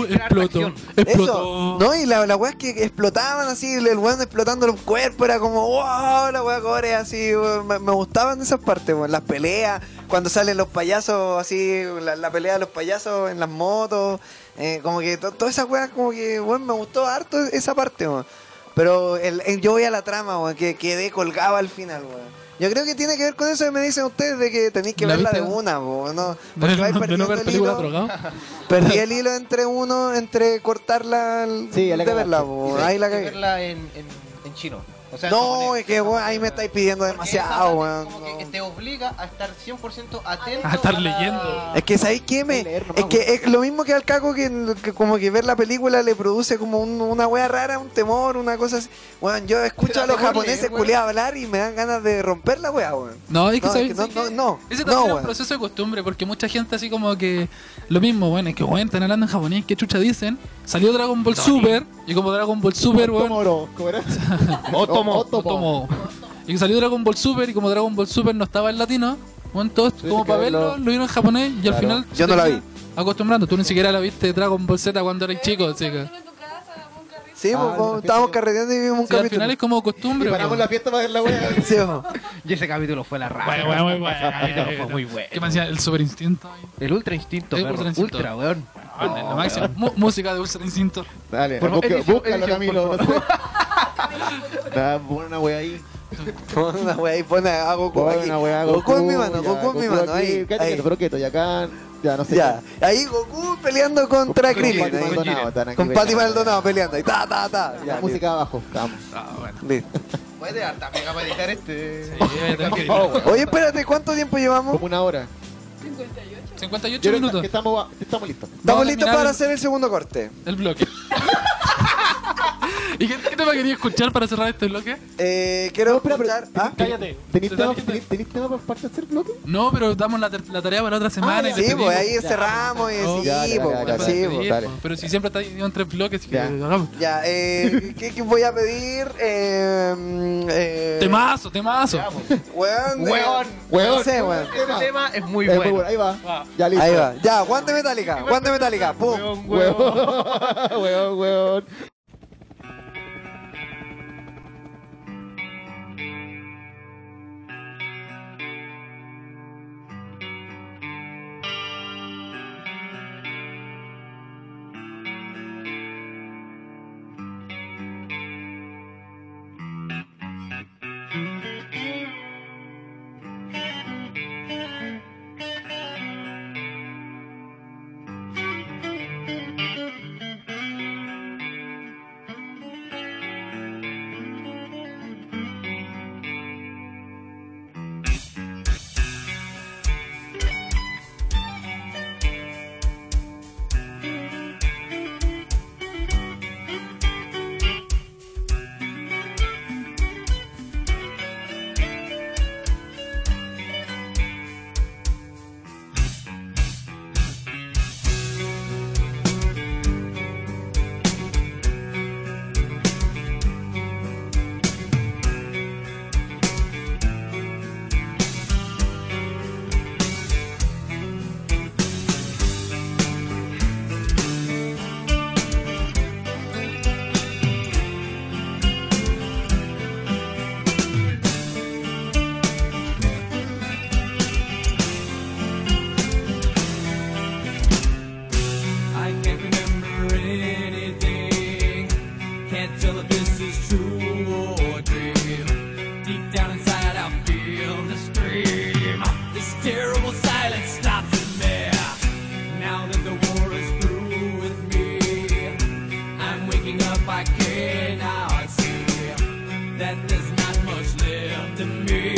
[SPEAKER 1] uh, explotó.
[SPEAKER 4] acción.
[SPEAKER 1] [LAUGHS] Explotó.
[SPEAKER 3] Eso, no, y la, la weá es que explotaban así, el el weón explotando los cuerpos, era como, wow, la weá core, así, weón, me, me gustaban esas partes, weón, las peleas, cuando salen los payasos, así, la, la pelea de los payasos en las motos, eh, como que to- toda esa weá, como que, weón, me gustó harto esa parte, weón. Pero el, el- yo voy a la trama, weón, que quedé colgado al final, weón. Yo creo que tiene que ver con eso que me dicen ustedes de que tenéis que
[SPEAKER 1] ¿La
[SPEAKER 3] verla de
[SPEAKER 1] viste?
[SPEAKER 3] una, weón, ¿no?
[SPEAKER 1] De,
[SPEAKER 3] Porque
[SPEAKER 1] no-
[SPEAKER 3] vais
[SPEAKER 1] de
[SPEAKER 3] perdiendo
[SPEAKER 1] no ver
[SPEAKER 3] el
[SPEAKER 1] películas
[SPEAKER 3] hilo.
[SPEAKER 1] drogado.
[SPEAKER 3] Perdí el hilo entre uno, entre cortarla al-
[SPEAKER 5] Sí, ya
[SPEAKER 3] de
[SPEAKER 5] la cagaste.
[SPEAKER 3] verla, po. oh, ahí la
[SPEAKER 4] Hay que
[SPEAKER 3] cagué.
[SPEAKER 4] verla en, en, en chino. O sea, en
[SPEAKER 3] No,
[SPEAKER 4] japonés.
[SPEAKER 3] es que weón, ahí me estáis pidiendo
[SPEAKER 4] Porque esa
[SPEAKER 3] demasiado,
[SPEAKER 4] parte
[SPEAKER 3] weón.
[SPEAKER 4] como que este
[SPEAKER 3] no.
[SPEAKER 4] te obliga a estar 100% atento.
[SPEAKER 1] A estar
[SPEAKER 4] la-
[SPEAKER 1] leyendo.
[SPEAKER 3] Es que sabéis qué me.
[SPEAKER 5] Hay que leer nomás,
[SPEAKER 3] Es que es lo mismo que al caco que, que como que ver la película le produce como un- una wea rara, un temor, una cosa así. Weón, yo escucho
[SPEAKER 4] Pero
[SPEAKER 3] a los
[SPEAKER 4] mejor
[SPEAKER 3] japoneses
[SPEAKER 4] leer, weón.
[SPEAKER 3] culiados hablar y me dan ganas de romper la wea, weón.
[SPEAKER 1] No, es que
[SPEAKER 3] No, es
[SPEAKER 1] sabes-
[SPEAKER 3] que no, no, no.
[SPEAKER 1] Ese
[SPEAKER 3] No,
[SPEAKER 1] también es un
[SPEAKER 3] weón.
[SPEAKER 1] proceso de costumbre, porque mucha gente así como que... Lo mismo, bueno, es que, bueno, están hablando en japonés, ¿qué chucha dicen? Salió Dragon Ball Super, y como Dragon Ball Super, bueno...
[SPEAKER 5] Otomoro, ¿cómo
[SPEAKER 1] [LAUGHS]
[SPEAKER 5] era?
[SPEAKER 3] oh,
[SPEAKER 4] Otomo.
[SPEAKER 1] Otomo. Y que salió Dragon Ball Super y como Dragon Ball Super no estaba en latino, bueno, todos
[SPEAKER 5] Tuviste
[SPEAKER 1] como
[SPEAKER 5] que
[SPEAKER 1] para
[SPEAKER 5] verlo.
[SPEAKER 1] verlo, lo vieron en japonés y al
[SPEAKER 5] Claro.
[SPEAKER 1] final...
[SPEAKER 3] Yo no la vi.
[SPEAKER 1] Acostumbrando, tú ni siquiera la viste Dragon Ball Z cuando eras chico, así que...
[SPEAKER 6] en tu casa, un carrito.
[SPEAKER 3] Sí,
[SPEAKER 5] Ah,
[SPEAKER 3] po,
[SPEAKER 5] la
[SPEAKER 3] po,
[SPEAKER 5] fiesta.
[SPEAKER 3] estábamos carreteando y vimos un
[SPEAKER 1] Sí, al final
[SPEAKER 3] capítulo.
[SPEAKER 1] es como
[SPEAKER 5] Y
[SPEAKER 1] costumbre.
[SPEAKER 5] paramos
[SPEAKER 1] weón.
[SPEAKER 5] la fiesta para
[SPEAKER 1] [LAUGHS]
[SPEAKER 5] ver la wea.
[SPEAKER 3] [LAUGHS] Sí, po.
[SPEAKER 4] Y ese capítulo fue la
[SPEAKER 1] Bueno,
[SPEAKER 4] raja.
[SPEAKER 1] bueno, bueno, bueno.
[SPEAKER 4] Fue muy bueno.
[SPEAKER 1] ¿Qué me decía? El super instinto. ahí.
[SPEAKER 4] El Ultra Instinto,
[SPEAKER 1] El
[SPEAKER 4] perro.
[SPEAKER 1] Ultra
[SPEAKER 4] Ultra,
[SPEAKER 1] Instinto.
[SPEAKER 4] weón.
[SPEAKER 1] Bueno, lo máximo.
[SPEAKER 3] [LAUGHS]
[SPEAKER 1] Mu- música de ulcer instinto.
[SPEAKER 3] Oh,
[SPEAKER 5] Dale,
[SPEAKER 4] Por favor,
[SPEAKER 5] busca-
[SPEAKER 4] edición,
[SPEAKER 5] búscalo,
[SPEAKER 4] edición,
[SPEAKER 5] Camilo.
[SPEAKER 4] por
[SPEAKER 5] no sé. [LAUGHS] Da buena wea ahí.
[SPEAKER 3] Pon una wea y pone a Goku. aquí.
[SPEAKER 5] Buena wea,
[SPEAKER 3] Goku en mi mano,
[SPEAKER 5] ya,
[SPEAKER 3] Goku en mi mano.
[SPEAKER 5] aquí,
[SPEAKER 3] Ahí,
[SPEAKER 5] cállate,
[SPEAKER 3] ahí.
[SPEAKER 5] quieto, pero quieto, y acá, ya, no sé.
[SPEAKER 3] Ya, ahí Goku peleando contra
[SPEAKER 5] Con Pati
[SPEAKER 3] Krillin. ahí.
[SPEAKER 5] Maldonado, están aquí
[SPEAKER 3] Con Pati
[SPEAKER 5] peleando.
[SPEAKER 3] Maldonado peleando. Y ta, ta, ta.
[SPEAKER 5] La
[SPEAKER 3] Ya,
[SPEAKER 5] música abajo, vamos.
[SPEAKER 1] Ah, bueno.
[SPEAKER 3] listo, listo.
[SPEAKER 4] Puede harta pega para editar este.
[SPEAKER 1] Sí, voy a tener que
[SPEAKER 5] Oh, wea.
[SPEAKER 3] Oye, espérate, ¿cuánto tiempo llevamos?
[SPEAKER 5] Como una hora.
[SPEAKER 1] 58
[SPEAKER 5] Yo creo
[SPEAKER 1] minutos.
[SPEAKER 5] que estamos, estamos listos.
[SPEAKER 1] Vamos
[SPEAKER 3] Estamos
[SPEAKER 1] a
[SPEAKER 3] listos
[SPEAKER 1] terminar
[SPEAKER 3] para
[SPEAKER 1] el-
[SPEAKER 3] hacer el segundo corte.
[SPEAKER 1] El bloque. [LAUGHS] ¿Y qué, qué te tema quería escuchar para cerrar este bloque?
[SPEAKER 3] Eh, quiero
[SPEAKER 5] No, espera, pero-
[SPEAKER 3] escuchar. ¿Ah?
[SPEAKER 1] Cállate.
[SPEAKER 5] ¿Tenéis
[SPEAKER 1] Se
[SPEAKER 5] tema,
[SPEAKER 1] trata-
[SPEAKER 5] tenís- tenís tema para parte hacer bloque?
[SPEAKER 1] No, pero damos la, ter- la tarea para la otra semana. y
[SPEAKER 5] ya.
[SPEAKER 3] Sí,
[SPEAKER 1] despedimos.
[SPEAKER 3] pues ahí cerramos y
[SPEAKER 1] Oh,
[SPEAKER 3] sí,
[SPEAKER 5] ya, ya,
[SPEAKER 3] pues,
[SPEAKER 1] Ya
[SPEAKER 5] ya, ya,
[SPEAKER 3] bueno, sí,
[SPEAKER 1] para
[SPEAKER 5] ya.
[SPEAKER 3] pues.
[SPEAKER 1] despedir,
[SPEAKER 5] dale.
[SPEAKER 1] po. Pero si siempre está dividido en tres bloques, así que
[SPEAKER 5] Ya.
[SPEAKER 1] hagamos.
[SPEAKER 3] Ya, eh, ¿qué, qué voy a pedir? Eh, mm, eh,
[SPEAKER 1] Temazo, temazo.
[SPEAKER 3] Weón. eh,
[SPEAKER 4] Weón.
[SPEAKER 3] No sé, weón.
[SPEAKER 4] Este tema es muy
[SPEAKER 5] Eh,
[SPEAKER 4] bueno.
[SPEAKER 5] ahí va.
[SPEAKER 1] Va.
[SPEAKER 5] Ya listo.
[SPEAKER 3] Ahí va. Ya, guante metálica, guante metálica, pum.
[SPEAKER 4] Weón, weón.
[SPEAKER 5] [LAUGHS] Huevón, huevón, huevón.
[SPEAKER 9] I can't remember anything. Can't tell if this is true or a dream. Deep down inside, I feel the scream. This terrible silence stops in there. Now that the war is through with me, I'm waking up. I cannot see that there's not much left to me.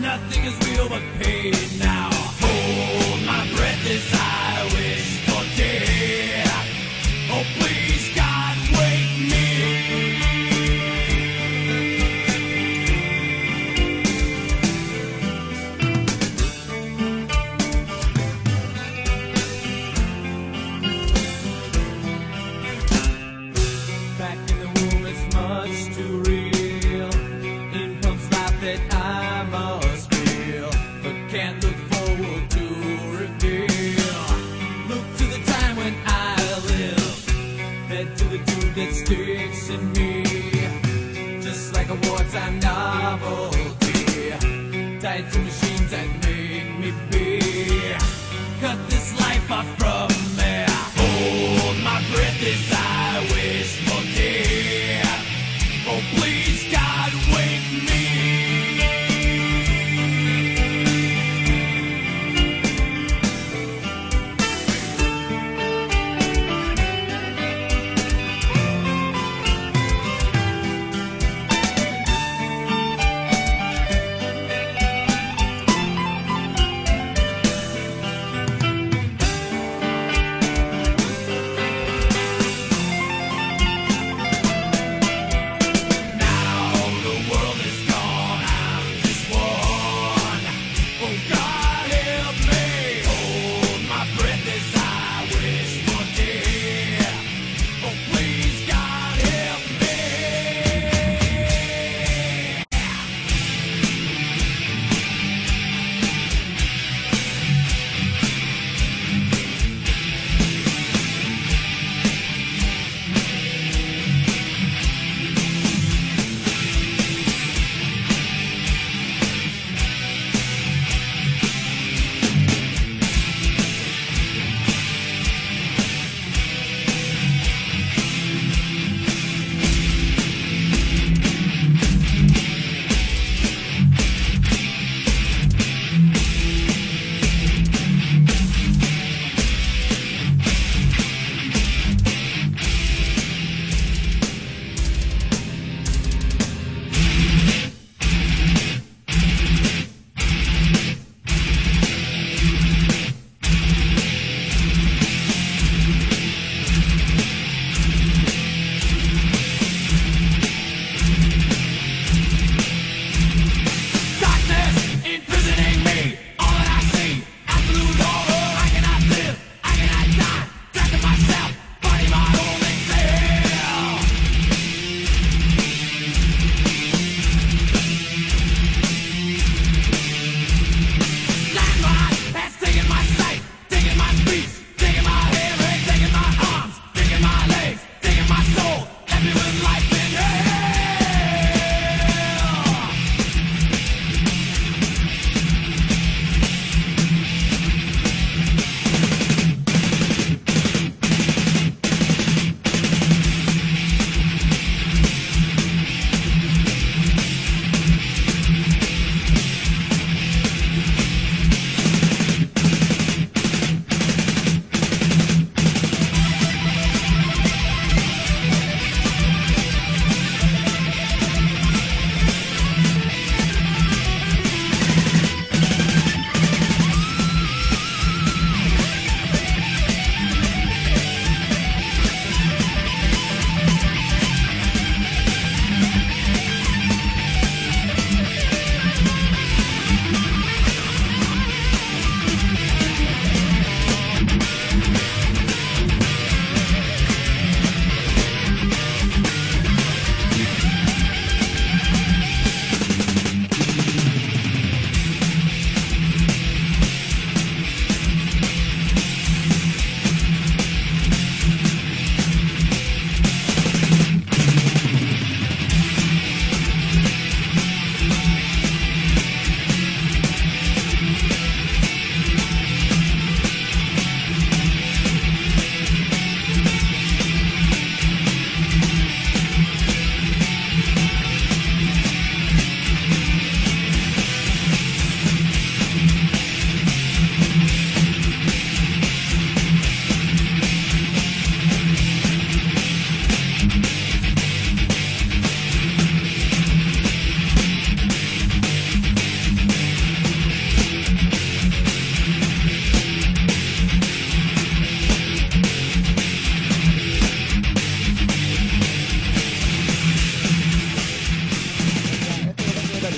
[SPEAKER 9] Nothing is real but pain now. Hold my breath as I wish for death. Oh, please, God, wake me. Back in the room, it's much too real. In comes life that I must feel, but can't look forward to reveal. Look to the time when I live, that to the dude that sticks in me, just like a wartime novelty. Tied to machines that make me be. Cut this life off from me. Hold my breath as I wish for death. Oh, please, God, wake me. Oh,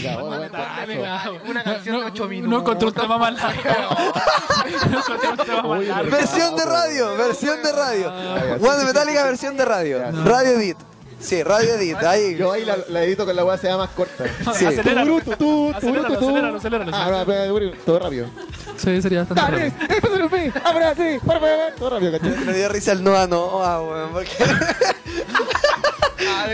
[SPEAKER 5] cagó, weón.
[SPEAKER 4] Una canción de ocho minutos.
[SPEAKER 1] No encontré un tema más largo. No encontré un tema más
[SPEAKER 5] Oye,
[SPEAKER 1] largo.
[SPEAKER 3] Versión de radio, versión de radio.
[SPEAKER 5] Ah, ya,
[SPEAKER 3] One
[SPEAKER 5] sí,
[SPEAKER 3] Metallica, versión de radio. Radio Edit. Sí, Radio Edit. Ahí.
[SPEAKER 5] Yo ahí la, la edito con la weá sea más corta.
[SPEAKER 3] Sí.
[SPEAKER 1] Aceléralo.
[SPEAKER 5] Tú, tú, tú,
[SPEAKER 1] Aceléralo,
[SPEAKER 5] tú.
[SPEAKER 1] aceléralo, aceléralo.
[SPEAKER 5] Ah, ahora, pero, pero, todo rápido.
[SPEAKER 1] Sí, sería bastante
[SPEAKER 5] Dale,
[SPEAKER 1] raro.
[SPEAKER 5] eh, pásale un pie. Ahora sí, para, para, para. Todo rápido, ¿cachai?
[SPEAKER 3] Me dio risa el Noah Noah, weón. Porque.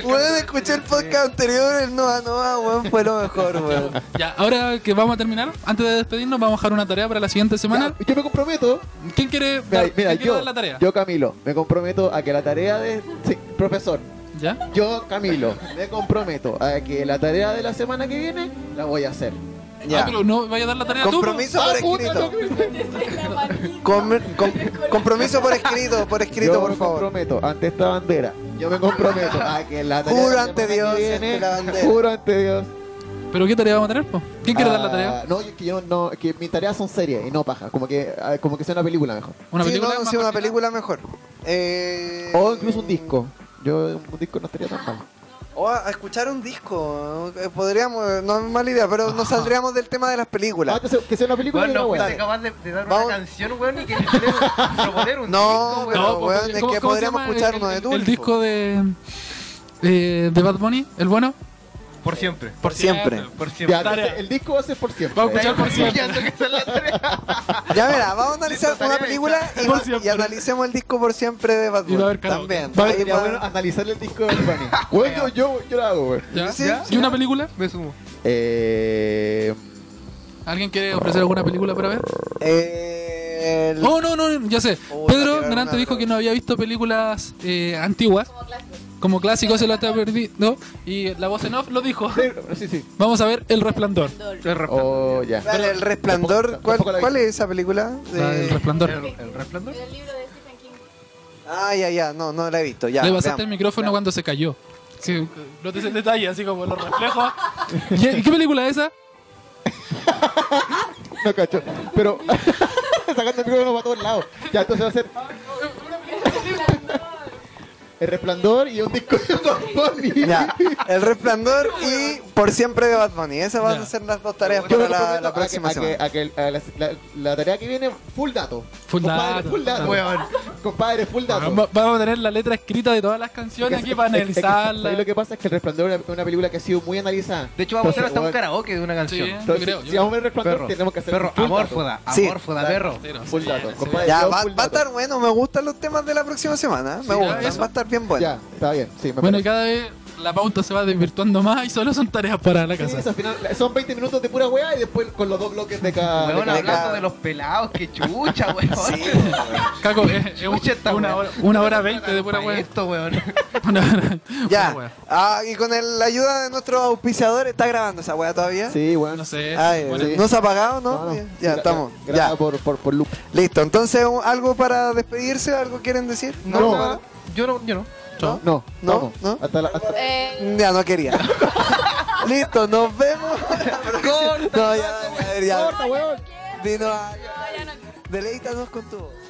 [SPEAKER 3] Weón, escuché el podcast anterior, el Noah Noah, weón. Fue lo mejor, weón.
[SPEAKER 1] Ya, ahora que vamos a terminar, antes de despedirnos, vamos a dejar una tarea para la siguiente semana.
[SPEAKER 5] Ya, yo me comprometo.
[SPEAKER 1] ¿Quién quiere
[SPEAKER 5] Mira,
[SPEAKER 1] dar,
[SPEAKER 5] mira,
[SPEAKER 1] quién quiere
[SPEAKER 5] yo,
[SPEAKER 1] dar la tarea?
[SPEAKER 5] yo Camilo, me comprometo a que la tarea de... Sí, profesor,
[SPEAKER 1] ¿Ya?
[SPEAKER 5] yo Camilo, me comprometo a que la tarea de la semana que viene la voy a hacer.
[SPEAKER 1] Ah,
[SPEAKER 3] Ya.
[SPEAKER 1] pero no vaya a dar la tarea Ah,
[SPEAKER 3] Compromiso por escrito. Com- com- compromiso por escrito, por escrito,
[SPEAKER 5] yo
[SPEAKER 3] por
[SPEAKER 5] me
[SPEAKER 3] favor.
[SPEAKER 5] comprometo ante esta bandera. Yo me comprometo a que la tarea
[SPEAKER 3] Juro
[SPEAKER 5] de la
[SPEAKER 3] ante
[SPEAKER 5] semana
[SPEAKER 3] Dios,
[SPEAKER 5] que viene,
[SPEAKER 3] ante la bandera.
[SPEAKER 5] Juro ante Dios.
[SPEAKER 1] tú. ¿Pero qué tarea vamos a tener? po? ¿Quién quiere dar la
[SPEAKER 5] Ah,
[SPEAKER 1] tarea?
[SPEAKER 5] No, es que yo no, es que mis tareas son serias y no paja, como que ah, como que sea una película mejor.
[SPEAKER 1] ¿Una
[SPEAKER 3] Sí,
[SPEAKER 1] película?
[SPEAKER 3] no,
[SPEAKER 1] más
[SPEAKER 3] sí, una
[SPEAKER 1] cortita?
[SPEAKER 3] película mejor. Eh,
[SPEAKER 5] O incluso un disco. Yo un disco no estaría tan mal.
[SPEAKER 3] O a a escuchar un disco. Eh, Podríamos, no es mala idea, pero nos saldríamos del tema de las
[SPEAKER 5] Ah,
[SPEAKER 3] películas.
[SPEAKER 5] que sea, que sea una película
[SPEAKER 4] Weón,
[SPEAKER 5] y una
[SPEAKER 4] no
[SPEAKER 5] wea.
[SPEAKER 4] fuiste capaz de, de dar una
[SPEAKER 3] Vamos.
[SPEAKER 4] canción, weón, y que proponer un
[SPEAKER 3] No,
[SPEAKER 4] disco,
[SPEAKER 3] pero
[SPEAKER 1] No, po,
[SPEAKER 3] weón,
[SPEAKER 1] ¿cómo-
[SPEAKER 3] es
[SPEAKER 1] cómo
[SPEAKER 3] que
[SPEAKER 1] se
[SPEAKER 3] podríamos
[SPEAKER 1] llama
[SPEAKER 3] escuchar
[SPEAKER 1] el-
[SPEAKER 3] uno de
[SPEAKER 1] el-
[SPEAKER 3] Tulfo.
[SPEAKER 1] El disco de, eh, de Bad Bunny, el bueno.
[SPEAKER 4] Por siempre.
[SPEAKER 3] por siempre.
[SPEAKER 4] Por siempre.
[SPEAKER 5] Ya, entonces, el disco va a ser por siempre.
[SPEAKER 1] Vamos a escuchar por
[SPEAKER 4] Estoy
[SPEAKER 1] siempre.
[SPEAKER 4] pillando que son las tres.
[SPEAKER 3] Ya verá, vamos a analizar
[SPEAKER 4] Listo,
[SPEAKER 3] una
[SPEAKER 4] tarea
[SPEAKER 3] película y,
[SPEAKER 1] Por
[SPEAKER 3] va- y
[SPEAKER 1] siempre.
[SPEAKER 3] analicemos el disco por siempre de Bad
[SPEAKER 1] Y va a
[SPEAKER 3] Bunny.
[SPEAKER 1] haber karaoke.
[SPEAKER 3] También.
[SPEAKER 1] Va a
[SPEAKER 3] Ahí
[SPEAKER 1] haber-
[SPEAKER 5] Sería
[SPEAKER 3] va-
[SPEAKER 5] bueno analizar el disco de Bad [LAUGHS] Bunny. Güey, yo, yo, yo la hago, güey.
[SPEAKER 1] ¿Ya?
[SPEAKER 3] Sí,
[SPEAKER 1] ¿Y una película?
[SPEAKER 4] Me sumo.
[SPEAKER 5] Eh,
[SPEAKER 1] ¿Alguien quiere ofrecer alguna película para ver?
[SPEAKER 3] eh, el-
[SPEAKER 1] Oh, no, no, ya sé.
[SPEAKER 3] Oh,
[SPEAKER 1] Pedro
[SPEAKER 3] la
[SPEAKER 1] Delante
[SPEAKER 3] tiraron
[SPEAKER 1] dijo
[SPEAKER 3] una-
[SPEAKER 1] que no había visto películas eh, antiguas. Como clásicos se lo está perdiendo. Y la voz en off lo dijo.
[SPEAKER 5] sí, sí.
[SPEAKER 1] Vamos a ver El Resplandor.
[SPEAKER 4] El resplandor.
[SPEAKER 5] Oh, ya.
[SPEAKER 3] Vale, el resplandor.
[SPEAKER 5] Tampoco-
[SPEAKER 3] ¿Cuál,
[SPEAKER 5] tampoco la vi.
[SPEAKER 3] cuál es esa película?
[SPEAKER 1] La del
[SPEAKER 3] De-
[SPEAKER 1] Ah, Resplandor.
[SPEAKER 4] El, el resplandor.
[SPEAKER 3] Ah, ya, ya. No, no la he visto. Ya.
[SPEAKER 1] Le pasaste
[SPEAKER 3] veamos.
[SPEAKER 1] el micrófono cuando se cayó. Sí, no te sé el detalle, así como los [LAUGHS] reflejos. ¿Qué, qué película es esa?
[SPEAKER 5] No cacho. Pero [LAUGHS] sacando el micrófono para todos lados. Ya, entonces va a ser. [LAUGHS] El resplandor y un disco de Bad Bunny.
[SPEAKER 3] Ya,
[SPEAKER 1] [LAUGHS]
[SPEAKER 3] el resplandor y por siempre de Bad Bunny. Esas van
[SPEAKER 1] Ya.
[SPEAKER 3] a ser las dos tareas
[SPEAKER 5] Yo me
[SPEAKER 3] para la,
[SPEAKER 5] comprometo
[SPEAKER 3] la
[SPEAKER 5] a que-
[SPEAKER 3] próxima
[SPEAKER 5] a que-
[SPEAKER 3] semana.
[SPEAKER 5] a que el- a la, la- la tarea que viene, full dato.
[SPEAKER 1] Full
[SPEAKER 5] Compadre,
[SPEAKER 1] dato.
[SPEAKER 5] Full dato.
[SPEAKER 4] Weón.
[SPEAKER 5] Compadre, full dato.
[SPEAKER 1] Ah, Va- Vamos a tener la letra escrita de todas las canciones aquí para
[SPEAKER 5] Es que- es que- ¿sabes
[SPEAKER 1] analizarla.
[SPEAKER 5] lo que pasa es que El Resplandor es una película que ha sido muy analizada.
[SPEAKER 4] De hecho, vamos a hacer
[SPEAKER 5] Entonces,
[SPEAKER 4] hasta un
[SPEAKER 5] weón,
[SPEAKER 4] karaoke de una
[SPEAKER 1] Sí,
[SPEAKER 4] canción.
[SPEAKER 1] yo
[SPEAKER 5] entonces,
[SPEAKER 1] creo.
[SPEAKER 5] si vamos a
[SPEAKER 1] yo
[SPEAKER 5] ver El Resplandor,
[SPEAKER 4] Perro,
[SPEAKER 5] tenemos que hacer
[SPEAKER 4] perro,
[SPEAKER 5] full
[SPEAKER 4] amor
[SPEAKER 5] dato.
[SPEAKER 4] foda,
[SPEAKER 3] Sí.
[SPEAKER 4] amor foda,
[SPEAKER 5] Claro.
[SPEAKER 4] perro.
[SPEAKER 1] creo.
[SPEAKER 5] Full dato, compadre.
[SPEAKER 3] Ya,
[SPEAKER 5] yo
[SPEAKER 3] va,
[SPEAKER 5] full
[SPEAKER 3] va a
[SPEAKER 5] dato.
[SPEAKER 3] estar bueno. Me gustan los temas de la próxima semana. Me
[SPEAKER 1] ya,
[SPEAKER 3] gustan.
[SPEAKER 1] eso.
[SPEAKER 3] Va a estar bien bueno.
[SPEAKER 5] Ya, está bien. Sí, me
[SPEAKER 1] Bueno, y
[SPEAKER 5] parece.
[SPEAKER 1] cada vez la pauta se va desvirtuando más y solo son tareas para la
[SPEAKER 5] Sí,
[SPEAKER 1] casa.
[SPEAKER 5] eso, al final, eh, son 20 minutos de pura weá y después con los dos bloques de cada. de
[SPEAKER 4] Weón,
[SPEAKER 5] cada-
[SPEAKER 4] hablando
[SPEAKER 3] cada-
[SPEAKER 4] de los pelados, que chucha, weón.
[SPEAKER 3] Sí,
[SPEAKER 1] Caco, es, es un-
[SPEAKER 4] Chucha esta
[SPEAKER 1] una
[SPEAKER 4] weá.
[SPEAKER 1] hora, una hora veinte de pura
[SPEAKER 4] Pa'
[SPEAKER 1] wea.
[SPEAKER 4] Esto, weón.
[SPEAKER 1] [LAUGHS] Una hora-
[SPEAKER 5] [LAUGHS]
[SPEAKER 1] pura
[SPEAKER 3] ya.
[SPEAKER 1] wea.
[SPEAKER 3] Ah, y con el- la ayuda de nuestro auspiciador, ¿está grabando esa weá todavía?
[SPEAKER 5] Sí, weón.
[SPEAKER 1] No sé.
[SPEAKER 3] Ay,
[SPEAKER 1] bueno,
[SPEAKER 3] ¿No se ha apagado, no?
[SPEAKER 5] No, no.
[SPEAKER 3] Ya,
[SPEAKER 5] Sí,
[SPEAKER 3] Ya,
[SPEAKER 5] gra-
[SPEAKER 3] estamos.
[SPEAKER 5] gra-
[SPEAKER 3] Ya.
[SPEAKER 5] grabada Por, por, por loop.
[SPEAKER 3] Listo. Entonces, un- ¿algo para despedirse? ¿Algo quieren decir?
[SPEAKER 4] No,
[SPEAKER 5] No.
[SPEAKER 4] no, yo no, yo no.
[SPEAKER 1] chao.
[SPEAKER 5] No,
[SPEAKER 3] No,
[SPEAKER 5] no,
[SPEAKER 3] no.
[SPEAKER 5] Hasta la, hasta-
[SPEAKER 3] Ya no quería.
[SPEAKER 5] [LAUGHS]
[SPEAKER 3] Listo, nos vemos. [LAUGHS] no, ya, ya, ya.
[SPEAKER 5] Corta, weón.
[SPEAKER 3] Dino, deleítanos con tu voz.